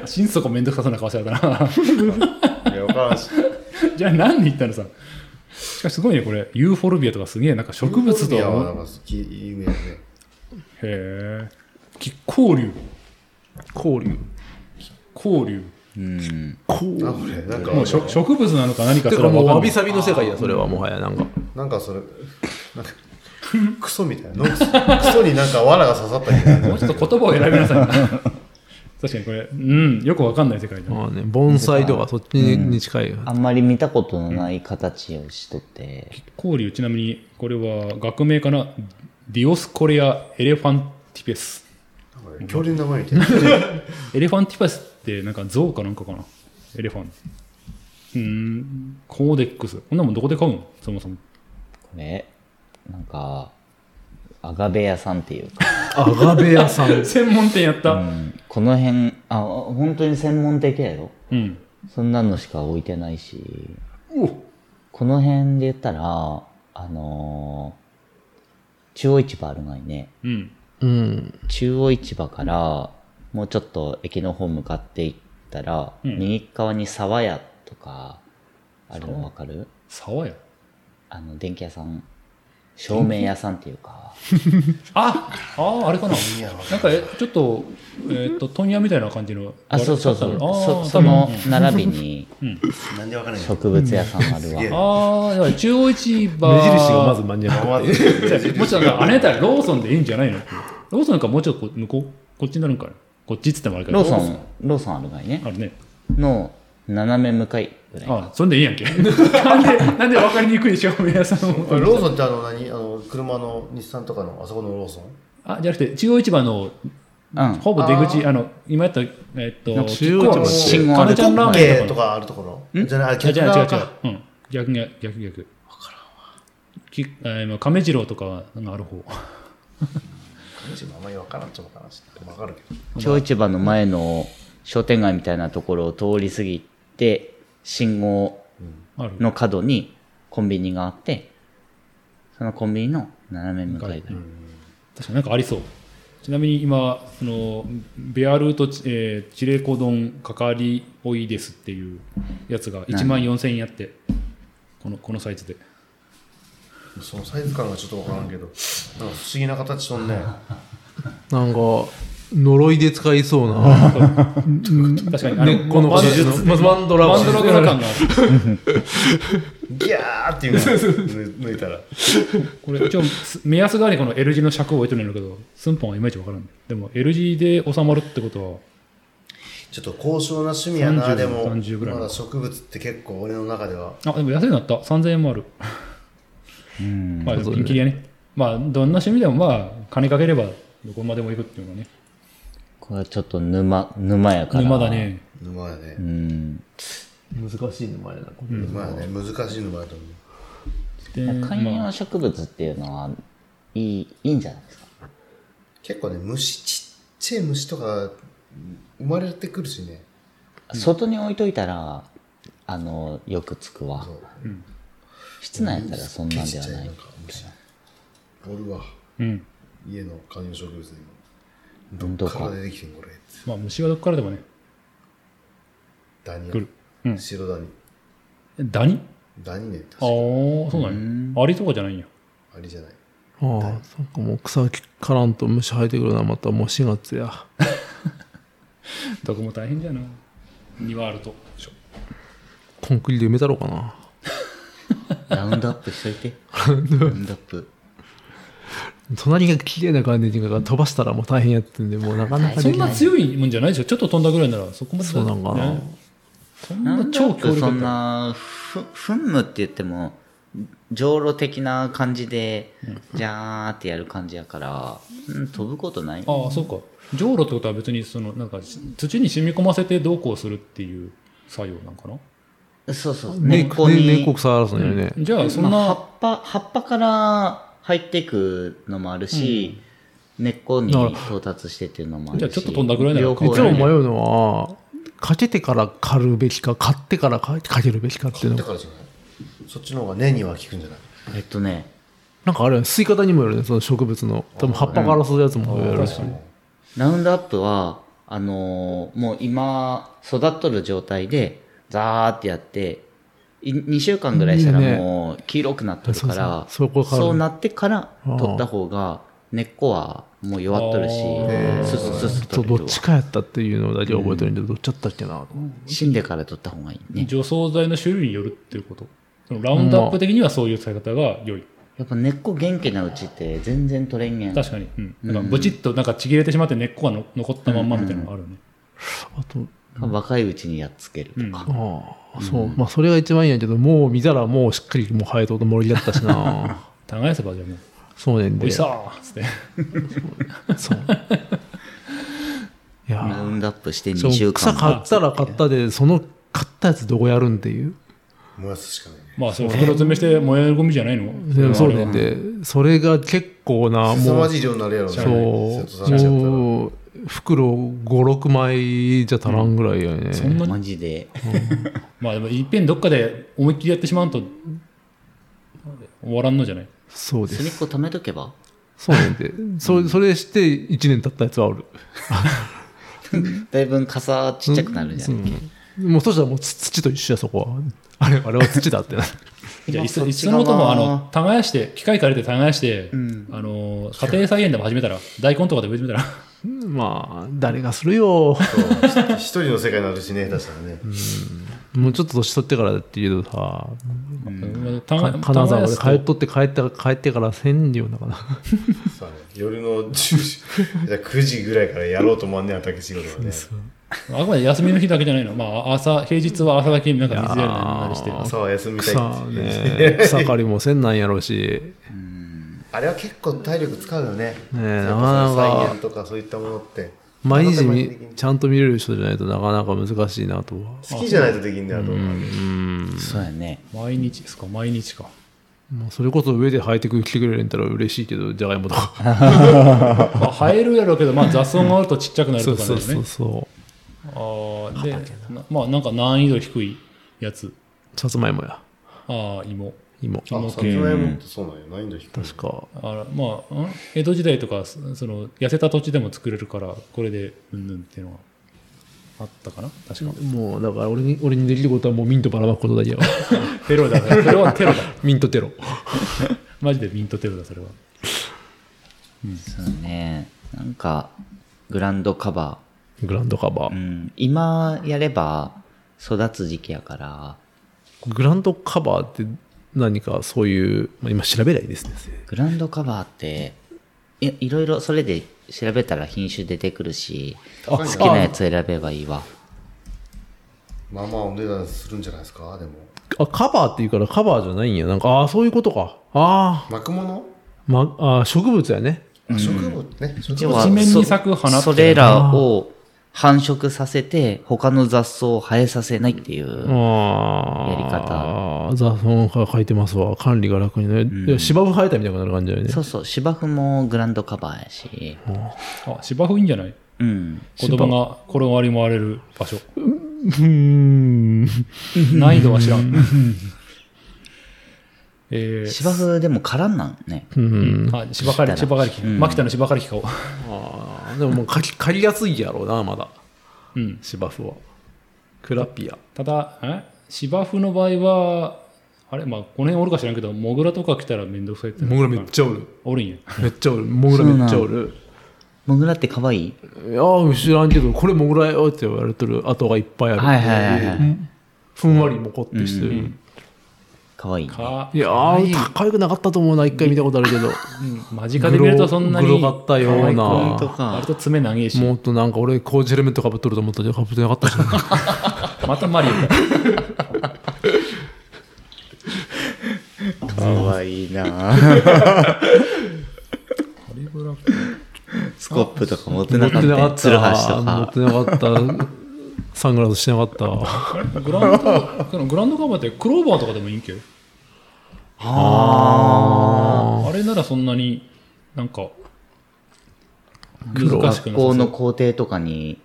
[SPEAKER 1] 心底めんどくさそうな顔してたな。
[SPEAKER 4] いや、わからんし。
[SPEAKER 1] じゃあ何で言ったのさ。しかしすごいね、これ。ユーフォルビアとかすげえ、なんか植物と
[SPEAKER 4] いや、
[SPEAKER 1] は
[SPEAKER 4] なんか、有名だね。
[SPEAKER 1] へえ。気候流。
[SPEAKER 2] 交流。
[SPEAKER 1] 交流。
[SPEAKER 3] うん。
[SPEAKER 2] 交
[SPEAKER 4] ナ
[SPEAKER 2] 流。
[SPEAKER 4] オレ、なんか、
[SPEAKER 1] もう植植物なのか何か
[SPEAKER 2] て
[SPEAKER 1] そ
[SPEAKER 2] か
[SPEAKER 1] れは
[SPEAKER 2] もう、
[SPEAKER 1] 分か
[SPEAKER 2] わ
[SPEAKER 1] んな
[SPEAKER 2] び
[SPEAKER 1] い。
[SPEAKER 2] さびの世界や、それはもはや、なんか。
[SPEAKER 4] なんかそれ、なんか、クソみたいな。クソになんか藁が刺さったみたいな。
[SPEAKER 1] もうちょっと言葉を選びなさい。 確かにこれ、うん、よく分かんない世界だ。
[SPEAKER 2] まあね、盆栽とかそっちに近いよ。
[SPEAKER 3] あんまり見たことのない形をしとって、
[SPEAKER 1] 交流、ちなみに、これは学名かなディオスコレア・エレファンティペス。
[SPEAKER 4] 恐竜の名前みたいな。
[SPEAKER 1] エレファンティペスって、なんか象かなんかかなエレファン。うーん、コーデックス。こんなもんどこで買うのそもそも。
[SPEAKER 3] これ、なんか、アガベ屋さんっていうか、
[SPEAKER 2] アガベ屋さん。
[SPEAKER 1] 専門店やった。う。
[SPEAKER 3] うんんこの辺、あ、本当に専門的やよ。そんなのしか置いてないし、
[SPEAKER 1] お
[SPEAKER 3] この辺で言ったら、あのー中央市場あるのにね、
[SPEAKER 1] うん。
[SPEAKER 2] うん。
[SPEAKER 3] 中央市場からもうちょっと駅の方向かっていったら、
[SPEAKER 1] うん
[SPEAKER 3] 右側に沢屋とかあるのわかる
[SPEAKER 1] 沢や。
[SPEAKER 3] あの電気屋さん照明屋さんっていうか
[SPEAKER 1] ああーあれかななんかえちょっと、えーっと、問屋みたいな感じの。
[SPEAKER 3] あそうそうそ
[SPEAKER 1] あ
[SPEAKER 3] う
[SPEAKER 1] ー
[SPEAKER 3] そその並びに
[SPEAKER 4] なんでわからんや
[SPEAKER 3] 植物屋さんあるわ
[SPEAKER 4] すげえ
[SPEAKER 1] ああ、だから中央市場。
[SPEAKER 2] 目印がまずマニアック。
[SPEAKER 4] まず
[SPEAKER 1] もうちょっと、あれだったらローソンでいいんじゃないのローソンかもうちょっとこ向こうこっちになるんかなこっちっつってもあれか
[SPEAKER 3] ロ
[SPEAKER 1] ら。
[SPEAKER 3] ーソンローソンあるがいね
[SPEAKER 1] あるね。
[SPEAKER 3] の斜め向かいぐらい
[SPEAKER 1] あそんでいいやんけ。 なんで、なんで分かりにくい照明屋さんを
[SPEAKER 4] これローソンってあの何あの車の日産とかのあそこのローソン
[SPEAKER 1] あ、じゃなくて、中央市場の、
[SPEAKER 3] うん
[SPEAKER 1] ほぼ出口、あの、今やった、えっと、
[SPEAKER 2] 中央市場
[SPEAKER 1] キッコー
[SPEAKER 3] 信号あ
[SPEAKER 1] カネ
[SPEAKER 3] る
[SPEAKER 1] ちゃんラー
[SPEAKER 4] オッ
[SPEAKER 1] メン
[SPEAKER 4] ケー
[SPEAKER 1] と
[SPEAKER 4] と
[SPEAKER 1] か
[SPEAKER 4] かあるところじゃないあ
[SPEAKER 1] の。
[SPEAKER 4] 逆
[SPEAKER 1] じゃあ違
[SPEAKER 4] 側
[SPEAKER 1] う違う
[SPEAKER 4] か。
[SPEAKER 1] うん。逆逆、逆逆。分からんわ。きえーまあ亀次郎とかがある方。
[SPEAKER 4] うちもあんまりわからんっちゃわからんしわかるけど
[SPEAKER 3] 町市場の前の商店街みたいなところを通り過ぎて信号
[SPEAKER 1] ある。
[SPEAKER 3] の角にコンビニがあってそのコンビニの斜め向かいぐらい
[SPEAKER 1] 確かになんかありそうちなみに今そのベアルートチ,、えーチレコドンカカリオイデスっていうやつが1万4000円やってこのこのサイズで
[SPEAKER 4] そのサイズ感がちょっとわからんけどなんか不思議な形と んね
[SPEAKER 2] なんか、呪いで使いそうな。
[SPEAKER 1] 確かにあの
[SPEAKER 2] 根っこの
[SPEAKER 1] マン
[SPEAKER 2] 形の。まずマンドラ
[SPEAKER 1] マンドラゴラ感がある
[SPEAKER 4] ギャーっていうの 抜抜いたら
[SPEAKER 1] これ一応す目安代わりにこの L 字の尺を置いてるんだけど寸法はいまいちわからんでも L 字で収まるってことは
[SPEAKER 4] ちょっと高尚な趣味やな
[SPEAKER 1] 30
[SPEAKER 4] でも
[SPEAKER 1] 30ぐらい
[SPEAKER 4] まだ植物って結構俺の中では
[SPEAKER 1] あでも安いなった3000円もあるまあでもピンキリやねまあどんな趣味でもまあ金かければどこまでも行くっていうのがね
[SPEAKER 3] これはちょっと沼沼やから
[SPEAKER 1] 沼だね
[SPEAKER 4] 沼やね
[SPEAKER 3] うん
[SPEAKER 2] 難しいの前だな。
[SPEAKER 4] 沼やね難しい沼だと思う
[SPEAKER 1] で
[SPEAKER 3] 観
[SPEAKER 1] まあ
[SPEAKER 3] 葉植物っていうのはいいいいんじゃないですか
[SPEAKER 4] 結構ね、虫、ちっちゃい虫とか、生まれてくるしね。
[SPEAKER 3] 外に置いといたらあのよくつくわ
[SPEAKER 4] そう
[SPEAKER 3] 室内やったらそんなんでは
[SPEAKER 4] ちっちゃ
[SPEAKER 3] ない
[SPEAKER 4] んか虫。おるわ。
[SPEAKER 1] うん
[SPEAKER 4] 家の観葉植物にも。
[SPEAKER 3] ど
[SPEAKER 4] ど
[SPEAKER 3] う
[SPEAKER 4] っから
[SPEAKER 3] か
[SPEAKER 4] 出てきてんこれ。
[SPEAKER 1] まあ、虫はどこからでもね
[SPEAKER 4] ダニ
[SPEAKER 1] 来る、うん、
[SPEAKER 4] 白ダニ。
[SPEAKER 1] ダニ
[SPEAKER 4] ダニね、
[SPEAKER 1] ああそうだねアリとかじゃないんや
[SPEAKER 4] あれじゃない。
[SPEAKER 2] ああ、なんかもう草木からんと虫生えてくるな、またもう4月や。
[SPEAKER 1] どこも大変じゃな庭あると
[SPEAKER 2] コンクリで埋めたろうかな。
[SPEAKER 3] ラウンドアップしといてラウンドアップ
[SPEAKER 2] 隣が綺麗なガーデニングが飛ばしたらもう大変やってんで、もうなかなか
[SPEAKER 1] そ
[SPEAKER 2] で
[SPEAKER 1] ん
[SPEAKER 2] きな。
[SPEAKER 1] ない強いもんじゃないでしょちょっと飛んだぐらいならそこまで
[SPEAKER 2] そうなんかな
[SPEAKER 1] ねそん
[SPEAKER 3] ラウ
[SPEAKER 1] な
[SPEAKER 3] ンドア
[SPEAKER 1] 超
[SPEAKER 3] ッ
[SPEAKER 1] 強
[SPEAKER 3] プ
[SPEAKER 1] 力だっ
[SPEAKER 3] そん
[SPEAKER 1] たら
[SPEAKER 3] なふ噴霧って言っても上路的な感じでジャーってやる感じやから、うん、飛ぶことない
[SPEAKER 1] ああそうかじょうろってことは別にそのなんかし土に染み込ませてどうこうするっていう作用なんかな
[SPEAKER 3] そうそう
[SPEAKER 2] ね
[SPEAKER 3] 根っこに
[SPEAKER 2] ね根っこ草争うのよね。
[SPEAKER 1] じゃあそんな、
[SPEAKER 3] まあ、葉っぱ葉っぱから入っていくのもあるし、根っこに到達してっていうのもあるし
[SPEAKER 1] じゃあちょっと飛んだぐらいなら
[SPEAKER 3] 両
[SPEAKER 2] い
[SPEAKER 3] 方
[SPEAKER 2] つも
[SPEAKER 3] や
[SPEAKER 2] 迷
[SPEAKER 3] る
[SPEAKER 2] うのは、かけてから刈るべきか、刈ってからかけるべきかっていう
[SPEAKER 4] だ
[SPEAKER 2] の。
[SPEAKER 4] からじゃない。そっちの方が根には効くんじゃない
[SPEAKER 3] えっとね
[SPEAKER 2] なんかあれ、吸い方にもよるね、その植物の。多分葉っぱから吸うやつもよるし。
[SPEAKER 3] ラウンドアップはあのーもう今育っとる状態でザーってやってい2週間ぐらいしたら
[SPEAKER 2] いいね
[SPEAKER 3] もう黄色くなっとるから
[SPEAKER 2] そうそうそこから
[SPEAKER 3] そうなってから取った方が根っこはもう弱っとるし
[SPEAKER 1] へ
[SPEAKER 3] スススス
[SPEAKER 2] そ
[SPEAKER 3] と
[SPEAKER 2] うど
[SPEAKER 3] 取
[SPEAKER 2] っ
[SPEAKER 3] れ
[SPEAKER 2] ち
[SPEAKER 3] る
[SPEAKER 2] かやったっていうのだけ覚えてるんで、どっちやったっけな。
[SPEAKER 3] わ死んでから取った方がいいね
[SPEAKER 1] 除草剤の種類によるっていうことそのラウンドアップ的にはそういう使い方が良い、
[SPEAKER 3] やっぱ根っこ元気なうちって全然取れんやん
[SPEAKER 1] 確かに、うん、なんかブチッとなんかちぎれてしまって根っこがの残ったまんまみたいなのがあるよね、
[SPEAKER 2] あと、
[SPEAKER 3] 若いうちにやっつけるとか、
[SPEAKER 2] ああ、そう。まあ、それが一番いいんやけど、もう見たらもうしっかりもう生えとうと森だったしな。
[SPEAKER 1] 耕せばじゃあもう
[SPEAKER 2] そうね
[SPEAKER 1] 「
[SPEAKER 2] ん
[SPEAKER 1] おい
[SPEAKER 2] で。
[SPEAKER 1] さ
[SPEAKER 2] そう。
[SPEAKER 1] ー」っつって
[SPEAKER 2] いや
[SPEAKER 3] ラ
[SPEAKER 2] ー
[SPEAKER 3] ウンドアップして2
[SPEAKER 2] そう
[SPEAKER 3] 週
[SPEAKER 2] 草
[SPEAKER 3] 間
[SPEAKER 2] 買ったら買ったで、その買ったやつどこやるんっていう。
[SPEAKER 4] 燃やすしかないね。
[SPEAKER 1] まあそう袋詰めして燃えるゴミじゃないの
[SPEAKER 2] でそうねんで、それが結構な、
[SPEAKER 4] 凄
[SPEAKER 2] も
[SPEAKER 4] ま
[SPEAKER 2] う、
[SPEAKER 4] じい量になるやろうね。
[SPEAKER 2] そう、
[SPEAKER 4] 瀬戸さんちだったら
[SPEAKER 2] もう、袋5、6枚じゃ足らんぐらいよね。
[SPEAKER 1] そんな
[SPEAKER 3] マジで
[SPEAKER 1] まあでもいっぺんどっかで思いっきりやってしまうと終わらんのじゃない
[SPEAKER 2] そうです
[SPEAKER 3] 隅っ。こ貯めとけば
[SPEAKER 2] そうねんで。それ、それして1年経ったやつはある。
[SPEAKER 3] だいぶん傘ちっちゃくなるじゃん、
[SPEAKER 2] もうそしたらもう土土と一緒や、そこは。あれ、あれは土だってな。
[SPEAKER 1] じゃあいっそ
[SPEAKER 3] 今
[SPEAKER 1] いっそのことも
[SPEAKER 3] 側
[SPEAKER 1] あの耕して機械借りて耕して、あの家庭菜園でも始めたら大根とかでも始めたら
[SPEAKER 2] まあ、誰がするよ。
[SPEAKER 4] 一人の世界になるしね、確かにね。
[SPEAKER 2] もうちょっと年取ってからだって言うとさ、
[SPEAKER 1] うん
[SPEAKER 2] か
[SPEAKER 1] 耕
[SPEAKER 2] 金沢
[SPEAKER 1] 耕
[SPEAKER 2] で
[SPEAKER 1] す
[SPEAKER 2] 帰っとって帰った帰ってから千両だから。
[SPEAKER 4] そうね夜の10時、じゃあ9時ぐらいからやろうと思わんね、畑仕事はね。
[SPEAKER 1] あくまで休みの日だけじゃないの、まあ、朝平日は朝だけなんか水やりなりして
[SPEAKER 4] 朝は休みたい
[SPEAKER 2] 草
[SPEAKER 4] ってい
[SPEAKER 2] ね、
[SPEAKER 4] う
[SPEAKER 2] 草刈りもせんなんやろうし、
[SPEAKER 4] あれは結構体力使うよね。
[SPEAKER 2] ねえ
[SPEAKER 4] それ
[SPEAKER 2] なかな
[SPEAKER 4] こそ
[SPEAKER 2] か
[SPEAKER 4] 再現とかそういったものって。
[SPEAKER 2] 毎日
[SPEAKER 4] なかなかで
[SPEAKER 2] み
[SPEAKER 4] きん
[SPEAKER 2] ちゃんと見れる人じゃないとなかなか難しいなとは。
[SPEAKER 4] 好きじゃないとできんだよと思うわけ。
[SPEAKER 3] そうやね
[SPEAKER 1] 毎日ですか毎日か
[SPEAKER 2] もうそれこそ上で生えてくる来てくれるんだったら嬉しいけど、じゃがいも とか。
[SPEAKER 1] まあ生えるやろうけど、まあ、雑音があるとちっちゃくなると
[SPEAKER 2] そう
[SPEAKER 1] かだ
[SPEAKER 2] そ
[SPEAKER 1] よ
[SPEAKER 2] うそ
[SPEAKER 1] ね
[SPEAKER 2] うそ
[SPEAKER 1] ああでなまあなんか難易度低いやつ
[SPEAKER 2] う。さつまいもや、
[SPEAKER 1] ああ芋
[SPEAKER 2] 芋。
[SPEAKER 1] あの
[SPEAKER 4] さつまいもってそうなんよ。難易度低い。
[SPEAKER 2] 確か。
[SPEAKER 1] あらまあん江戸時代とかそその痩せた土地でも作れるからこれでうんぬんっていうのはあったかな確か
[SPEAKER 2] もうだから俺に俺にできることはもうミントばらまくことだけよ。
[SPEAKER 1] テロだからそれはテロだ
[SPEAKER 2] ミントテロ。
[SPEAKER 1] マジでミントテロだそれは
[SPEAKER 3] そうねなんかグランドカバ
[SPEAKER 2] グランドカバ
[SPEAKER 3] ー、う
[SPEAKER 2] ー。
[SPEAKER 3] ん、今やれば育つ時期やから
[SPEAKER 2] グランドカバーって何かそういう、まあ、今調べないですね。
[SPEAKER 3] グランドカバーっていいろいろそれで調べたら品種出てくるし好きなやつ選べばいいわ
[SPEAKER 4] まあまあお値段するんじゃないですか、でも。
[SPEAKER 2] あ、カバーって言うからカバーじゃないんや。なんか、ああ、そういうことか。あ
[SPEAKER 4] 巻くもの
[SPEAKER 2] あ、ま、あー植物やね。
[SPEAKER 4] あ植物ね。植
[SPEAKER 3] 要
[SPEAKER 4] 物
[SPEAKER 3] は
[SPEAKER 1] 一面に
[SPEAKER 3] そ
[SPEAKER 1] 咲く花って
[SPEAKER 3] それらを繁殖させて他の雑草を生えさせないっていう
[SPEAKER 2] ああ。
[SPEAKER 3] やり方
[SPEAKER 2] 雑草が生えてますわ。管理が楽にね。いや芝生生えたみたいな感じだよね。
[SPEAKER 3] そうそう、芝生もグラウンドカバーやし、
[SPEAKER 1] あ芝生いいんじゃない
[SPEAKER 3] うん。
[SPEAKER 1] 子供が転がり回れる場所。
[SPEAKER 2] うーん。
[SPEAKER 1] 難易度は知らん。えー
[SPEAKER 3] 芝生でも空なんね。
[SPEAKER 2] うん。
[SPEAKER 1] あ芝刈り、芝刈り機、
[SPEAKER 3] うん
[SPEAKER 1] 牧田の芝刈り機買おう。
[SPEAKER 2] ああ、でももう刈り刈りやすいやろうな、まだ。
[SPEAKER 1] うん、
[SPEAKER 2] 芝生は。クラピア。
[SPEAKER 1] ただ、え芝生の場合は、あれ、まあ、この辺おるか知らんけど、モグラとか来たらめんどくさいってなる
[SPEAKER 2] モグラめっちゃおる。
[SPEAKER 1] おるんや。
[SPEAKER 2] めっちゃおる。モグラめっちゃおる。
[SPEAKER 3] モグラって可愛い
[SPEAKER 2] いやー、知らんけど、これモグラよって言われてる跡がいっぱいある。
[SPEAKER 3] はいはいはいはい
[SPEAKER 2] うんふんわりもこってしてる。
[SPEAKER 3] 可愛いね。
[SPEAKER 1] か
[SPEAKER 2] いやー、高くなかったと思うな、一回見たことある けど。
[SPEAKER 1] 間近で見るとそんなに
[SPEAKER 2] グロかったような。
[SPEAKER 3] 本当か
[SPEAKER 1] 割。と爪長いし、
[SPEAKER 2] もっとなんか俺、工事ヘルメットかぶっとると思ったけど、かぶってなかったし。
[SPEAKER 1] またマリオか。
[SPEAKER 3] 可愛いな スコップとか持ってなかったよ。ツルハシと
[SPEAKER 2] 持っ
[SPEAKER 3] か。
[SPEAKER 2] てなかった。サングラスしてなかった。
[SPEAKER 1] グラウンド、このグラウンドカバーってクローバーとかでもいいんけああれならそんなになんか、難しくなさそ
[SPEAKER 3] 学校
[SPEAKER 1] う
[SPEAKER 3] の校庭とかに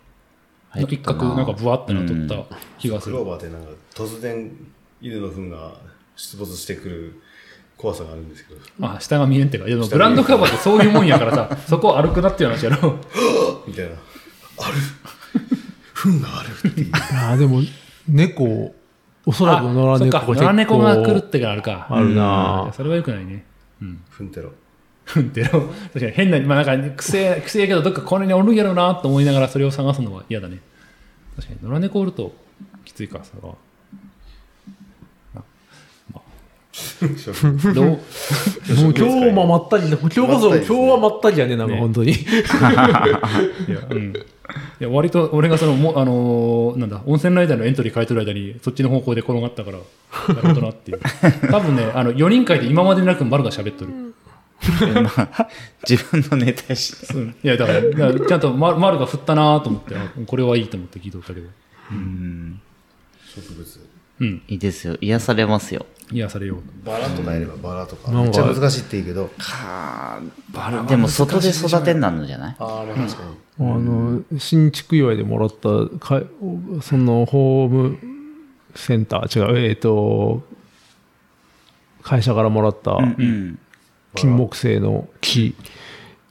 [SPEAKER 3] 入
[SPEAKER 1] の
[SPEAKER 3] って
[SPEAKER 1] 一
[SPEAKER 3] たな。
[SPEAKER 1] 角、なんかブワってなっとった気がす
[SPEAKER 4] ク
[SPEAKER 1] る。
[SPEAKER 4] ローバーってなんか突然犬の糞が出没してくる怖さがあるんですけど、
[SPEAKER 1] まあ、下が見えんってか、いやでも
[SPEAKER 4] 下
[SPEAKER 1] グラ
[SPEAKER 4] が見
[SPEAKER 1] ウ
[SPEAKER 4] え
[SPEAKER 1] ン
[SPEAKER 4] ん
[SPEAKER 1] ドカバーってそういうもんやからさ、そこを歩くなっていう話やろ。
[SPEAKER 4] みたいな。ある糞があるっていう。
[SPEAKER 2] いやーでも、猫、おそらく
[SPEAKER 1] あ
[SPEAKER 2] 野良
[SPEAKER 1] そっ
[SPEAKER 2] 猫
[SPEAKER 1] か
[SPEAKER 2] が、
[SPEAKER 1] 野良
[SPEAKER 2] 結
[SPEAKER 1] 猫
[SPEAKER 2] 構
[SPEAKER 1] が来るってがあるか。
[SPEAKER 2] あ
[SPEAKER 1] い
[SPEAKER 2] る
[SPEAKER 1] や
[SPEAKER 2] な
[SPEAKER 1] それは良くないね。
[SPEAKER 4] 糞テロ。
[SPEAKER 1] ふんっての、確かに変な、まあなんか癖、癖やけど、どっかこの辺におるんやろうなと思いながらそれを探すのは嫌だね。確かに、野良猫おるときついか、それは。どう
[SPEAKER 2] ぁ。もう今日もまったりね、今日こそ、
[SPEAKER 4] まった
[SPEAKER 2] 今
[SPEAKER 4] りです
[SPEAKER 2] 日
[SPEAKER 4] ね
[SPEAKER 2] はまったりやね、なんか本当に。
[SPEAKER 1] いや、うん。いや、割と俺がその、もあのーなんだ、温泉ライダーのエントリー書いてる間に、そっちの方向で転がったから、なるほどなっていう。多分ね、あの、4人会で今までになく丸が喋っとる。
[SPEAKER 3] 自分のネタやし。
[SPEAKER 1] うん、いやだから、だからちゃんとま丸が振ったなと思って、あこれはいいと思って聞いとったけど、
[SPEAKER 4] 植物。
[SPEAKER 1] うん、
[SPEAKER 3] いいですよ。癒されますよ。
[SPEAKER 1] 癒されよう。
[SPEAKER 4] バラとかやればバラとか。
[SPEAKER 2] なん
[SPEAKER 4] めっち
[SPEAKER 2] か
[SPEAKER 4] ゃ難しいって言うけど。
[SPEAKER 3] でも外で育てんなんのじゃない
[SPEAKER 4] あれ確かに。
[SPEAKER 2] あの、新築祝いでもらった、かその、ホームセンター、違う、えっ、と、会社からもらった
[SPEAKER 3] うん。
[SPEAKER 2] 金木製の木、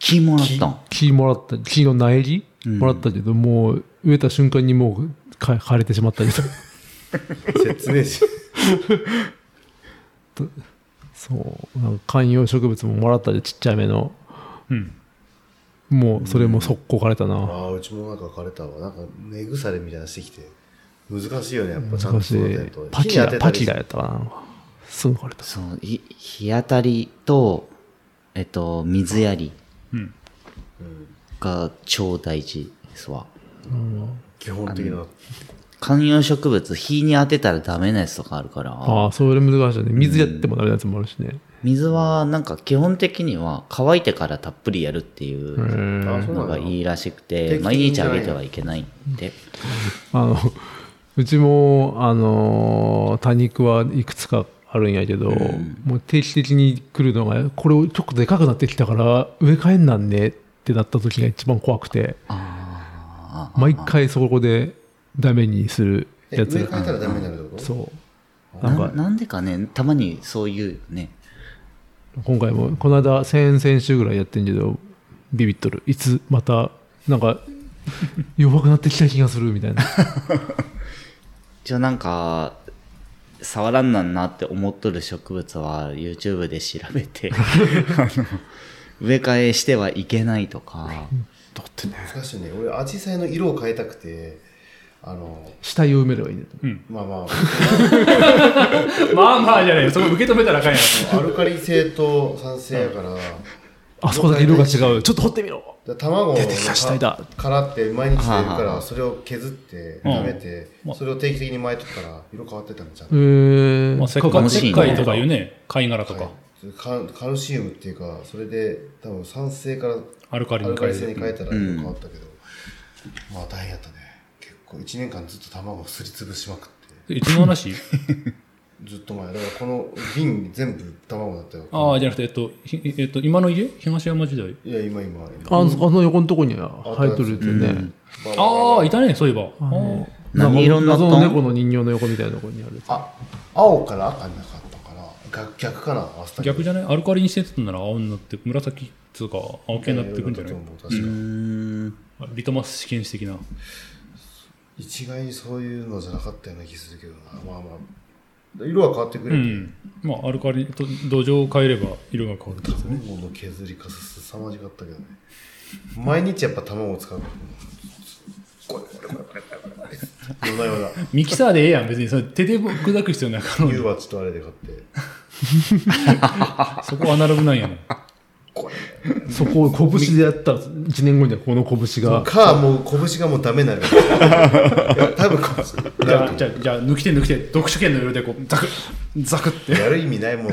[SPEAKER 3] 木もらったん。
[SPEAKER 2] 木もらった、木の苗木もらったけど、もう植えた瞬間にもうか枯れてしまったけど、
[SPEAKER 4] 説明し。
[SPEAKER 2] そう、なんか観葉植物ももらったで、ちっちゃめの、
[SPEAKER 1] うん、
[SPEAKER 2] もうそれも速攻枯れたな。
[SPEAKER 4] ああ、うちもなんか枯れたわ。なんか根腐れみたいなのしてきて。難しいよね、やっぱちゃんと
[SPEAKER 2] 難し
[SPEAKER 4] 育て
[SPEAKER 2] い
[SPEAKER 4] ると。。
[SPEAKER 2] パキラ、パキラ
[SPEAKER 4] よ。
[SPEAKER 2] やったかな。すぐ枯れた。
[SPEAKER 3] そう、ひ日当たりと、えっと、水やり
[SPEAKER 1] うん
[SPEAKER 3] が超大事ですわ。
[SPEAKER 4] 基本的な。
[SPEAKER 3] 観葉植物、日に当てたらダメなやつとかあるから、
[SPEAKER 2] ああ、それ難しいね。水やってもダメなやつもあるしね。
[SPEAKER 3] 水はなんか基本的には乾いてからたっぷりやるっていう
[SPEAKER 2] えー
[SPEAKER 4] あそうな
[SPEAKER 3] の
[SPEAKER 4] ん
[SPEAKER 3] が
[SPEAKER 4] だ
[SPEAKER 3] いいらしく
[SPEAKER 4] 定期
[SPEAKER 3] て、
[SPEAKER 4] 的に
[SPEAKER 3] 毎日あげてはいけないって。
[SPEAKER 2] あの、うちも、あのー多肉はいくつかあるんやけど、もう定期的に来るのが、これをちょっとでかくなってきたから、植え替えんなんねってなった時が一番怖くて、毎回そこでダメにする
[SPEAKER 4] え
[SPEAKER 2] や
[SPEAKER 4] 上
[SPEAKER 2] つ
[SPEAKER 4] 変え。たらダメになるってこと
[SPEAKER 2] そう。なん
[SPEAKER 3] な
[SPEAKER 2] か、
[SPEAKER 3] なんでかね、たまにそういうよね。
[SPEAKER 2] 今回もこの間先々週ぐらいやってんけどビビっとるいつまたなんか弱くなってきた気がするみたいな
[SPEAKER 3] じゃあなんか、触らんなんなって思っとる植物は YouTube で調べ て、あの植え替えしてはいけないとか、
[SPEAKER 2] だってね
[SPEAKER 4] 難しいね。俺、アジサイの色を変えたくて、あの、
[SPEAKER 2] 死体を埋めればいいんだと
[SPEAKER 4] まあま
[SPEAKER 1] まあまあじゃないよ、そこ受け止めたらあかんや
[SPEAKER 4] あ、アルカリ性と酸性やから、
[SPEAKER 2] あそこだけ色が違うちょっと掘ってみろ
[SPEAKER 4] だから卵の
[SPEAKER 2] 出てきた死体だ
[SPEAKER 4] 殻って毎日出る
[SPEAKER 3] は
[SPEAKER 4] か
[SPEAKER 3] あは
[SPEAKER 4] らそれを削って
[SPEAKER 1] うん
[SPEAKER 4] 食べてそれを定期的に巻いとったら色変わってたんじゃ
[SPEAKER 2] へえ
[SPEAKER 4] ん
[SPEAKER 2] ー
[SPEAKER 1] まあ、石
[SPEAKER 3] か
[SPEAKER 1] 灰
[SPEAKER 3] もし
[SPEAKER 1] 石
[SPEAKER 3] れない
[SPEAKER 1] 灰とかいうね、貝殻とか、
[SPEAKER 4] カカルシウムっていうかそれで多分酸性から
[SPEAKER 1] アルカリ
[SPEAKER 4] ア
[SPEAKER 1] に
[SPEAKER 4] ルカ
[SPEAKER 1] 変え
[SPEAKER 4] リ性に
[SPEAKER 1] る。
[SPEAKER 4] 変えたら色変わったけどまあ大変やったね結構1年間ずっと卵をすりつぶしまくって
[SPEAKER 1] いつの話
[SPEAKER 4] ずっと前だからこの瓶に全部卵だったよ
[SPEAKER 1] ああ、じゃなくて、えっと、ひえっと、今の家東山時代。
[SPEAKER 4] いや今今今
[SPEAKER 2] あのあの横のとこには生えとるってね、
[SPEAKER 4] バババ
[SPEAKER 1] あ
[SPEAKER 4] バ
[SPEAKER 1] あ、いたね、そういえば。あー
[SPEAKER 3] 何色になった
[SPEAKER 2] 謎
[SPEAKER 3] ん
[SPEAKER 2] の猫の人形の横みたいなところにある
[SPEAKER 4] あ青から赤になかったから逆逆かな合わせた
[SPEAKER 1] 逆じ
[SPEAKER 4] ゃ
[SPEAKER 1] ゃないアルカリにしてたなら青になって、紫っつうか、青系になってくんじゃない
[SPEAKER 4] 確か
[SPEAKER 3] うーん
[SPEAKER 1] リトマス試験紙的な。
[SPEAKER 4] 一概にそういうのじゃなかったような気するけどなまあまあ色は変わってく
[SPEAKER 1] う
[SPEAKER 4] れる
[SPEAKER 1] ん。まあ、アルカリと土壌を変えれば色が変わるってこと ね。
[SPEAKER 4] 卵の削りかすさまじかったけどね毎日やっぱ卵を使うこれこれこれこれこれこれこれ夜な夜な
[SPEAKER 1] ミキサーでええやん、別に。それ手で砕く必要ないから
[SPEAKER 4] 湯鉢とあれで買って
[SPEAKER 1] そこアナログなんやね。
[SPEAKER 4] これ
[SPEAKER 2] そこを拳でやった1年後にはこの拳が
[SPEAKER 4] かもう拳がもうダメになるいや多分拳
[SPEAKER 1] じゃあ、じゃあ、じゃあ抜き手抜き手、読書券の色でこう、ザクッ、ザクって。
[SPEAKER 4] やる意味ないも
[SPEAKER 1] い
[SPEAKER 4] ん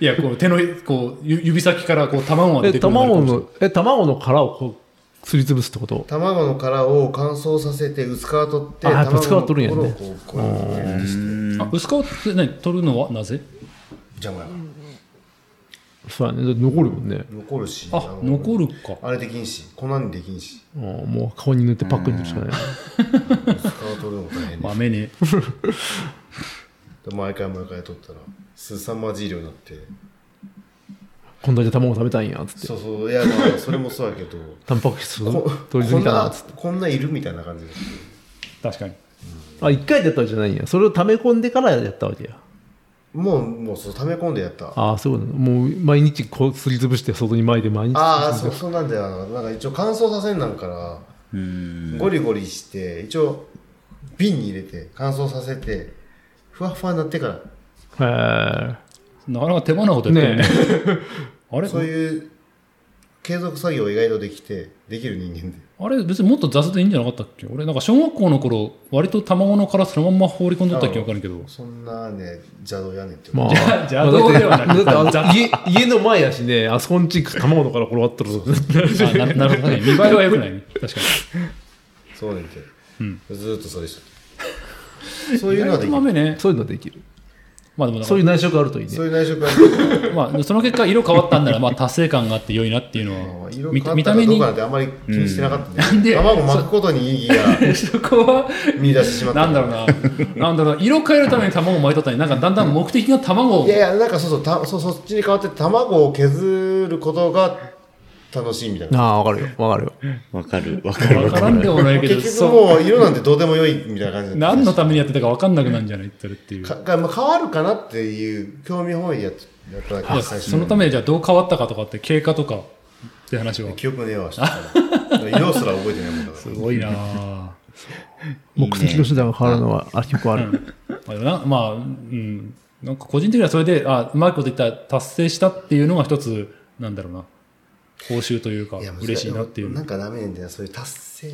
[SPEAKER 1] や、こう、手の、こう、ゆ指先からこう、卵が出
[SPEAKER 2] え
[SPEAKER 1] てくる
[SPEAKER 2] 卵のえ卵の殻をこうすりつぶすってこと
[SPEAKER 4] 卵の殻を乾燥させて薄皮取って
[SPEAKER 2] あやっぱ
[SPEAKER 4] 卵
[SPEAKER 2] 薄皮取るんやね
[SPEAKER 4] のところをこうこうやってして
[SPEAKER 1] あ、薄皮って何取るのはなぜ
[SPEAKER 4] 邪魔や
[SPEAKER 2] そうやねだって残るもんね
[SPEAKER 4] 残るし
[SPEAKER 1] あ、
[SPEAKER 4] の
[SPEAKER 1] 残るか。
[SPEAKER 4] あれできんし粉にできんし
[SPEAKER 2] あーもう顔に塗ってパックにするしかない
[SPEAKER 4] 薄皮取るのも大変で
[SPEAKER 1] 豆ね。
[SPEAKER 4] で毎回毎回取ったらすさまじい量になって
[SPEAKER 2] こんだけ卵食べたいんやっつって
[SPEAKER 4] そうそういやまあそれもそうやけど
[SPEAKER 2] タンパク質
[SPEAKER 4] こ
[SPEAKER 2] 取りす
[SPEAKER 4] こ
[SPEAKER 2] ぎ
[SPEAKER 4] ん
[SPEAKER 2] たなっ
[SPEAKER 4] な
[SPEAKER 2] つって
[SPEAKER 4] こんないるみたいな感じで
[SPEAKER 1] 確かに。
[SPEAKER 2] あ一回でやったわけじゃないんやそれを溜め込んでからやったわけや
[SPEAKER 4] もうもうそう溜め込んでやったあ
[SPEAKER 2] ああそういうことねもう毎日こうすりつぶして外に巻いて毎日
[SPEAKER 4] あーそうそうなんだよななんか一応乾燥させんなんから
[SPEAKER 3] うーん
[SPEAKER 4] ゴリゴリして一応瓶に入れて乾燥させてふわふわになってから
[SPEAKER 2] へ
[SPEAKER 1] なかなか手間なこと
[SPEAKER 2] え
[SPEAKER 1] やったよ
[SPEAKER 2] ね
[SPEAKER 1] ね。
[SPEAKER 2] え
[SPEAKER 1] あれ
[SPEAKER 4] そういう継続作業を意外とできてできる人間で
[SPEAKER 1] あれ別にもっと雑でいいんじゃなかったっけ俺なんか小学校の頃割と卵の殻そのまんま放り込んどった気がわかるけど
[SPEAKER 4] そんなね邪道やねんって、
[SPEAKER 2] まあ
[SPEAKER 1] じゃあじゃあどうではなく
[SPEAKER 2] だってあの家家の前やしねあそこんち卵の殻転がっとる ぞ
[SPEAKER 1] あななるほどね見栄えは良くないね確か
[SPEAKER 4] そうねんて、
[SPEAKER 1] うん
[SPEAKER 4] ずーっとそれしとったそう
[SPEAKER 1] に
[SPEAKER 4] いう
[SPEAKER 1] 意
[SPEAKER 4] のは
[SPEAKER 1] 外と
[SPEAKER 4] できる
[SPEAKER 1] 豆ね
[SPEAKER 2] そういうのできる
[SPEAKER 1] まあでもなんか
[SPEAKER 2] そういう内職あるといいね
[SPEAKER 4] そういう内職はできる
[SPEAKER 1] まあ、その結果色変わったんならまあ達成感があって良いなっていうのは
[SPEAKER 4] 色
[SPEAKER 1] 見
[SPEAKER 4] 変
[SPEAKER 1] た
[SPEAKER 4] わっ
[SPEAKER 1] 見た目
[SPEAKER 4] たかどう
[SPEAKER 1] に
[SPEAKER 4] かなんてあんまり気にしてなかったね、
[SPEAKER 1] うんなんで
[SPEAKER 4] 卵巻くことに意義が
[SPEAKER 1] そこは
[SPEAKER 4] 見出してしまった
[SPEAKER 1] なんだろうななんだろうな色変えるために卵を巻いとったりなんかだんだん目的が卵を
[SPEAKER 4] いやいやなんかそうそうたそうそっちに変わって卵を削ることが楽しいみたいな
[SPEAKER 2] ああわかるよわかるよ
[SPEAKER 3] わかるわかる
[SPEAKER 1] わからんでもないけど
[SPEAKER 4] 結局
[SPEAKER 1] そう
[SPEAKER 4] もう色なんてどうでもよいみたいな感じ
[SPEAKER 1] 何のためにやってたかわかんなくなるんじゃないってるっていう
[SPEAKER 4] かか、まあ、変わるかなっていう興味本位でやっやっただけ
[SPEAKER 1] い
[SPEAKER 4] で
[SPEAKER 1] や
[SPEAKER 4] 最初
[SPEAKER 1] そのためにじゃあどう変わったかとかって経過とかって話は
[SPEAKER 4] 記憶ねえわし たから色すら覚えてないもんだか
[SPEAKER 1] すごいなぁ、
[SPEAKER 2] 目的の手段が変わるのはあ結構あ
[SPEAKER 1] う
[SPEAKER 2] る、
[SPEAKER 1] んまあなまあうんなんか個人的にはそれであうまいこといった達成したっていうのが一つなんだろうな報酬というから
[SPEAKER 4] や
[SPEAKER 1] 嬉しいなっていう
[SPEAKER 4] なんかダメなんだよそういう達成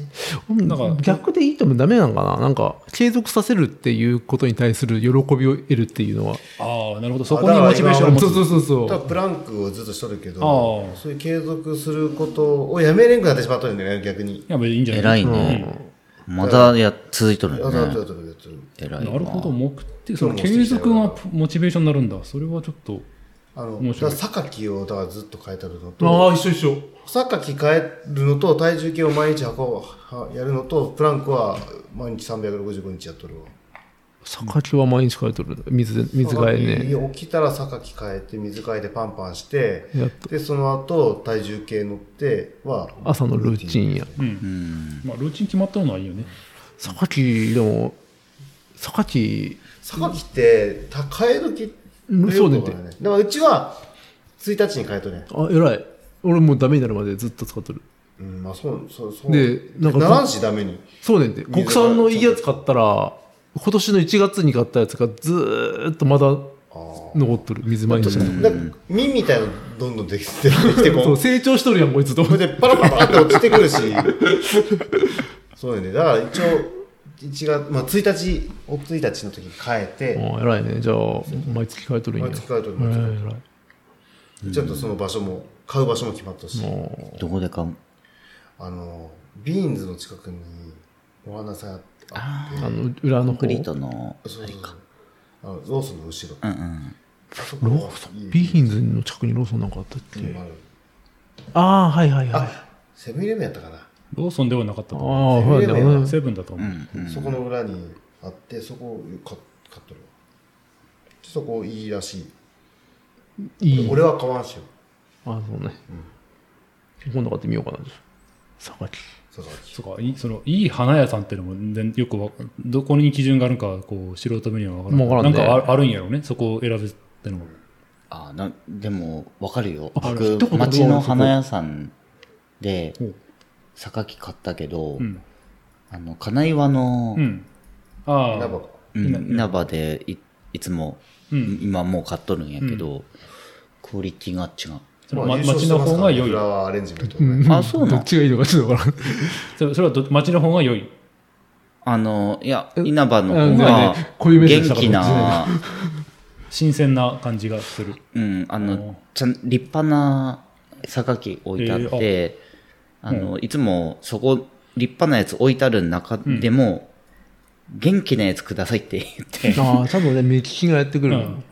[SPEAKER 1] なんか
[SPEAKER 2] 逆でいいともダメなのかななんか継続させるっていうことに対する喜びを得るっていうのは
[SPEAKER 1] ああなるほどそこにモチベーションを
[SPEAKER 4] あ
[SPEAKER 1] 持
[SPEAKER 2] そう
[SPEAKER 1] つ
[SPEAKER 2] そうそうそ
[SPEAKER 4] ただ
[SPEAKER 2] う
[SPEAKER 4] プランクをずっとしとるけど
[SPEAKER 1] ああ
[SPEAKER 4] そういう継続することをやめれんくなってしまっとるんだよね逆に
[SPEAKER 1] いや別にいいんじゃな
[SPEAKER 3] 偉
[SPEAKER 1] い
[SPEAKER 3] いねまだや続いとる
[SPEAKER 4] あ
[SPEAKER 3] よ
[SPEAKER 4] とあと
[SPEAKER 3] ね
[SPEAKER 4] あとあとあと
[SPEAKER 3] 偉い
[SPEAKER 1] なるほど目的その
[SPEAKER 4] 今日も
[SPEAKER 1] 継
[SPEAKER 4] してきた
[SPEAKER 1] 続
[SPEAKER 4] よ
[SPEAKER 1] がモチベーションになるんだそれはちょっと
[SPEAKER 4] あの
[SPEAKER 1] 面
[SPEAKER 4] だ
[SPEAKER 1] 白
[SPEAKER 4] か
[SPEAKER 1] い
[SPEAKER 4] ら榊をだからずっと変えたるのと
[SPEAKER 2] ああ一緒一緒
[SPEAKER 4] 榊変えるのと体重計を毎日箱をはやるのとプランクは毎日365日やっとるわ
[SPEAKER 2] 榊は毎日変えとる水で水替えね
[SPEAKER 4] 起きたら榊変えて水替えてパンパンして
[SPEAKER 2] やっと
[SPEAKER 4] でその後体重計乗っては
[SPEAKER 2] 朝のルーチンや
[SPEAKER 1] まあルーチン決まったのはいいよね
[SPEAKER 2] 榊でも榊
[SPEAKER 4] 榊ってた替え時
[SPEAKER 2] うんそうねんて
[SPEAKER 4] だよだからうちは1日に変えとるね
[SPEAKER 2] あ偉い俺もうダメになるまでずっと使っとる
[SPEAKER 4] うんまあそうそうそう
[SPEAKER 2] でなんか
[SPEAKER 4] ならんしダメに
[SPEAKER 2] そうねんて国産のいいやつ買ったら今年の1月に買ったやつがずーっとまだ残っとる水毎日の
[SPEAKER 4] だから身みたいなのどんどんできてできてこ
[SPEAKER 2] そうう成長しとるやんこいつと
[SPEAKER 4] それでパラパラって落ちてくるしそうよねだから一応1月、まあ、1日お1日の時に変えて、
[SPEAKER 2] あ偉いねじゃあ毎月変えとるんや
[SPEAKER 4] 毎月変えとる
[SPEAKER 2] え
[SPEAKER 4] 毎月変え
[SPEAKER 2] ー偉い
[SPEAKER 4] ちゃんとその場所も、買う場所も決まったし、
[SPEAKER 2] も
[SPEAKER 3] どこでか
[SPEAKER 4] あの、ビーンズの近くにお花さんあって、
[SPEAKER 2] うあの裏の
[SPEAKER 3] コンク
[SPEAKER 2] 方
[SPEAKER 3] リートの
[SPEAKER 4] そうそうそうあのローソンの後ろ。
[SPEAKER 3] うんうん。
[SPEAKER 2] ローソンビーヒンズの近くにローソンなんかあったっけ、
[SPEAKER 4] うんある
[SPEAKER 2] ああはいはいはいあ
[SPEAKER 4] あ、セブンイレブンやったかな。
[SPEAKER 1] ローソンではなかったと
[SPEAKER 2] あ
[SPEAKER 1] 思
[SPEAKER 2] ーそうだ
[SPEAKER 4] セブンイレブン
[SPEAKER 1] う。セブンだと思
[SPEAKER 2] ね
[SPEAKER 4] は
[SPEAKER 1] う。
[SPEAKER 4] そこの裏にあって、そこを買買っとるわ。そこいいらしい。
[SPEAKER 2] いい
[SPEAKER 4] 俺は買わんしよ。
[SPEAKER 2] あそうね、今度買ってみようかな榊
[SPEAKER 4] 佐々木
[SPEAKER 1] そうかいそのいい花屋さんっていうのも全よくわどこに基準があるのかこう素人目には分からない
[SPEAKER 2] わからんね
[SPEAKER 1] なんかああるんやろうねそこを選ぶってのも
[SPEAKER 3] あなでもわかるよ
[SPEAKER 2] あ
[SPEAKER 3] 僕
[SPEAKER 2] 行ったことない
[SPEAKER 3] 町の花屋さんで
[SPEAKER 1] ほう
[SPEAKER 3] 榊買ったけど、
[SPEAKER 1] うん、
[SPEAKER 3] あの金岩の、
[SPEAKER 1] うん、あ
[SPEAKER 4] 稲
[SPEAKER 1] あ
[SPEAKER 4] 葉
[SPEAKER 3] うん稲葉でいいつも、
[SPEAKER 1] うん
[SPEAKER 3] 今もう買っとるんやけど、クオリティが違う、
[SPEAKER 1] そのま町の方が良い
[SPEAKER 4] フラワーアレンジメント。
[SPEAKER 3] あそ
[SPEAKER 2] ど
[SPEAKER 3] うな
[SPEAKER 2] っ
[SPEAKER 3] の
[SPEAKER 2] ちがいいのかちょっとわからん
[SPEAKER 1] それそれはど町の方が良い
[SPEAKER 3] あのいや稲葉の
[SPEAKER 2] うんなん
[SPEAKER 3] 方が
[SPEAKER 2] かねこういう目で
[SPEAKER 3] 元
[SPEAKER 2] した
[SPEAKER 3] 気な、
[SPEAKER 1] 新鮮な感じがする
[SPEAKER 3] うん、あのちゃん立派な榊置いてあって、あのいつもそこ立派なやつ置いてある中でも、元気なやつくださいって言って
[SPEAKER 2] ああ多分ね目利きがやってくる、
[SPEAKER 1] うん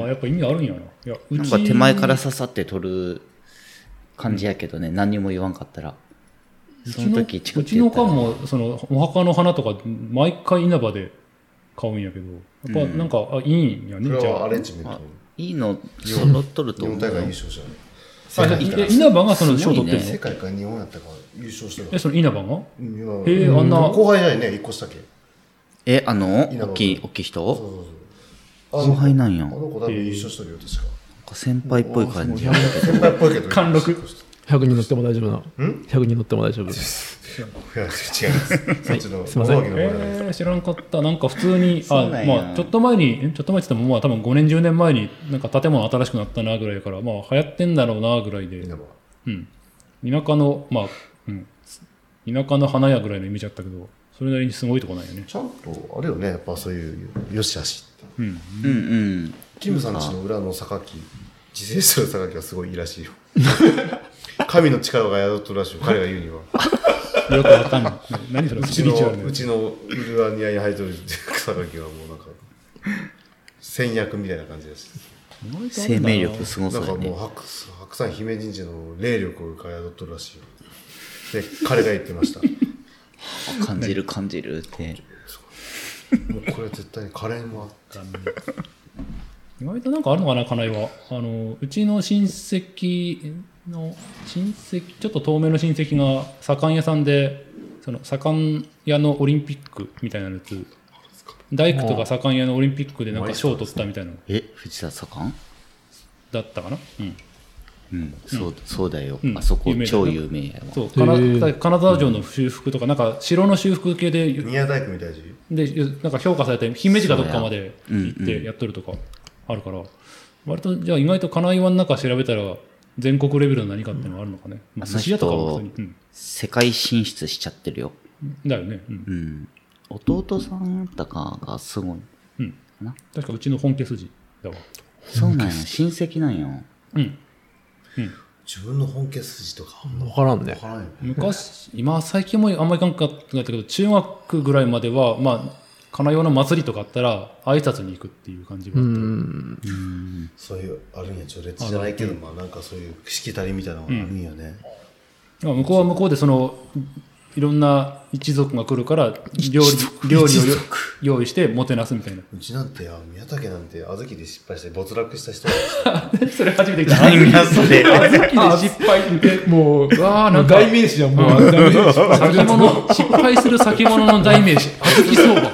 [SPEAKER 1] ああやっぱ意味あるんやないやう
[SPEAKER 3] なん
[SPEAKER 1] ち
[SPEAKER 3] か手前から刺さって取る感じやけどね、何にも言わんかったら。
[SPEAKER 1] う
[SPEAKER 3] そ
[SPEAKER 1] ち
[SPEAKER 3] の
[SPEAKER 1] の
[SPEAKER 3] 時違
[SPEAKER 1] う
[SPEAKER 3] っ
[SPEAKER 1] ち
[SPEAKER 3] て
[SPEAKER 1] の
[SPEAKER 3] 言った
[SPEAKER 1] 館
[SPEAKER 3] ら。
[SPEAKER 1] もそのお墓の花とか毎回稲葉で買うんやけどやっぱなんか、あいいんや
[SPEAKER 4] フ
[SPEAKER 1] ね
[SPEAKER 4] ラ
[SPEAKER 1] じ
[SPEAKER 4] ワー
[SPEAKER 1] ゃ
[SPEAKER 4] ア
[SPEAKER 1] あ
[SPEAKER 4] レンジメント。
[SPEAKER 3] いいの揃っとると
[SPEAKER 4] 日
[SPEAKER 3] 思
[SPEAKER 4] 本
[SPEAKER 3] う
[SPEAKER 4] 大
[SPEAKER 3] よ。
[SPEAKER 4] 会優勝したの。
[SPEAKER 1] あじゃあいえ稲葉がその賞取ってるの、
[SPEAKER 4] 世界か日本やったか優勝して
[SPEAKER 1] え
[SPEAKER 4] る。
[SPEAKER 1] その稲葉が
[SPEAKER 4] うん
[SPEAKER 1] へえあんな
[SPEAKER 4] 後輩じゃないね、一個したっけ。
[SPEAKER 3] え、あの、
[SPEAKER 4] 稲葉
[SPEAKER 3] 大きい、大きい人
[SPEAKER 4] そうそうそうあの
[SPEAKER 3] 後輩なんや。
[SPEAKER 4] あ
[SPEAKER 3] なん
[SPEAKER 4] の子多分優勝してるよ、確か。
[SPEAKER 3] か先輩っぽい感じや。
[SPEAKER 4] 先輩っぽいけど。
[SPEAKER 1] 貫禄
[SPEAKER 2] 100人乗っても大丈夫な100人乗っても大丈夫
[SPEAKER 4] いや、違います。そっちの、
[SPEAKER 2] すいません
[SPEAKER 4] 小牧の方じゃない
[SPEAKER 1] えー、知らんかった、なんか普通に、あ
[SPEAKER 3] そうなんや
[SPEAKER 1] まあ、ちょっと前に、えちょっと前って言っても、まあ、多分5年、10年前に、なんか建物新しくなったなぐらいだから、まあ、流行ってんだろうなぐらいで、
[SPEAKER 4] 稲葉
[SPEAKER 1] うん、田舎の、まあ、うん、田舎の花屋ぐらいのイメージだったけど、それなりにすごいとこなんよね。
[SPEAKER 4] ちゃんと、あれよね、やっぱそういう、よしあしって。
[SPEAKER 1] うん、
[SPEAKER 3] うんうん。
[SPEAKER 4] キムさん家の裏の榊、自生する榊はすごいいいらしいよ。神の力が宿っとるらしいよ、彼が言うには。
[SPEAKER 1] よくわかんない。何それ、
[SPEAKER 4] う
[SPEAKER 1] ス
[SPEAKER 4] ち
[SPEAKER 1] ピリチュア
[SPEAKER 4] の
[SPEAKER 1] ルな、や
[SPEAKER 4] う
[SPEAKER 1] つ
[SPEAKER 4] ちのウルアニアに入ってる榊はもうなんか、戦略みたいな感じです。
[SPEAKER 3] 生命力すご
[SPEAKER 4] な
[SPEAKER 3] そ
[SPEAKER 4] ん
[SPEAKER 3] う
[SPEAKER 4] か
[SPEAKER 3] だ
[SPEAKER 4] もう
[SPEAKER 3] ね。
[SPEAKER 4] 白、白山姫神社の霊力が宿っとるらしいよ。で、彼が言ってました。
[SPEAKER 3] 感じる感じるって。
[SPEAKER 4] もうこれは絶対にカレーもあって。
[SPEAKER 1] 意外となんかあるのかな、金井は。あの、うちの親戚の、親戚、ちょっと遠めの親戚が、左官屋さんで、その、左官屋のオリンピックみたいなやつ、大工とか左官屋のオリンピックでなんか賞を取ったみたいなの
[SPEAKER 3] え、藤田左官
[SPEAKER 1] だったかな。うん。
[SPEAKER 3] うん、そう、そうだよ
[SPEAKER 1] う。ん
[SPEAKER 3] あそこ
[SPEAKER 1] 有名だよ
[SPEAKER 3] 超有名やわ。
[SPEAKER 1] そう、金
[SPEAKER 2] へー
[SPEAKER 1] 金沢城の修復とか、なんか城の修復系で、
[SPEAKER 4] ニア大工みたいじ
[SPEAKER 1] で、なんか評価されて、姫路かどっかまで行ってやっとるとかあるから、割と、じゃあ意外と金岩の中調べたら、全国レベルの何かっていうのがあるのかね。まあ、寿司屋とかも普通に。うん
[SPEAKER 3] 世界進出しちゃってるよ。
[SPEAKER 1] だよね。うん。
[SPEAKER 3] うん。弟さんだったかがすごい。
[SPEAKER 1] うん。
[SPEAKER 3] な
[SPEAKER 1] 確かうちの本家筋だわ。
[SPEAKER 3] そうなんや、親戚なんや。
[SPEAKER 1] うん。
[SPEAKER 4] 自分の本家筋とかあんま
[SPEAKER 2] 分からんね
[SPEAKER 4] 分からんよね。
[SPEAKER 1] 昔、今、最近もあんまり関係なかったけど、中学ぐらいまでは、まあ、金用の祭りとかあったら、挨拶に行くっていう感じがあ
[SPEAKER 2] う
[SPEAKER 1] って。
[SPEAKER 2] ん
[SPEAKER 4] そういう、あるんや、序列じゃないけど、まあなんかそういうしきたりみたいなのがあるんよね。
[SPEAKER 1] まあ向こうは向こうで、その、いろんな一族が来るから、料理、料理をよ用意して、もてなすみたいな。
[SPEAKER 4] うちなんてや、宮武なんて、小豆で失敗して没落した人だよ
[SPEAKER 1] それ初めて聞いた。
[SPEAKER 3] 何やそれ。
[SPEAKER 1] あ失敗って。
[SPEAKER 2] もう
[SPEAKER 1] わあ、なんか、
[SPEAKER 2] 代名詞じゃんもう、
[SPEAKER 1] 先物、 失敗する先物の代名詞。あずき相場。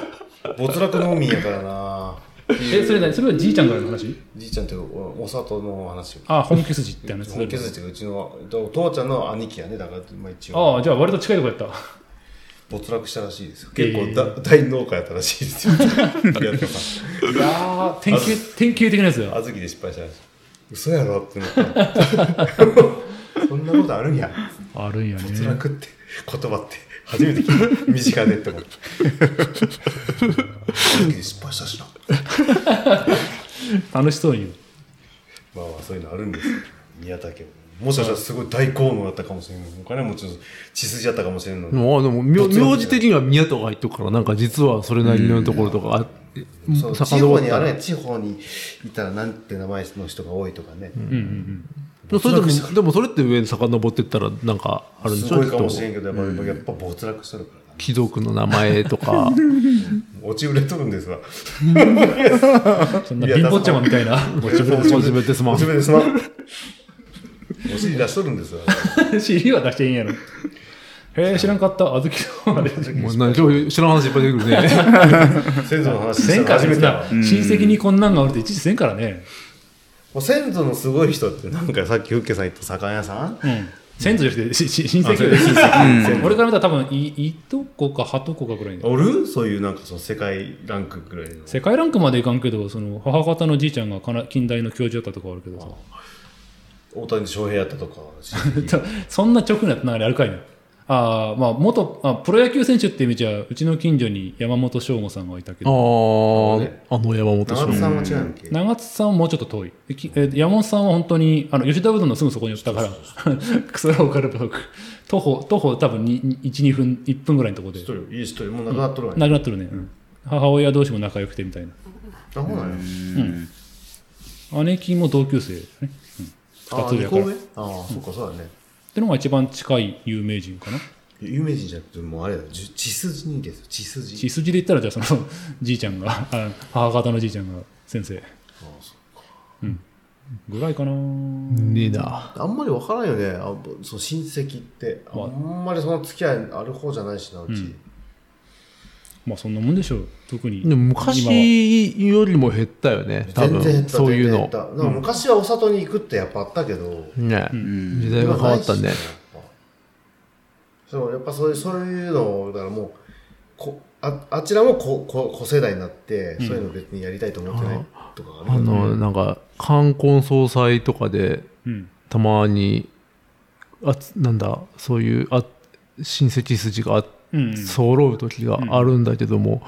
[SPEAKER 4] 没落農民やからな
[SPEAKER 1] え、それ何それはじいちゃんからの話
[SPEAKER 4] じいちゃんっておお里の話を。
[SPEAKER 1] あ、本家筋って話
[SPEAKER 4] 本家筋っていうかうちの、えっとお父ちゃんの兄貴やね、だから、まあ一応。
[SPEAKER 1] ああ、じゃあ割と近いとこやった。
[SPEAKER 4] 没落したらしいですよ。結構だ、大農家やったらしいですよ。宮武さん。
[SPEAKER 1] いや典型、典型的なやつだよ。
[SPEAKER 4] 小豆で失敗したらしい。嘘やろ って思った。そんなことあるんや。
[SPEAKER 1] あるんやね。
[SPEAKER 4] 没落って言葉って初めて聞いた。身近でって思った。小豆で失敗したしな。
[SPEAKER 1] 楽しそうに言う。
[SPEAKER 4] まあまあそういうのあるんですよ宮武ももしかしたらすごい大効能だったかもしれない。お金持ちの血筋だったかもしれない。
[SPEAKER 2] まあでも名名字的には宮とか入っとくからなんか実はそれなりのところとかあ
[SPEAKER 4] そう
[SPEAKER 2] 遡
[SPEAKER 4] 地方
[SPEAKER 2] っ
[SPEAKER 4] に
[SPEAKER 2] た
[SPEAKER 4] あ
[SPEAKER 2] ら
[SPEAKER 4] れ地方にいたらなんて名前の人が多いとかね、
[SPEAKER 1] うんうん
[SPEAKER 2] でもそれでもでもそれって上に遡ってったらなんかあるんですしょ
[SPEAKER 4] ご
[SPEAKER 2] き
[SPEAKER 4] い
[SPEAKER 2] っ
[SPEAKER 4] かも
[SPEAKER 2] と
[SPEAKER 4] しれんけどやっぱ,、やっぱ没落してるからな
[SPEAKER 2] 貴族の名前とか
[SPEAKER 4] 落ち売れとるんですわ
[SPEAKER 1] うん。そんな貧乏ちゃまみたいな、もちろん
[SPEAKER 2] モチベですまん
[SPEAKER 4] 落ち売れですまんお尻出しとるんですわ
[SPEAKER 1] CD は出していいんやろ。へえ、知らんかった。 あずきさんまで。
[SPEAKER 2] もうなんか今日知らん話いっぱい出てくるね
[SPEAKER 4] 先祖の話し
[SPEAKER 1] せん
[SPEAKER 4] たの
[SPEAKER 1] から
[SPEAKER 4] 初め
[SPEAKER 1] ね、
[SPEAKER 4] て
[SPEAKER 1] な
[SPEAKER 4] だ
[SPEAKER 1] 親戚にこんなんがあるって一時せんからね。
[SPEAKER 4] もう先祖のすごい人ってなんかさっきウッケさん言った酒屋さん
[SPEAKER 1] うん。先祖じゃなくて、しし親戚で俺から見たら多分、いいとこかはとこかぐらいの
[SPEAKER 4] おるそういうなんかその世界ランクぐらいの
[SPEAKER 1] 世界ランクまでいかんけど、その母方のじいちゃんがかな近代の教授だったとかあるけどさ。
[SPEAKER 4] 大谷翔平やったとか
[SPEAKER 1] そそんな直なつながりあるかいな。あーまあ、元あプロ野球選手って意味じゃうちの近所に山本翔吾さんがいたけ
[SPEAKER 2] あ
[SPEAKER 1] ど
[SPEAKER 2] ああの山本
[SPEAKER 4] 長
[SPEAKER 2] さ
[SPEAKER 4] 田さ
[SPEAKER 2] ん
[SPEAKER 4] んは違うんけ
[SPEAKER 1] 長津さんはもうちょっと遠いできえ山本さんは本当にあの吉田うどんのすぐそこに寄ったから クソラオカルパーク徒歩徒歩多分12分1分ぐらいのところで
[SPEAKER 4] 一人いい人もう亡くなっとるわね、
[SPEAKER 1] なくなってるね、母親同士も仲良くてみたいな
[SPEAKER 4] あほなね
[SPEAKER 1] うん姉貴も同級生だね、うん、
[SPEAKER 4] あ
[SPEAKER 1] 2つ上
[SPEAKER 4] 二
[SPEAKER 1] や
[SPEAKER 4] 個
[SPEAKER 1] からっ
[SPEAKER 4] 目ああそっかそうだね
[SPEAKER 1] てのが一番近い有名人かな
[SPEAKER 4] 有名人じゃなくてもうあれだよじ血筋にですよ血筋
[SPEAKER 1] 血筋で言ったらじゃあその じいちゃんがあ母方のじいちゃんが先生うんぐらいかな
[SPEAKER 2] ねえな
[SPEAKER 4] あんまり分からんよねあぼその親戚ってあ
[SPEAKER 1] まあ
[SPEAKER 4] んまりその付き合いある方じゃないしなうち、
[SPEAKER 1] まあそんなもんでしょう特に
[SPEAKER 2] でも
[SPEAKER 1] 今は
[SPEAKER 2] 昔よりも減ったよね多
[SPEAKER 4] 全然減
[SPEAKER 2] 分
[SPEAKER 4] った
[SPEAKER 2] そういう
[SPEAKER 4] 全然減
[SPEAKER 2] の
[SPEAKER 4] ったなんか昔はお里に行くってやっぱあったけど、
[SPEAKER 2] ね
[SPEAKER 3] ん
[SPEAKER 2] 時代が変わったね
[SPEAKER 4] 今ないしやっぱそうやっぱそういうそういうのだからもうこああちらもここ子世代になって、そういうの別にやりたいと思ってないとかあ
[SPEAKER 2] あのなんか冠婚葬祭とかで
[SPEAKER 1] うん
[SPEAKER 2] たまにあつなんだそういうあ親戚筋があ
[SPEAKER 1] うんうん
[SPEAKER 2] 揃う時があるんだけども、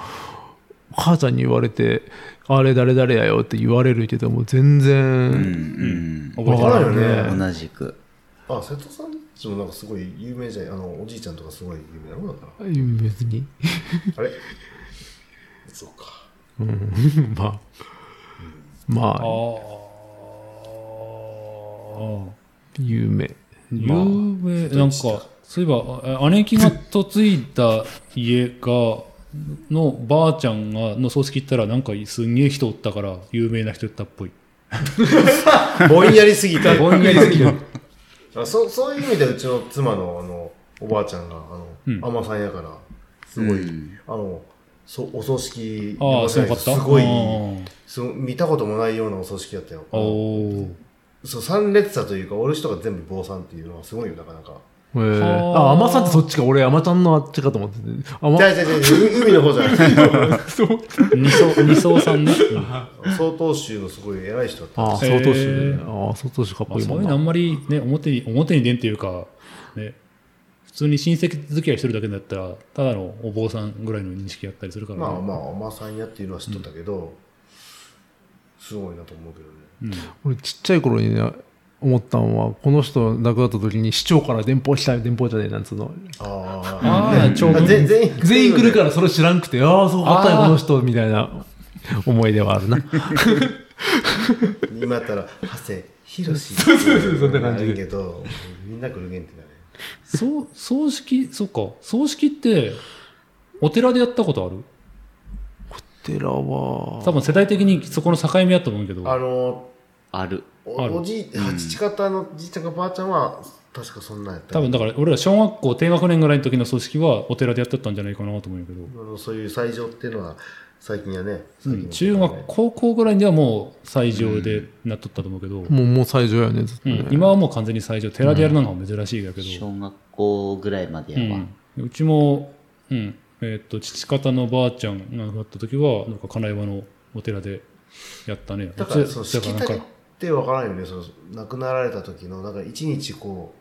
[SPEAKER 2] 母ちゃんに言われて「あれ誰誰やよ」って言われるけども全
[SPEAKER 3] うん
[SPEAKER 2] 然
[SPEAKER 1] 覚えて
[SPEAKER 2] わ
[SPEAKER 1] ない
[SPEAKER 2] からんよね
[SPEAKER 3] うん 同じく
[SPEAKER 4] あ瀬戸さんちもなんかすごい有名じゃんあのおじいちゃんとかすごい有名なのだから
[SPEAKER 2] 別に
[SPEAKER 4] あれ そうか
[SPEAKER 2] まあま
[SPEAKER 1] あ
[SPEAKER 2] あ
[SPEAKER 1] ー
[SPEAKER 2] 有名
[SPEAKER 1] 有名なんかそういえばあ姉貴が嫁いだ家がのばあちゃんがの葬式行ったらなんかすんげえ人おったから有名な人やったっぽい
[SPEAKER 4] ぼんやりすぎて
[SPEAKER 1] ぼんやりすぎる
[SPEAKER 4] あそそういう意味でうちの妻のあのおばあちゃんがあの、
[SPEAKER 1] うん
[SPEAKER 4] 海女さんやからすごい、あのそお葬式
[SPEAKER 1] ああす
[SPEAKER 4] す
[SPEAKER 1] ごかった
[SPEAKER 4] すごい
[SPEAKER 1] あー
[SPEAKER 4] その見たこともないようなお葬式だったよ
[SPEAKER 1] おー
[SPEAKER 4] そう三列さというかおる人が全部坊さんっていうのはすごいよなかなか
[SPEAKER 2] えー
[SPEAKER 1] はあ
[SPEAKER 2] あ甘さんってそっちか俺甘ちゃんのあっちかと思ってて甘
[SPEAKER 4] じゃじゃじゃ海の方じゃない
[SPEAKER 1] 二層二層さん ね、うん
[SPEAKER 4] 曹洞宗のすごい偉い人だった
[SPEAKER 2] ああ
[SPEAKER 1] へー
[SPEAKER 2] 相当種ねああ相当種かっ
[SPEAKER 1] ま
[SPEAKER 2] こ
[SPEAKER 1] あ、
[SPEAKER 2] いい
[SPEAKER 1] そ
[SPEAKER 2] も
[SPEAKER 1] うんいう
[SPEAKER 2] な
[SPEAKER 1] のあんまりね表に表に出んというか、ね、普通に親戚付き合いしてるだけだったらただのお坊さんぐらいの認識やったりするから、ね
[SPEAKER 4] まあまあおまさんやっていうのは知っとったけど、すごいなと思うけどね
[SPEAKER 1] うん
[SPEAKER 2] 俺ちっちゃい頃にね思ったのはこの人亡くなった時に市長から電報来た電報じゃねえなんつうの
[SPEAKER 4] あ
[SPEAKER 1] あ
[SPEAKER 4] あ
[SPEAKER 1] あ長
[SPEAKER 4] あ
[SPEAKER 1] 文
[SPEAKER 4] 全全員
[SPEAKER 2] 全員来るからそれ知らんくてああそうかったよ
[SPEAKER 1] あー
[SPEAKER 2] この人みたいな思い出はあるな
[SPEAKER 4] 今やったら長谷博士そうそうそう
[SPEAKER 2] そんな感じで
[SPEAKER 4] けどみんな来るげんってだね
[SPEAKER 1] そう葬式そうか葬式ってお寺でやったことある
[SPEAKER 2] 寺は
[SPEAKER 1] 多分世代的にそこの境目やと思うけど
[SPEAKER 4] あの
[SPEAKER 3] ある
[SPEAKER 4] お
[SPEAKER 1] ある
[SPEAKER 4] おじい父方のじいちゃんかばあちゃんは確かそんなんやった
[SPEAKER 1] 多分だから俺ら小学校低学年ぐらいの時の葬式はお寺でやってたんじゃないかなと思うんやけど、
[SPEAKER 4] あのそういう斎場っていうのは最近やね
[SPEAKER 1] うん中学高校ぐらいにはもう斎場でなっとったと思うけど、
[SPEAKER 2] もうもう最上やねずっと
[SPEAKER 1] う
[SPEAKER 2] ね
[SPEAKER 1] ん、今はもう完全に最上寺でやるのが珍しいやけど、
[SPEAKER 3] 小学校ぐらいまで
[SPEAKER 1] う
[SPEAKER 3] やわ
[SPEAKER 1] ん、うちも、うんえー、と父方のばあちゃんが亡くなった時はなんか金岩のお寺でやったね
[SPEAKER 4] だから
[SPEAKER 1] つ
[SPEAKER 4] そのし
[SPEAKER 1] だか
[SPEAKER 4] き
[SPEAKER 1] ら
[SPEAKER 4] た
[SPEAKER 1] なん
[SPEAKER 4] りっ
[SPEAKER 1] か
[SPEAKER 4] てわからんよねその亡くなられた時のなんか一日こ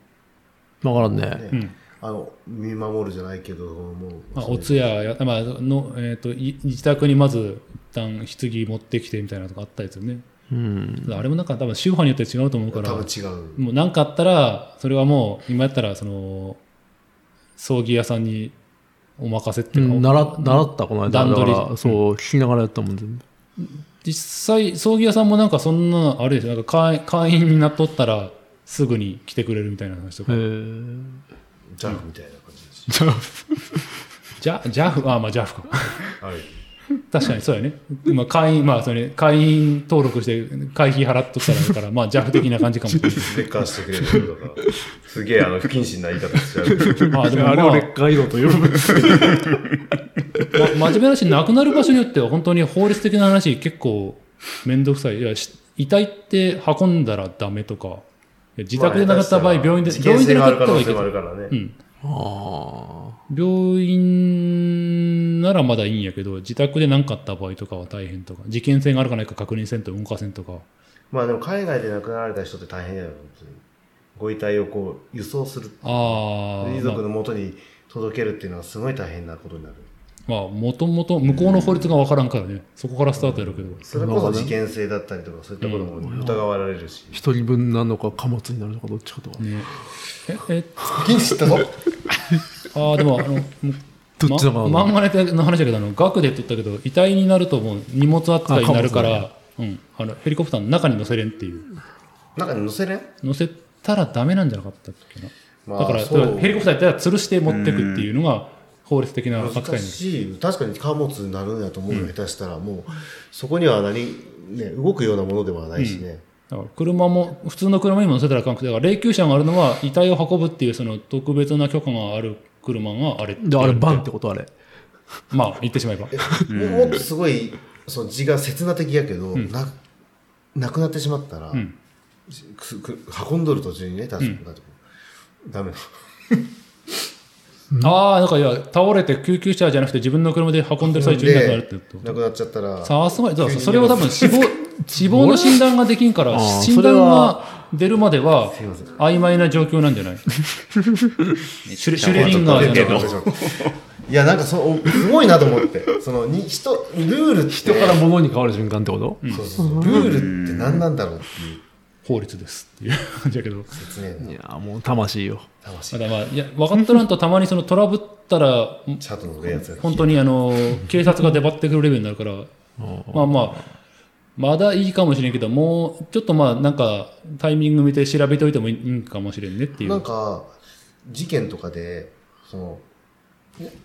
[SPEAKER 2] わからん
[SPEAKER 4] う、ね
[SPEAKER 2] ね
[SPEAKER 1] うん
[SPEAKER 4] あの見守るじゃないけどもう
[SPEAKER 1] まあ、お通夜や、まあのえー、とい自宅にまず一旦棺持ってきてみたいなのとかあったやつよね
[SPEAKER 2] うん。
[SPEAKER 1] あれもなんか多分宗派によって違うと思う
[SPEAKER 4] 多
[SPEAKER 1] から
[SPEAKER 4] 分違う。
[SPEAKER 1] もう何かあったらそれはもう今やったらその葬儀屋さんにお任せって
[SPEAKER 2] う
[SPEAKER 1] いうか、
[SPEAKER 2] ん、習っ習ったこの間
[SPEAKER 1] 段
[SPEAKER 2] だか
[SPEAKER 1] 取り
[SPEAKER 2] らそう聞きながらやったもん全部
[SPEAKER 1] 実際葬儀屋さんもなんかそんなあれですよなんか会会員になっとったらすぐに来てくれるみたいな話とか、
[SPEAKER 2] へ
[SPEAKER 4] ジャンプみたいな感じです。
[SPEAKER 1] ジャジャフあまあジャフか
[SPEAKER 4] ある
[SPEAKER 1] 確かにそうやね今会員まあそれ、会員登録して会費払っとったらだからまあジャフ的な感じかもしれない
[SPEAKER 4] 劣化してくれる人だから、すげえあの不謹慎な言い方しちゃう。
[SPEAKER 1] まあで
[SPEAKER 2] え
[SPEAKER 1] も、まあ、
[SPEAKER 2] 化移動と呼ぶ
[SPEAKER 1] ま真面目な話、亡くなる場所によっては本当に法律的な話、結構面倒くさい。いや、し遺体って運んだらダメとか、いや自宅で亡くなった場合、病院で、
[SPEAKER 4] 事
[SPEAKER 1] 病院で
[SPEAKER 4] 件性
[SPEAKER 1] 亡く
[SPEAKER 4] があ
[SPEAKER 1] な
[SPEAKER 4] る
[SPEAKER 1] った
[SPEAKER 4] 可
[SPEAKER 1] 方が
[SPEAKER 4] 能
[SPEAKER 1] いいけど、
[SPEAKER 4] 性もあるからね。
[SPEAKER 1] うん。
[SPEAKER 2] あ
[SPEAKER 1] 病院ならまだいいんやけど、自宅で何かあった場合とかは大変とか、事件性があるかないか確認せんと動かせんとか、
[SPEAKER 4] まあでも海外で亡くなられた人って大変だよ、本当に。ご遺体をこう輸送する。
[SPEAKER 1] ああ、
[SPEAKER 4] 遺族の元に届けるっていうのはすごい大変なことになる。
[SPEAKER 1] まあ、もともと向こうの法律がわからんからね、そこからスタートやるけど、
[SPEAKER 4] それこそ事件性だったりとか、そういったことも疑われるし。
[SPEAKER 2] あ一人分なのか貨物になるのかどっちかとか、
[SPEAKER 1] ね、え、え、
[SPEAKER 4] 不謹慎 だぞ
[SPEAKER 1] ああ、でも、あの、
[SPEAKER 2] どっちだかな
[SPEAKER 1] ま、漫画の話だけどあの額で言っとったけど遺体になるともう荷物扱いになるからうん、あのヘリコプターの中に乗せれんっていう
[SPEAKER 4] 中に乗せれん
[SPEAKER 1] 乗せたらダメなんじゃなかったっけな、
[SPEAKER 4] まあ
[SPEAKER 1] だから
[SPEAKER 4] そう
[SPEAKER 1] だからヘリコプターやったら吊るして持ってくっていうのが法律的な扱い
[SPEAKER 4] 難
[SPEAKER 1] になる
[SPEAKER 4] しい。確かに貨物になるんやと思うの、下手したら、もう、そこには何、ね、動くようなものではないしね。
[SPEAKER 1] だから車も普通の車にも乗せたらあかんくてだから霊柩車があるのは遺体を運ぶっていうその特別な許可がある車があれ
[SPEAKER 2] であれバンってことあれ
[SPEAKER 1] まあ言ってしまえば
[SPEAKER 4] もっとすごい、その字が刹那的やけど、な、なくなってしまったら、
[SPEAKER 1] ん
[SPEAKER 4] くく運んどる途中にね、確かに。だってダメだ。
[SPEAKER 1] ああなんかいや倒れて救急車じゃなくて自分の車で運んでる最中に亡くなるって言うと
[SPEAKER 4] なくなっちゃったら、
[SPEAKER 1] さすがに、だからそれを多分死 亡、死亡の診断ができんから、
[SPEAKER 2] あー
[SPEAKER 1] 診
[SPEAKER 2] それ
[SPEAKER 1] 断が
[SPEAKER 2] は
[SPEAKER 1] 出るまでは
[SPEAKER 4] ません
[SPEAKER 1] 曖昧な状況なんじゃ ないシュレシュレリンガーじゃない
[SPEAKER 4] いや、なんかその、おすごいなと思って。その、に、人、ルールって、人
[SPEAKER 2] 人から物に変わる瞬間ってこと、
[SPEAKER 4] そうそうそうルールって何なんだろうっていう
[SPEAKER 1] 法律ですっていう感じだけど。
[SPEAKER 4] 説明
[SPEAKER 2] い
[SPEAKER 4] の
[SPEAKER 2] やーもう魂よ
[SPEAKER 4] 魂
[SPEAKER 1] た。だまあ、いや、分かっとらんとたまにそのトラブったら、
[SPEAKER 4] チャートの上やつが。
[SPEAKER 1] 本当にあの、警察が出張ってくるレベルになるから、まあまあ、まだいいかもしれんけど、もう、ちょっとまあ、なんか、タイミング見て調べておいてもいいんかもしれんねっていう。
[SPEAKER 4] なんか、事件とかで、その、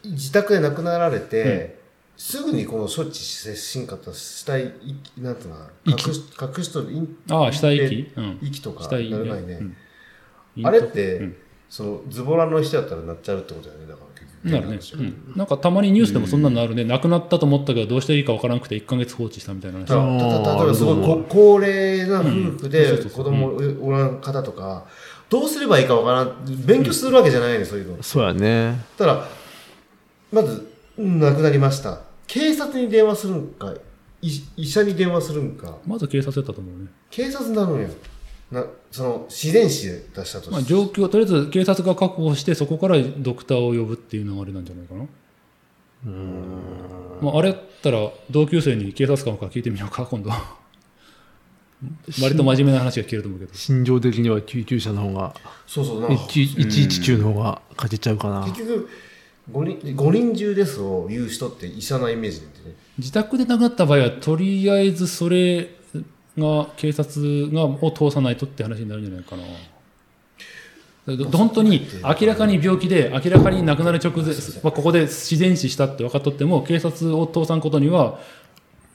[SPEAKER 4] 自宅で亡くなられて、すぐにこの処置せしんかった死体、いなんていうのかな、隠し、隠しとる、隠
[SPEAKER 1] ああ、死体遺
[SPEAKER 4] 隠
[SPEAKER 1] 棄うん。
[SPEAKER 4] 遺棄とか、
[SPEAKER 1] 死
[SPEAKER 4] な
[SPEAKER 1] 体遺
[SPEAKER 4] らない
[SPEAKER 1] 棄
[SPEAKER 4] ね。
[SPEAKER 1] うん
[SPEAKER 4] あれって、
[SPEAKER 1] うん
[SPEAKER 4] その、ズボラの人やったらなっちゃうってことだよね、だから結
[SPEAKER 1] な
[SPEAKER 4] 局。
[SPEAKER 1] るね、うん、なんかたまにニュースでもそんなのあるね、亡くなったと思ったけど、どうしていいかわからなくて、1か月放置したみたいな話、
[SPEAKER 4] ただただ例えばすごいこ高齢な夫婦で子供おらん方とか、どうすればいいかわからん、勉強するわけじゃないね、そういうの。
[SPEAKER 2] そうやね
[SPEAKER 4] たら、まず、うん亡くなりました。警察に電話するんか、い医者に電話するんか、
[SPEAKER 1] まず警察だったと思うね、
[SPEAKER 4] 警察になるんや。な、その、自然死で出したと
[SPEAKER 1] まあ、
[SPEAKER 4] して。
[SPEAKER 1] 状況、とりあえず警察が確保して、そこからドクターを呼ぶっていう流れなんじゃないかな。まあ、あれやったら、同級生に警察官から聞いてみようか、今度。 割と真面目な話が聞けると思うけど、
[SPEAKER 2] 心情的には救急車の方が
[SPEAKER 4] そうそう、なんか
[SPEAKER 2] 119の方が勝てちゃうかな
[SPEAKER 4] 結局、五人、五人中ですを言う人って医者なイメージなんでね。
[SPEAKER 1] 自宅で亡くなった場合は、とりあえずそれが、警察がを通さないとって話になるんじゃないかな。ど本当に明らかに病気で明らかに亡くなる直前、まあ、ここで自然死したって分かっとっても警察を通さんことには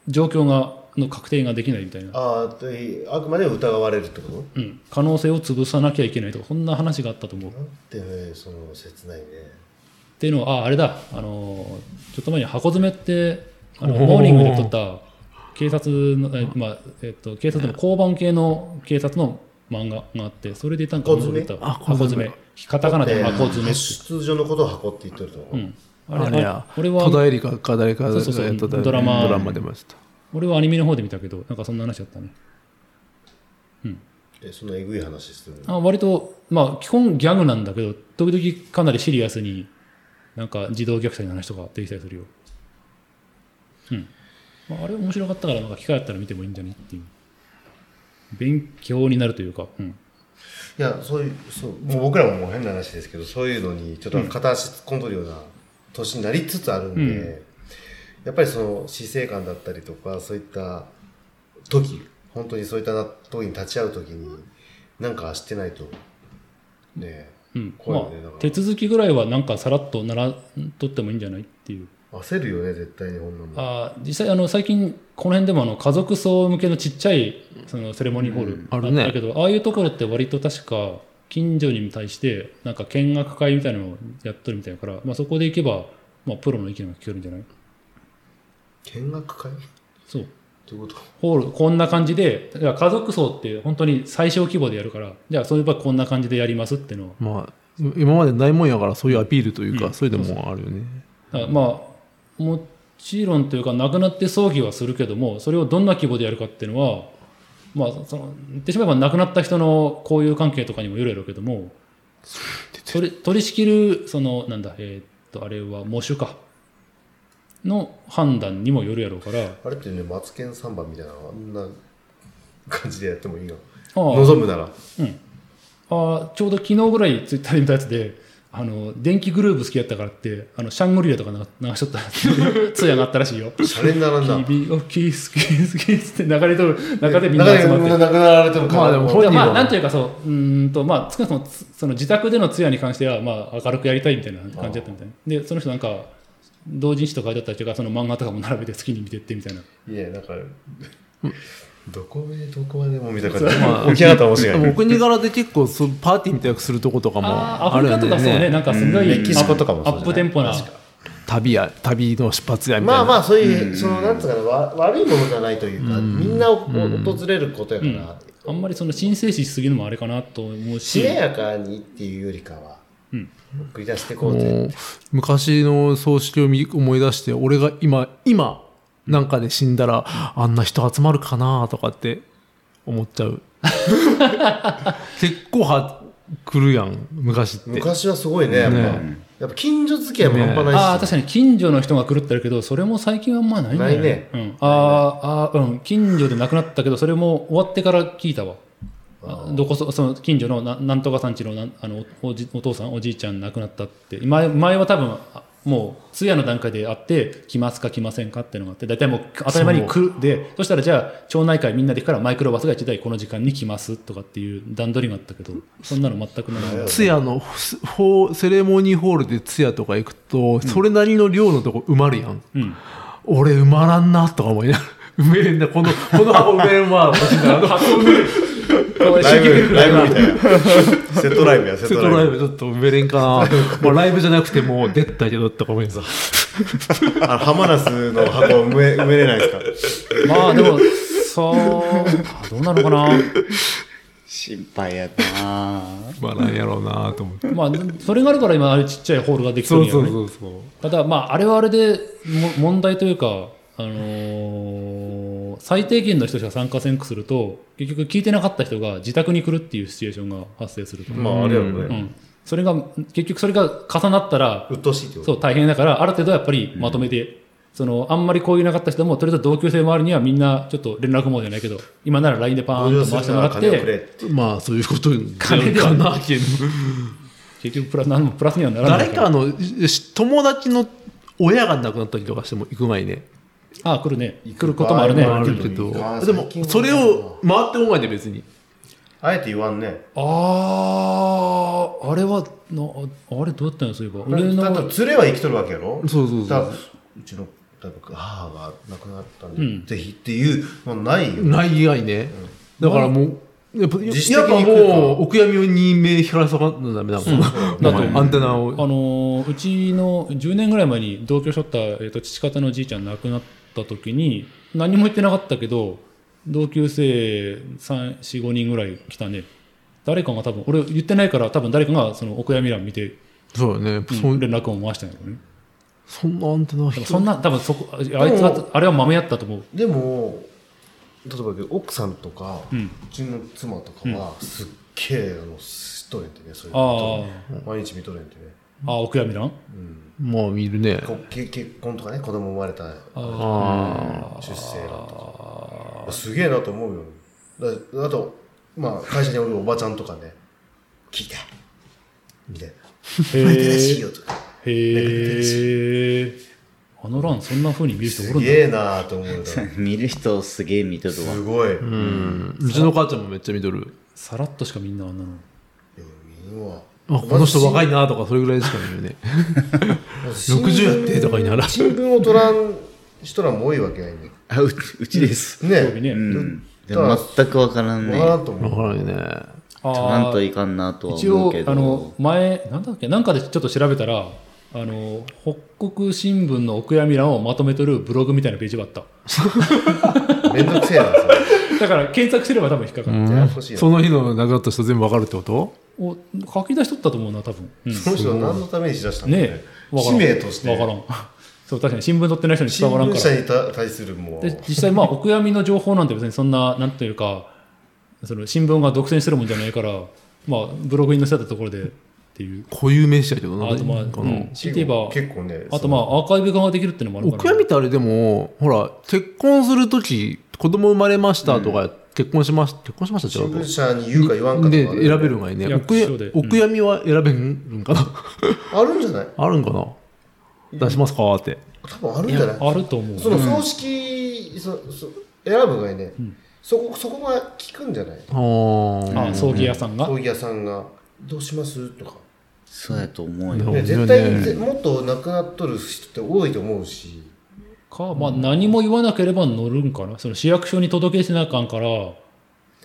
[SPEAKER 1] 状況がの確定ができないみたいな、
[SPEAKER 4] ああ、であくまで疑われるってこと
[SPEAKER 1] うん、可能性を潰さなきゃいけないとかそんな話があったと思うっ
[SPEAKER 4] なんてね、その、切ないね。
[SPEAKER 1] ていうのはああれだあのちょっと前に箱詰めってあのモーニングで撮った警察の、えまあえっと、警察の交番系の警察の漫画があってそれでいたんか
[SPEAKER 4] 箱詰め
[SPEAKER 1] た箱詰めカタカナで箱詰め
[SPEAKER 4] 発出所のことを箱って言っとると思う。
[SPEAKER 1] うん、あれ
[SPEAKER 2] あれや
[SPEAKER 1] あ俺
[SPEAKER 2] 戸
[SPEAKER 1] は
[SPEAKER 2] 田恵梨香か誰かが
[SPEAKER 1] そうそうそう
[SPEAKER 2] やった
[SPEAKER 1] ドラマ
[SPEAKER 2] ドラマ出ました
[SPEAKER 1] 俺はアニメの方で見たけどなんかそんな話だったね
[SPEAKER 4] え、そんなえぐい話してるの
[SPEAKER 1] あ割とまあ基本ギャグなんだけど時々かなりシリアスになんか児童虐待の話とかできたりするようん、まあ、あれ面白かったからなんか機会あったら見てもいいんじゃねっていう勉強になるというか、うん、
[SPEAKER 4] いや、そういう、そう、もう僕らももう変な話ですけど、そういうのにちょっと片足突っ込んどるような年になりつつあるんで、
[SPEAKER 1] うん
[SPEAKER 4] やっぱりその死生観だったりとか、そういった時、本当にそういったな時に立ち会う時に、なんかしてないと、ね
[SPEAKER 1] うん
[SPEAKER 4] 怖い
[SPEAKER 1] ま
[SPEAKER 4] よねだか
[SPEAKER 1] あ、手
[SPEAKER 4] ら
[SPEAKER 1] 続きぐらいはなんかさらっとならとってもいいんじゃないっていう
[SPEAKER 4] 焦るよね、絶対にこんなもん。
[SPEAKER 1] あー実際あの最近この辺でもあの家族層向けのちっちゃいそのセレモニーホール
[SPEAKER 2] あるね
[SPEAKER 1] だけど、ああいうところって割と確か近所に対してなんか見学会みたいなのをやっとるみたいだから、まあ、そこで行けば、まあ、プロの意見が聞けるんじゃない
[SPEAKER 4] 見学会っ
[SPEAKER 1] そう
[SPEAKER 4] てこと
[SPEAKER 1] ホールこんな感じでだから家族層って本当に最小規模でやるからじゃあそういえばこんな感じでやりますっていうのを
[SPEAKER 2] まあ今までないもんやからそういうアピールというか、そういうのもあるよね
[SPEAKER 1] だからまあもちろんというか亡くなって葬儀はするけどもそれをどんな規模でやるかっていうのはまあその言ってしまえば亡くなった人の交友関係とかにもよるやろうけども取り取り仕切るそのなんだえーっとあれは喪主かの判断にもよるやろうからあ
[SPEAKER 4] あれってね、マツケンサンバみたいな、あんな感じでやってもいい
[SPEAKER 1] あ
[SPEAKER 4] の望 むなら。
[SPEAKER 1] ああちょうど昨日ぐらいツイッターで見たやつであの電気グループ好きやったからってあのシャングリラとか流流しとったっていう通夜があったらしいよ
[SPEAKER 4] シャレにな らんな。
[SPEAKER 1] 君をキスキスキスって流れとる中でみん
[SPEAKER 4] 中
[SPEAKER 1] な
[SPEAKER 4] で
[SPEAKER 1] 集まって
[SPEAKER 4] みんな亡くなられても
[SPEAKER 2] まあでも
[SPEAKER 1] だからま
[SPEAKER 2] 本人は
[SPEAKER 1] あなんというかそううーんとまあ少なくともつその自宅での通夜に関してはまあ明るくやりたいみたいな感じだったみたいなでその人なんか同人誌とか書いてあったりとかその漫画とかも並べて好きに見てってみたいない
[SPEAKER 4] や、なんか、どこまでどこまでもみたいな感
[SPEAKER 2] まあ
[SPEAKER 4] じ。起き上がったら面白い
[SPEAKER 2] で
[SPEAKER 4] よ
[SPEAKER 2] も
[SPEAKER 4] ね。
[SPEAKER 2] お国柄で結構そうパーティーみたいなのするとことかも
[SPEAKER 1] あー
[SPEAKER 2] あ
[SPEAKER 1] アフ
[SPEAKER 2] る
[SPEAKER 1] リ
[SPEAKER 2] よ
[SPEAKER 1] カとかそうねなんかすごい
[SPEAKER 4] メキシコとかも
[SPEAKER 1] ア
[SPEAKER 4] そうじゃない
[SPEAKER 1] ップテンポな
[SPEAKER 4] 確か
[SPEAKER 2] 旅や旅の出発やみたいな、
[SPEAKER 4] まあまあ、そういう、その、なんつうかな、わ悪いものじゃないというか、みんなお訪れることやから、
[SPEAKER 1] あんまりその神聖視しすぎるのもあれかなと思う
[SPEAKER 4] し
[SPEAKER 1] し
[SPEAKER 4] れやかにっていうよりかは、
[SPEAKER 1] うん
[SPEAKER 4] 繰り出していこう
[SPEAKER 2] も
[SPEAKER 4] ぜ
[SPEAKER 2] う。昔の葬式を見思い出して俺が今今なんかで死んだらあんな人集まるかなとかって思っちゃう 結構は来るやん昔って
[SPEAKER 4] 昔はすごいね、やっぱ。やっぱ近所付き合いも半端
[SPEAKER 1] ああ
[SPEAKER 4] ないし
[SPEAKER 1] 確。かに近所の人が狂ってるけどそれも最近はあんまないんじゃない
[SPEAKER 4] ないね
[SPEAKER 1] うん、あーあーうん近所で亡くなったけどそれも終わってから聞いたわあどこそその近所のななんとかさんちのなんあのおおじお父さんおじいちゃん亡くなったって前前は多分あもう通夜の段階で会って来ますか来ませんかっていうのがあって大体もう当たり前に来るでそしたらじゃあ町内会みんなで行くからマイクロバスが1台この時間に来ますとかっていう段取りがあったけどそんなの全くない
[SPEAKER 2] 通夜のすホーセレモニーホールで通夜とか行くとそれなりの量のとこ埋まるやん、
[SPEAKER 1] うん
[SPEAKER 2] 俺埋まらんなとか思いながら埋めれんなこのこの箱埋めれんわ私なあ の箱埋めれん
[SPEAKER 4] ライブ、ライブみたいな。セットライブや、セッ
[SPEAKER 2] セッ
[SPEAKER 4] ト
[SPEAKER 2] ト
[SPEAKER 4] ラ
[SPEAKER 2] ラ
[SPEAKER 4] イ
[SPEAKER 2] イブ
[SPEAKER 4] ブ。
[SPEAKER 2] ちょっと埋めれん かなまあライブじゃなくてもう出たけどとか思います
[SPEAKER 4] あの、ハマナスの箱埋め、埋めれないですか
[SPEAKER 1] まあでも、そう、どうなのかな。
[SPEAKER 3] 心配やな
[SPEAKER 2] まあなんやろうなと思って。
[SPEAKER 1] まあ、それがあるから今、あれちっちゃいホールができてるんやろね。
[SPEAKER 2] そうそう。
[SPEAKER 1] ただ、まあ、あれはあれでも問題というか、あのー最低限の人しか参加せんくすると、結局聞いてなかった人が自宅に来るっていうシチュエーションが発生すると。
[SPEAKER 4] まあ、あれやろ
[SPEAKER 1] う
[SPEAKER 4] ね。
[SPEAKER 1] ん。それが、結局それが重なったら、
[SPEAKER 4] 鬱陶しいってこと
[SPEAKER 1] そう、大変だから、ある程度はやっぱりまとめて、その、あんまりこういうなかった人も、とりあえず同級生周りにはみんな、ちょっと連絡網じゃないけど、今なら LINE でパーンと回してもらっ
[SPEAKER 4] 金をくれ
[SPEAKER 1] て、
[SPEAKER 4] て
[SPEAKER 2] まあそういうことに
[SPEAKER 1] 金では
[SPEAKER 2] かなけど
[SPEAKER 1] 結局プラス、何もプラスにはならない
[SPEAKER 2] 誰かのし友達の親が亡くなったりとかしても行くまいね。
[SPEAKER 1] ああ、来るね。来ることもあるね。
[SPEAKER 4] ま
[SPEAKER 2] あ
[SPEAKER 4] あ
[SPEAKER 2] るけど。
[SPEAKER 4] あ
[SPEAKER 2] でも
[SPEAKER 4] 最近は
[SPEAKER 2] それを回ってこないで別に。
[SPEAKER 4] あえて言わんね。
[SPEAKER 1] ああ、あれは、なあれどうやったんや、そういえば。
[SPEAKER 4] だ
[SPEAKER 1] 俺
[SPEAKER 4] だ
[SPEAKER 1] の
[SPEAKER 4] って、連れは生きとるわけやろ
[SPEAKER 2] そうそうそう
[SPEAKER 4] だからうちの、だから母が亡くなったんで、
[SPEAKER 1] うん
[SPEAKER 4] ぜひっていう、もうないよ。
[SPEAKER 2] ない以外ね。だからもう。やっぱや
[SPEAKER 4] 自主的
[SPEAKER 2] っぱ
[SPEAKER 4] に行くか
[SPEAKER 2] もうお悔やみに目光らさかんなダメだもん。 だ
[SPEAKER 1] だ
[SPEAKER 2] とアンテナを。
[SPEAKER 1] あのーうちの10年ぐらい前に同居しとった、えー、と父方のじいちゃん亡くなった時に何も言ってなかったけど同級生345人ぐらい来たね誰かが多分俺言ってないから多分誰かがそのお悔やみ欄見て
[SPEAKER 2] そうよね。そ
[SPEAKER 1] 連絡を回したんやろうね
[SPEAKER 2] そんなアンテナ
[SPEAKER 1] で
[SPEAKER 2] 人
[SPEAKER 1] もそんな多分そこああいつはあれは豆やったと思う
[SPEAKER 4] でも、例えばだけど奥さんとか、う
[SPEAKER 1] うん
[SPEAKER 4] ちの妻とかは、すっげえ、あの、知っとれんてね、そういう
[SPEAKER 1] あ
[SPEAKER 4] こと毎日見とれんてね。
[SPEAKER 1] ああお悔やみ欄
[SPEAKER 2] まあ見るね。
[SPEAKER 4] こけ結婚とかね、子供生まれた、
[SPEAKER 1] あ
[SPEAKER 2] ああ。
[SPEAKER 4] 出生だとか。すげえなと思うよ。だあと、まあ、会社におるおばちゃんとかね、聞いて、みたいな。
[SPEAKER 1] へ
[SPEAKER 4] 巻いてらしいよとか。
[SPEAKER 1] へえ。あの欄、そんな風に見る人お
[SPEAKER 4] す
[SPEAKER 1] るんだ。
[SPEAKER 4] げえなーと思うよ。
[SPEAKER 3] 見る人すげえ見とるわ
[SPEAKER 4] すごい。いや
[SPEAKER 2] うんうちの母ちゃんもめっちゃ見とる
[SPEAKER 1] さらっとしかみんなあんなの。
[SPEAKER 4] 見るわ
[SPEAKER 2] あこの人若いなとかそれぐらいしか見るね60やってとか言いながら
[SPEAKER 4] 新聞を取らん人らも多いわけないんだよ。
[SPEAKER 3] あううちです、
[SPEAKER 1] 興味
[SPEAKER 4] ね
[SPEAKER 1] ね
[SPEAKER 4] え。
[SPEAKER 3] うん、でも全くわからんね
[SPEAKER 4] わからんと思
[SPEAKER 2] 分
[SPEAKER 4] う。
[SPEAKER 2] からんよね
[SPEAKER 3] 取ら
[SPEAKER 1] あ
[SPEAKER 3] んと
[SPEAKER 1] ー
[SPEAKER 3] いかんなとは
[SPEAKER 1] 一
[SPEAKER 3] 思
[SPEAKER 1] 応
[SPEAKER 3] うけ、ど
[SPEAKER 1] あの、前、なんだっけ、なんかでちょっと調べたら、あの、北国新聞のお悔やみ欄をまとめとるブログみたいなページがあった。
[SPEAKER 4] めんどくせえな、そ れ。
[SPEAKER 1] だから検索すれば多分引っかかる。
[SPEAKER 4] ややこしいな
[SPEAKER 2] その日の亡くなった人全部分かるってこと
[SPEAKER 1] お書き出しとったと思うな、多分。うん
[SPEAKER 4] その人は何のためにしだしたんだろう
[SPEAKER 1] ねえ、わからん
[SPEAKER 4] 使命として。
[SPEAKER 1] わからん。 そう、確かに新聞載ってない人に
[SPEAKER 4] 新
[SPEAKER 1] 伝わらんか
[SPEAKER 4] 聞
[SPEAKER 1] ら。
[SPEAKER 4] 社にた対するもう
[SPEAKER 1] で実際まあお悔やみの情報なんて別にそんななんというかその新聞が独占してるもんじゃないから、まあ、ブログに載せたところでっていう
[SPEAKER 2] 固有名詞だけどな
[SPEAKER 1] あとまあ、うん、
[SPEAKER 2] こ
[SPEAKER 1] 強
[SPEAKER 2] の、
[SPEAKER 1] いて言えば
[SPEAKER 4] 結構ね
[SPEAKER 1] あとまあアーカイブ化ができるっていうのもあ
[SPEAKER 2] お
[SPEAKER 1] るか
[SPEAKER 2] 悔
[SPEAKER 1] ら
[SPEAKER 2] やみってあれでもほら結婚する時子供生まれましたとか、結婚しました結婚しました
[SPEAKER 4] 新
[SPEAKER 2] 違うか
[SPEAKER 4] 聞社に言うか言わんかとか
[SPEAKER 2] で選べ
[SPEAKER 4] る
[SPEAKER 2] るがいいね
[SPEAKER 1] いや
[SPEAKER 2] お悔や
[SPEAKER 1] そうだよ
[SPEAKER 2] お悔やみは選べるんかな
[SPEAKER 4] あるんじゃない
[SPEAKER 2] あるんかな出しますかって
[SPEAKER 4] 多分あるん
[SPEAKER 1] い
[SPEAKER 4] じゃない
[SPEAKER 1] やあると思う
[SPEAKER 4] その葬式そそ選ぶがいいねそこそこが効くんじゃない
[SPEAKER 2] あー
[SPEAKER 1] あ葬儀屋さんが、
[SPEAKER 4] 葬儀屋さんが「どうします?」とか
[SPEAKER 3] そうやと思う
[SPEAKER 2] なるほど
[SPEAKER 3] よ、
[SPEAKER 2] ね
[SPEAKER 4] ね絶対ぜもっと亡くなっとる人って多いと思うし
[SPEAKER 1] か、まあ、何も言わなければ乗るんかなその市役所に届けしなあかんから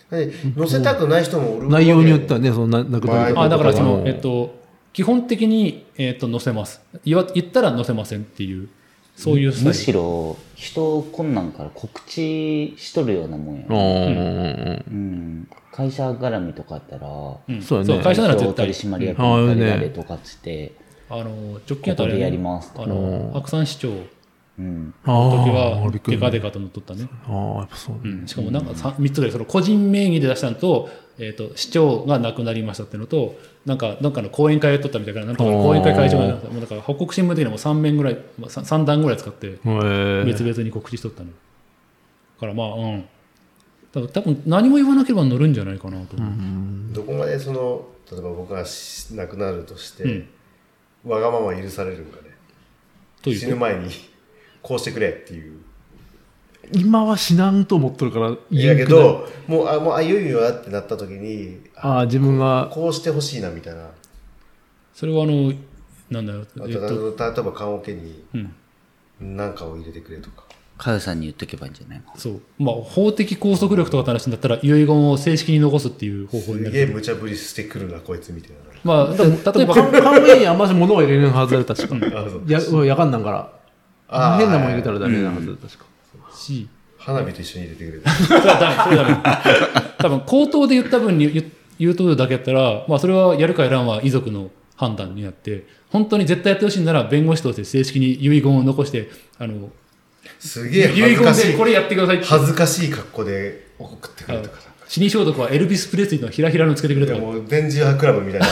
[SPEAKER 4] で載せたくない人もおる
[SPEAKER 2] 内容によって
[SPEAKER 4] は
[SPEAKER 2] はねそのな亡くなる
[SPEAKER 4] ま
[SPEAKER 1] あだから
[SPEAKER 2] と
[SPEAKER 1] その
[SPEAKER 2] も、
[SPEAKER 1] えっと、基本的に、えっと、載せます言わ言ったら載せませんっていうそういうスタイ
[SPEAKER 3] む
[SPEAKER 1] ル
[SPEAKER 3] しろ人こんなんから告知しとるようなもんや、
[SPEAKER 2] うんうん
[SPEAKER 3] うん、会社絡みとかあったら
[SPEAKER 1] うん
[SPEAKER 2] そうだね
[SPEAKER 1] 会社なら
[SPEAKER 3] 今
[SPEAKER 1] 絶
[SPEAKER 3] 日取
[SPEAKER 1] 対
[SPEAKER 3] 締役
[SPEAKER 2] うんああ
[SPEAKER 3] の
[SPEAKER 2] ね
[SPEAKER 3] 誰々とかっつって、
[SPEAKER 1] あの直近やったら
[SPEAKER 3] ここでやります
[SPEAKER 1] あの白山市長の
[SPEAKER 3] うん、
[SPEAKER 2] あ
[SPEAKER 1] 時
[SPEAKER 2] ー
[SPEAKER 1] は
[SPEAKER 2] びっく
[SPEAKER 1] デ
[SPEAKER 2] り
[SPEAKER 1] カデカと乗っとったね、
[SPEAKER 2] あーやっぱそうだね
[SPEAKER 1] しかもなんか 3, つぐらいその個人名義で出したのと,、えー、と市長が亡くなりましたっていうのとなんかなんかの講演会を取ったみたいななんとかの講演会会長がもうだから北国新聞的にはもう3面ぐらい 3, 段ぐらい使って
[SPEAKER 2] へー
[SPEAKER 1] 別々に告知しとったの、だからまあうん多分多分何も言わなければ乗るんじゃないかなと思う、
[SPEAKER 4] どこまでその例えば僕がし亡くなるとし
[SPEAKER 1] う
[SPEAKER 4] て
[SPEAKER 1] ん
[SPEAKER 4] わがまま許されるんかね
[SPEAKER 1] とい
[SPEAKER 4] 死ぬ
[SPEAKER 1] う
[SPEAKER 4] 前にこうしてくれっていう
[SPEAKER 2] 今は死なんと思っとるから
[SPEAKER 4] いやけどもうあもうあいよいよだってなった時に
[SPEAKER 2] ああ自分が
[SPEAKER 4] こうしてほしいなみたいな
[SPEAKER 1] それはあのなんだろう
[SPEAKER 4] あと
[SPEAKER 1] えっと
[SPEAKER 4] 例えば棺桶に
[SPEAKER 1] うん
[SPEAKER 4] 何かを入れてくれとか
[SPEAKER 3] かよさんに言っとけばいいんじゃないの
[SPEAKER 1] そうまあ、法的拘束力とかって話になったら遺言を正式に残すっていう方法にな
[SPEAKER 4] す
[SPEAKER 1] る
[SPEAKER 4] げえ
[SPEAKER 1] けど
[SPEAKER 4] 無茶ぶりしてくるなこいつみたい
[SPEAKER 1] まあ、た例えば、
[SPEAKER 2] 缶目にあんまし物は入れれんはずだった確か
[SPEAKER 4] なあそう
[SPEAKER 2] ややかんなんから
[SPEAKER 4] あー
[SPEAKER 2] 変なもん入れたらダメなはずだ確か
[SPEAKER 1] し、
[SPEAKER 4] 花火と一緒に入れてくれる
[SPEAKER 1] それはダメ、それはダメ。多分、口頭で言った分に言言うとるだけやったら、まあ、それはやるかやらんは遺族の判断になって、本当に絶対やってほしいなら、弁護士として正式に遺言を残して、あの、
[SPEAKER 4] す
[SPEAKER 1] 遺
[SPEAKER 4] げえ恥
[SPEAKER 1] 言
[SPEAKER 4] ずかし
[SPEAKER 1] で
[SPEAKER 4] い
[SPEAKER 1] これやってくださいって。
[SPEAKER 4] 恥ずかしい格好で送ってく
[SPEAKER 1] あ
[SPEAKER 4] れ
[SPEAKER 1] の
[SPEAKER 4] とか
[SPEAKER 1] 死に消毒はエルビス・プレスリーのひらひらのつけてくれ
[SPEAKER 4] で
[SPEAKER 1] とか、
[SPEAKER 4] もう電磁波クラブみたいな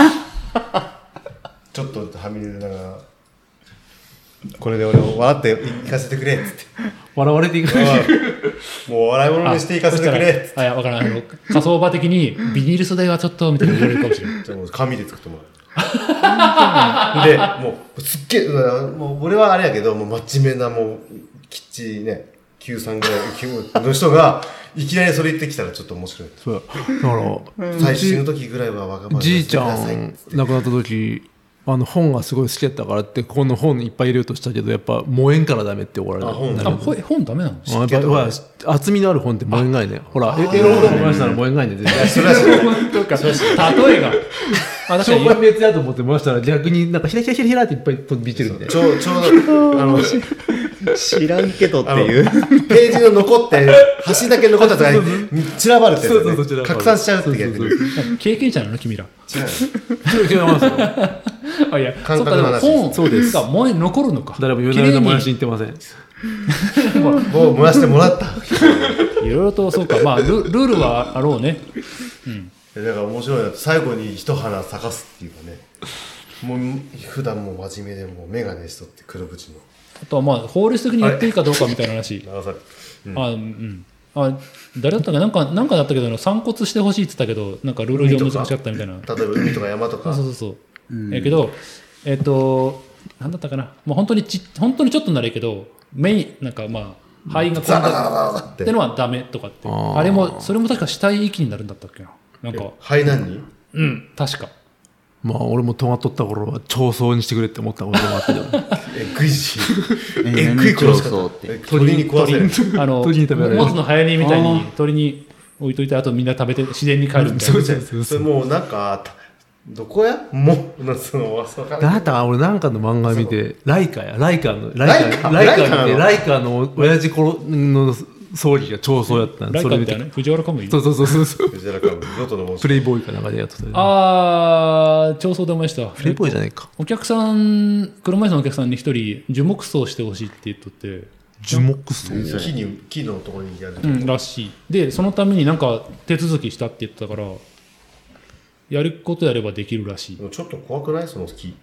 [SPEAKER 4] ちょっとはみ出ながらこれで俺を笑って行かせてくれっつって
[SPEAKER 2] 笑われていく
[SPEAKER 4] うんもう笑い物にして行かせてくれっつっ
[SPEAKER 1] そしたらあいや、わからん。あの、仮想場的に、ビニール袖はちょっと、みたいな言われるかも しれない。
[SPEAKER 4] てもう紙で作ってもらうでもうすっげえうんもう俺はあれやけどもう真面目なもうきっちりね93ぐらい9の人がいきなりそれ言ってきたらちょっと面白い
[SPEAKER 2] そうだから
[SPEAKER 4] 最終の時ぐらいはわがまま
[SPEAKER 2] じいちゃ
[SPEAKER 4] してくださいっ
[SPEAKER 2] ん
[SPEAKER 4] つって
[SPEAKER 2] 亡くなった時あの本がすごい好きやったからってこの本いっぱい入れようとしたけどやっぱ燃えんからダメって怒られた
[SPEAKER 4] あ本
[SPEAKER 1] あ、ほ本ダメなの
[SPEAKER 2] あやっぱほら厚みのある本って燃えんがいねほらエエロ本燃やしたら燃えんがいね全然
[SPEAKER 4] それはそ
[SPEAKER 1] と
[SPEAKER 4] う
[SPEAKER 1] か、例えが。あ、確か
[SPEAKER 2] 商
[SPEAKER 1] に
[SPEAKER 2] 売別やと思って燃やしたら逆になんかひらひらひらひらっていっぱい飛び散るみたいな
[SPEAKER 4] ちょうちょうどあの
[SPEAKER 3] 知らんけどって
[SPEAKER 4] あの
[SPEAKER 3] いう。
[SPEAKER 4] ページの残って端だけ残ったやつがね散らばるってやつ
[SPEAKER 2] そうそうそう
[SPEAKER 4] だ
[SPEAKER 2] 散ら
[SPEAKER 4] ね
[SPEAKER 2] ばる
[SPEAKER 4] 拡散しちゃうってやつね
[SPEAKER 1] 経験者なの君ら。
[SPEAKER 2] 違いますよ
[SPEAKER 1] あ、いや、
[SPEAKER 4] 感
[SPEAKER 1] そっ
[SPEAKER 4] 覚
[SPEAKER 1] か、
[SPEAKER 4] の
[SPEAKER 1] でも
[SPEAKER 4] 話
[SPEAKER 1] 本が燃え残るのか。
[SPEAKER 2] 誰も夜な
[SPEAKER 1] 綺
[SPEAKER 2] 夜
[SPEAKER 1] 麗
[SPEAKER 2] な
[SPEAKER 1] に
[SPEAKER 2] 燃やしに行ってません
[SPEAKER 4] もう燃やしてもらった
[SPEAKER 1] いろいろと、そうか、まあ、ルルールはあろうね。
[SPEAKER 4] だから面白いな最後に一花咲かすっていうかねもう普段もう真面目でもう眼鏡しとって黒縁の
[SPEAKER 1] あとは、まあ、法律的に言っていいかどうかみたいな話。
[SPEAKER 4] 長さ
[SPEAKER 1] あ、うん。あ誰だったっけなんかなんかだったけど散骨してほしいって言ったけどなんかルール上難しかったみたいな
[SPEAKER 4] 例えば海とか山と
[SPEAKER 1] そう
[SPEAKER 4] か
[SPEAKER 1] そうそうそう、えけどえっ、となんだったかなもう本当にち本当にちょっとならいいけどメインなんかまあ肺がこん
[SPEAKER 4] ザラザラ
[SPEAKER 1] な
[SPEAKER 4] ザラっ
[SPEAKER 1] っててのはダメとかって
[SPEAKER 2] あ
[SPEAKER 1] あ
[SPEAKER 2] ー
[SPEAKER 1] れもそれも確か死体遺棄になるんだったっけななんか
[SPEAKER 4] 肺何に
[SPEAKER 1] うん確か
[SPEAKER 2] まあ俺も戸がっとった頃は長僧にしてくれって思ったこともあったけど
[SPEAKER 4] えぐいしえ
[SPEAKER 3] え
[SPEAKER 4] ぐい殺し
[SPEAKER 3] 何
[SPEAKER 4] 方
[SPEAKER 3] を殺そうって
[SPEAKER 4] え鳥に食わせる
[SPEAKER 1] あのモ
[SPEAKER 2] 鳥に食べられる
[SPEAKER 1] ツの流行りみたい
[SPEAKER 3] あ
[SPEAKER 1] に
[SPEAKER 3] ー
[SPEAKER 1] 鳥に置いといてあとみんな食べて自然に帰るみたいな
[SPEAKER 2] そうそう
[SPEAKER 4] そ
[SPEAKER 2] そ
[SPEAKER 4] れ
[SPEAKER 2] う
[SPEAKER 4] もうなんかたどこやもうなそのわかんない
[SPEAKER 2] だったかな俺なんかの漫画見てライカやライカの
[SPEAKER 4] ライカ
[SPEAKER 2] ライカ
[SPEAKER 4] ライカな
[SPEAKER 2] 見
[SPEAKER 4] の
[SPEAKER 2] てライカの親父頃の葬儀が長僧やったん
[SPEAKER 1] ライ
[SPEAKER 2] そ
[SPEAKER 1] カ
[SPEAKER 2] れ
[SPEAKER 1] っ
[SPEAKER 2] 見
[SPEAKER 1] てあ
[SPEAKER 2] て
[SPEAKER 1] れ藤原かもいい
[SPEAKER 2] そうそうそうそうそう
[SPEAKER 4] 藤原か能登の紋章
[SPEAKER 2] プレイボーイかなんかでやってたよね
[SPEAKER 1] ああ調査で思いました
[SPEAKER 2] プレイボーイじゃないか
[SPEAKER 1] お客さん車椅子のお客さんに一人樹木葬してほしいって言っとって
[SPEAKER 2] 樹木葬
[SPEAKER 4] 木に木のところにやる
[SPEAKER 1] うん、らしいでそのためになんか手続きしたって言ってたからやることやればできるらしい
[SPEAKER 4] でもちょっと怖くないその木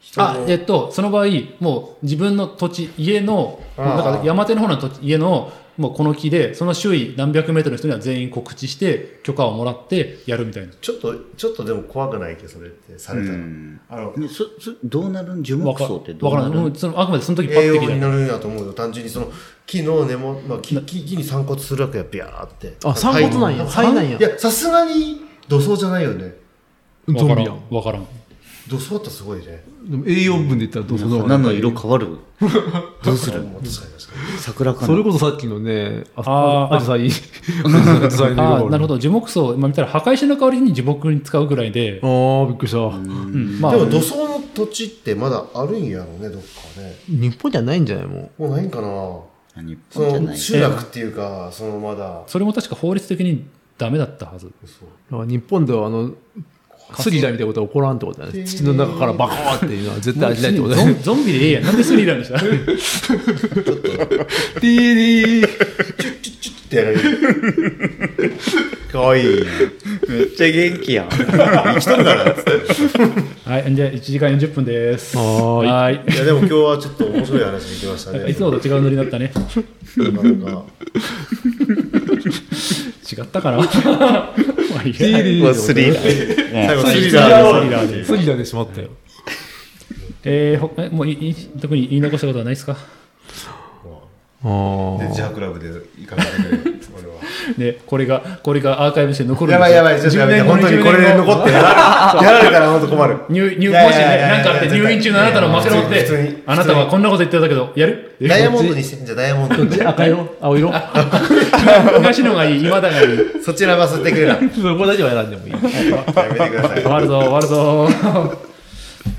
[SPEAKER 4] 人の
[SPEAKER 1] あえっとその場合もう自分の土地家の
[SPEAKER 4] あー
[SPEAKER 1] だから山手の方の土地家のもうこの木でその周囲何百メートルの人には全員告知して許可をもらってやるみたいな
[SPEAKER 4] ちょっとちょっとでも怖くないけどそれってされたら
[SPEAKER 3] うん
[SPEAKER 4] あの
[SPEAKER 3] ねそそどうなるん樹
[SPEAKER 1] わ
[SPEAKER 3] 木
[SPEAKER 1] か
[SPEAKER 3] 葬ってどう
[SPEAKER 1] わ
[SPEAKER 3] な
[SPEAKER 1] から
[SPEAKER 3] る
[SPEAKER 1] ない、うん、そのあくまでその時パ
[SPEAKER 4] 栄
[SPEAKER 1] ッて
[SPEAKER 4] 養
[SPEAKER 1] きた
[SPEAKER 4] になるんやと思うよ単純にその木の根も、まあ、木木木に散骨するわけやビャーって
[SPEAKER 2] あ散骨なんや
[SPEAKER 4] 灰
[SPEAKER 2] 灰なんや
[SPEAKER 4] いやさすがに土葬じゃないよね
[SPEAKER 2] ゾ
[SPEAKER 1] わ
[SPEAKER 2] ン
[SPEAKER 1] から
[SPEAKER 2] ビ
[SPEAKER 1] ん
[SPEAKER 2] やん
[SPEAKER 1] わからん
[SPEAKER 4] 土葬だったらすごいね
[SPEAKER 2] でも栄養分で言ったらどうする
[SPEAKER 3] なんか何の色変わる
[SPEAKER 4] どうするもう確かに確かに
[SPEAKER 3] 桜かな
[SPEAKER 2] それこそさっきのね、
[SPEAKER 1] あー
[SPEAKER 2] あアジサイ、アジサイの
[SPEAKER 1] あ
[SPEAKER 2] 色
[SPEAKER 1] ーなるほど樹木葬、まあ、見たら墓石の代わりに樹木に使うぐらいで、
[SPEAKER 2] ど。ああ、びっくりした。
[SPEAKER 1] うんまあ
[SPEAKER 4] でも土葬の土地ってまだあるんやろうねどっかね
[SPEAKER 2] 日本じゃないんじゃないも
[SPEAKER 4] もうないんかな
[SPEAKER 3] あ日
[SPEAKER 4] そ
[SPEAKER 3] 本じゃ
[SPEAKER 4] の
[SPEAKER 3] ない
[SPEAKER 4] 集落っていうかそのまだ
[SPEAKER 1] それも確か法律的にダメだったはず
[SPEAKER 4] そう
[SPEAKER 2] う。だから日本では、あの、スリラーみたいなことは起こらんってことだね。土の中からバコーっていうのは絶対ありないってことだ
[SPEAKER 1] ゾ
[SPEAKER 2] ね。
[SPEAKER 1] ンゾンビでええやん。なんでスリラーでした
[SPEAKER 2] ティーリー
[SPEAKER 4] チュッチュッってやられる かわいい
[SPEAKER 3] めっちゃ元気やん
[SPEAKER 1] はい。じゃあ、1時間40分です。
[SPEAKER 2] はーい
[SPEAKER 1] はー
[SPEAKER 4] いやでも今日はちょっと面白い話できましたね
[SPEAKER 1] い。いつもと違うノリだったね。
[SPEAKER 4] なかなか
[SPEAKER 1] 違った かなまあいいや
[SPEAKER 3] もうスリラ
[SPEAKER 4] 最
[SPEAKER 3] ー
[SPEAKER 4] 後
[SPEAKER 3] ね
[SPEAKER 4] スリ
[SPEAKER 1] スリ
[SPEAKER 4] ラ
[SPEAKER 1] ラー
[SPEAKER 4] ーで
[SPEAKER 2] スリラーでしまったよ。
[SPEAKER 1] えーほえもういいいい特に言い残したことはないですか
[SPEAKER 2] あ
[SPEAKER 4] で
[SPEAKER 2] あ。
[SPEAKER 4] 自ハクラブで行かないで俺は
[SPEAKER 1] で、これが、これがアーカイブして残るんで
[SPEAKER 4] や
[SPEAKER 1] すよ
[SPEAKER 4] ばいやばいちょっとやめて
[SPEAKER 1] 10年後
[SPEAKER 4] 本当にこれで残ってやらやられたら本当困る
[SPEAKER 1] 入入
[SPEAKER 4] い
[SPEAKER 1] も
[SPEAKER 4] やい
[SPEAKER 1] し
[SPEAKER 4] やい
[SPEAKER 1] ね、
[SPEAKER 4] や
[SPEAKER 1] なんかあって
[SPEAKER 4] いやいや
[SPEAKER 1] 入院中のあなたのマクロっ
[SPEAKER 4] 普通に普
[SPEAKER 1] て
[SPEAKER 4] 通に、
[SPEAKER 1] あなたはこんなこと言ってたけど、やる
[SPEAKER 4] ダイヤモンドにしてんじゃんダイヤモンドに
[SPEAKER 2] 赤色青色
[SPEAKER 1] 昔のがいい、今だがいい。
[SPEAKER 4] そちらば吸ってくれなやめて
[SPEAKER 2] そこだけは選んでもいい。
[SPEAKER 4] ください
[SPEAKER 1] 終わるぞ終わるぞ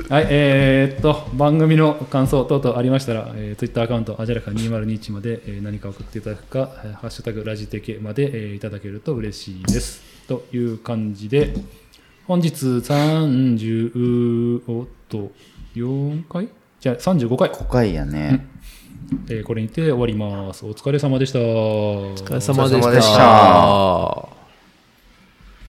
[SPEAKER 1] はいえーっと番組の感想等々ありましたら、えー、Twitter アカウントアジャラカ2021まで、えー何か送っていただくか「えーハッシュタグラジテケ」まで、えーいただけると嬉しいですという感じで本日30おっと4回じゃあ35回、
[SPEAKER 3] 5回やね
[SPEAKER 1] えーこれにて終わりますお疲れ様でしたお疲
[SPEAKER 2] お疲れ様で
[SPEAKER 4] お疲
[SPEAKER 2] し。
[SPEAKER 4] れ様でした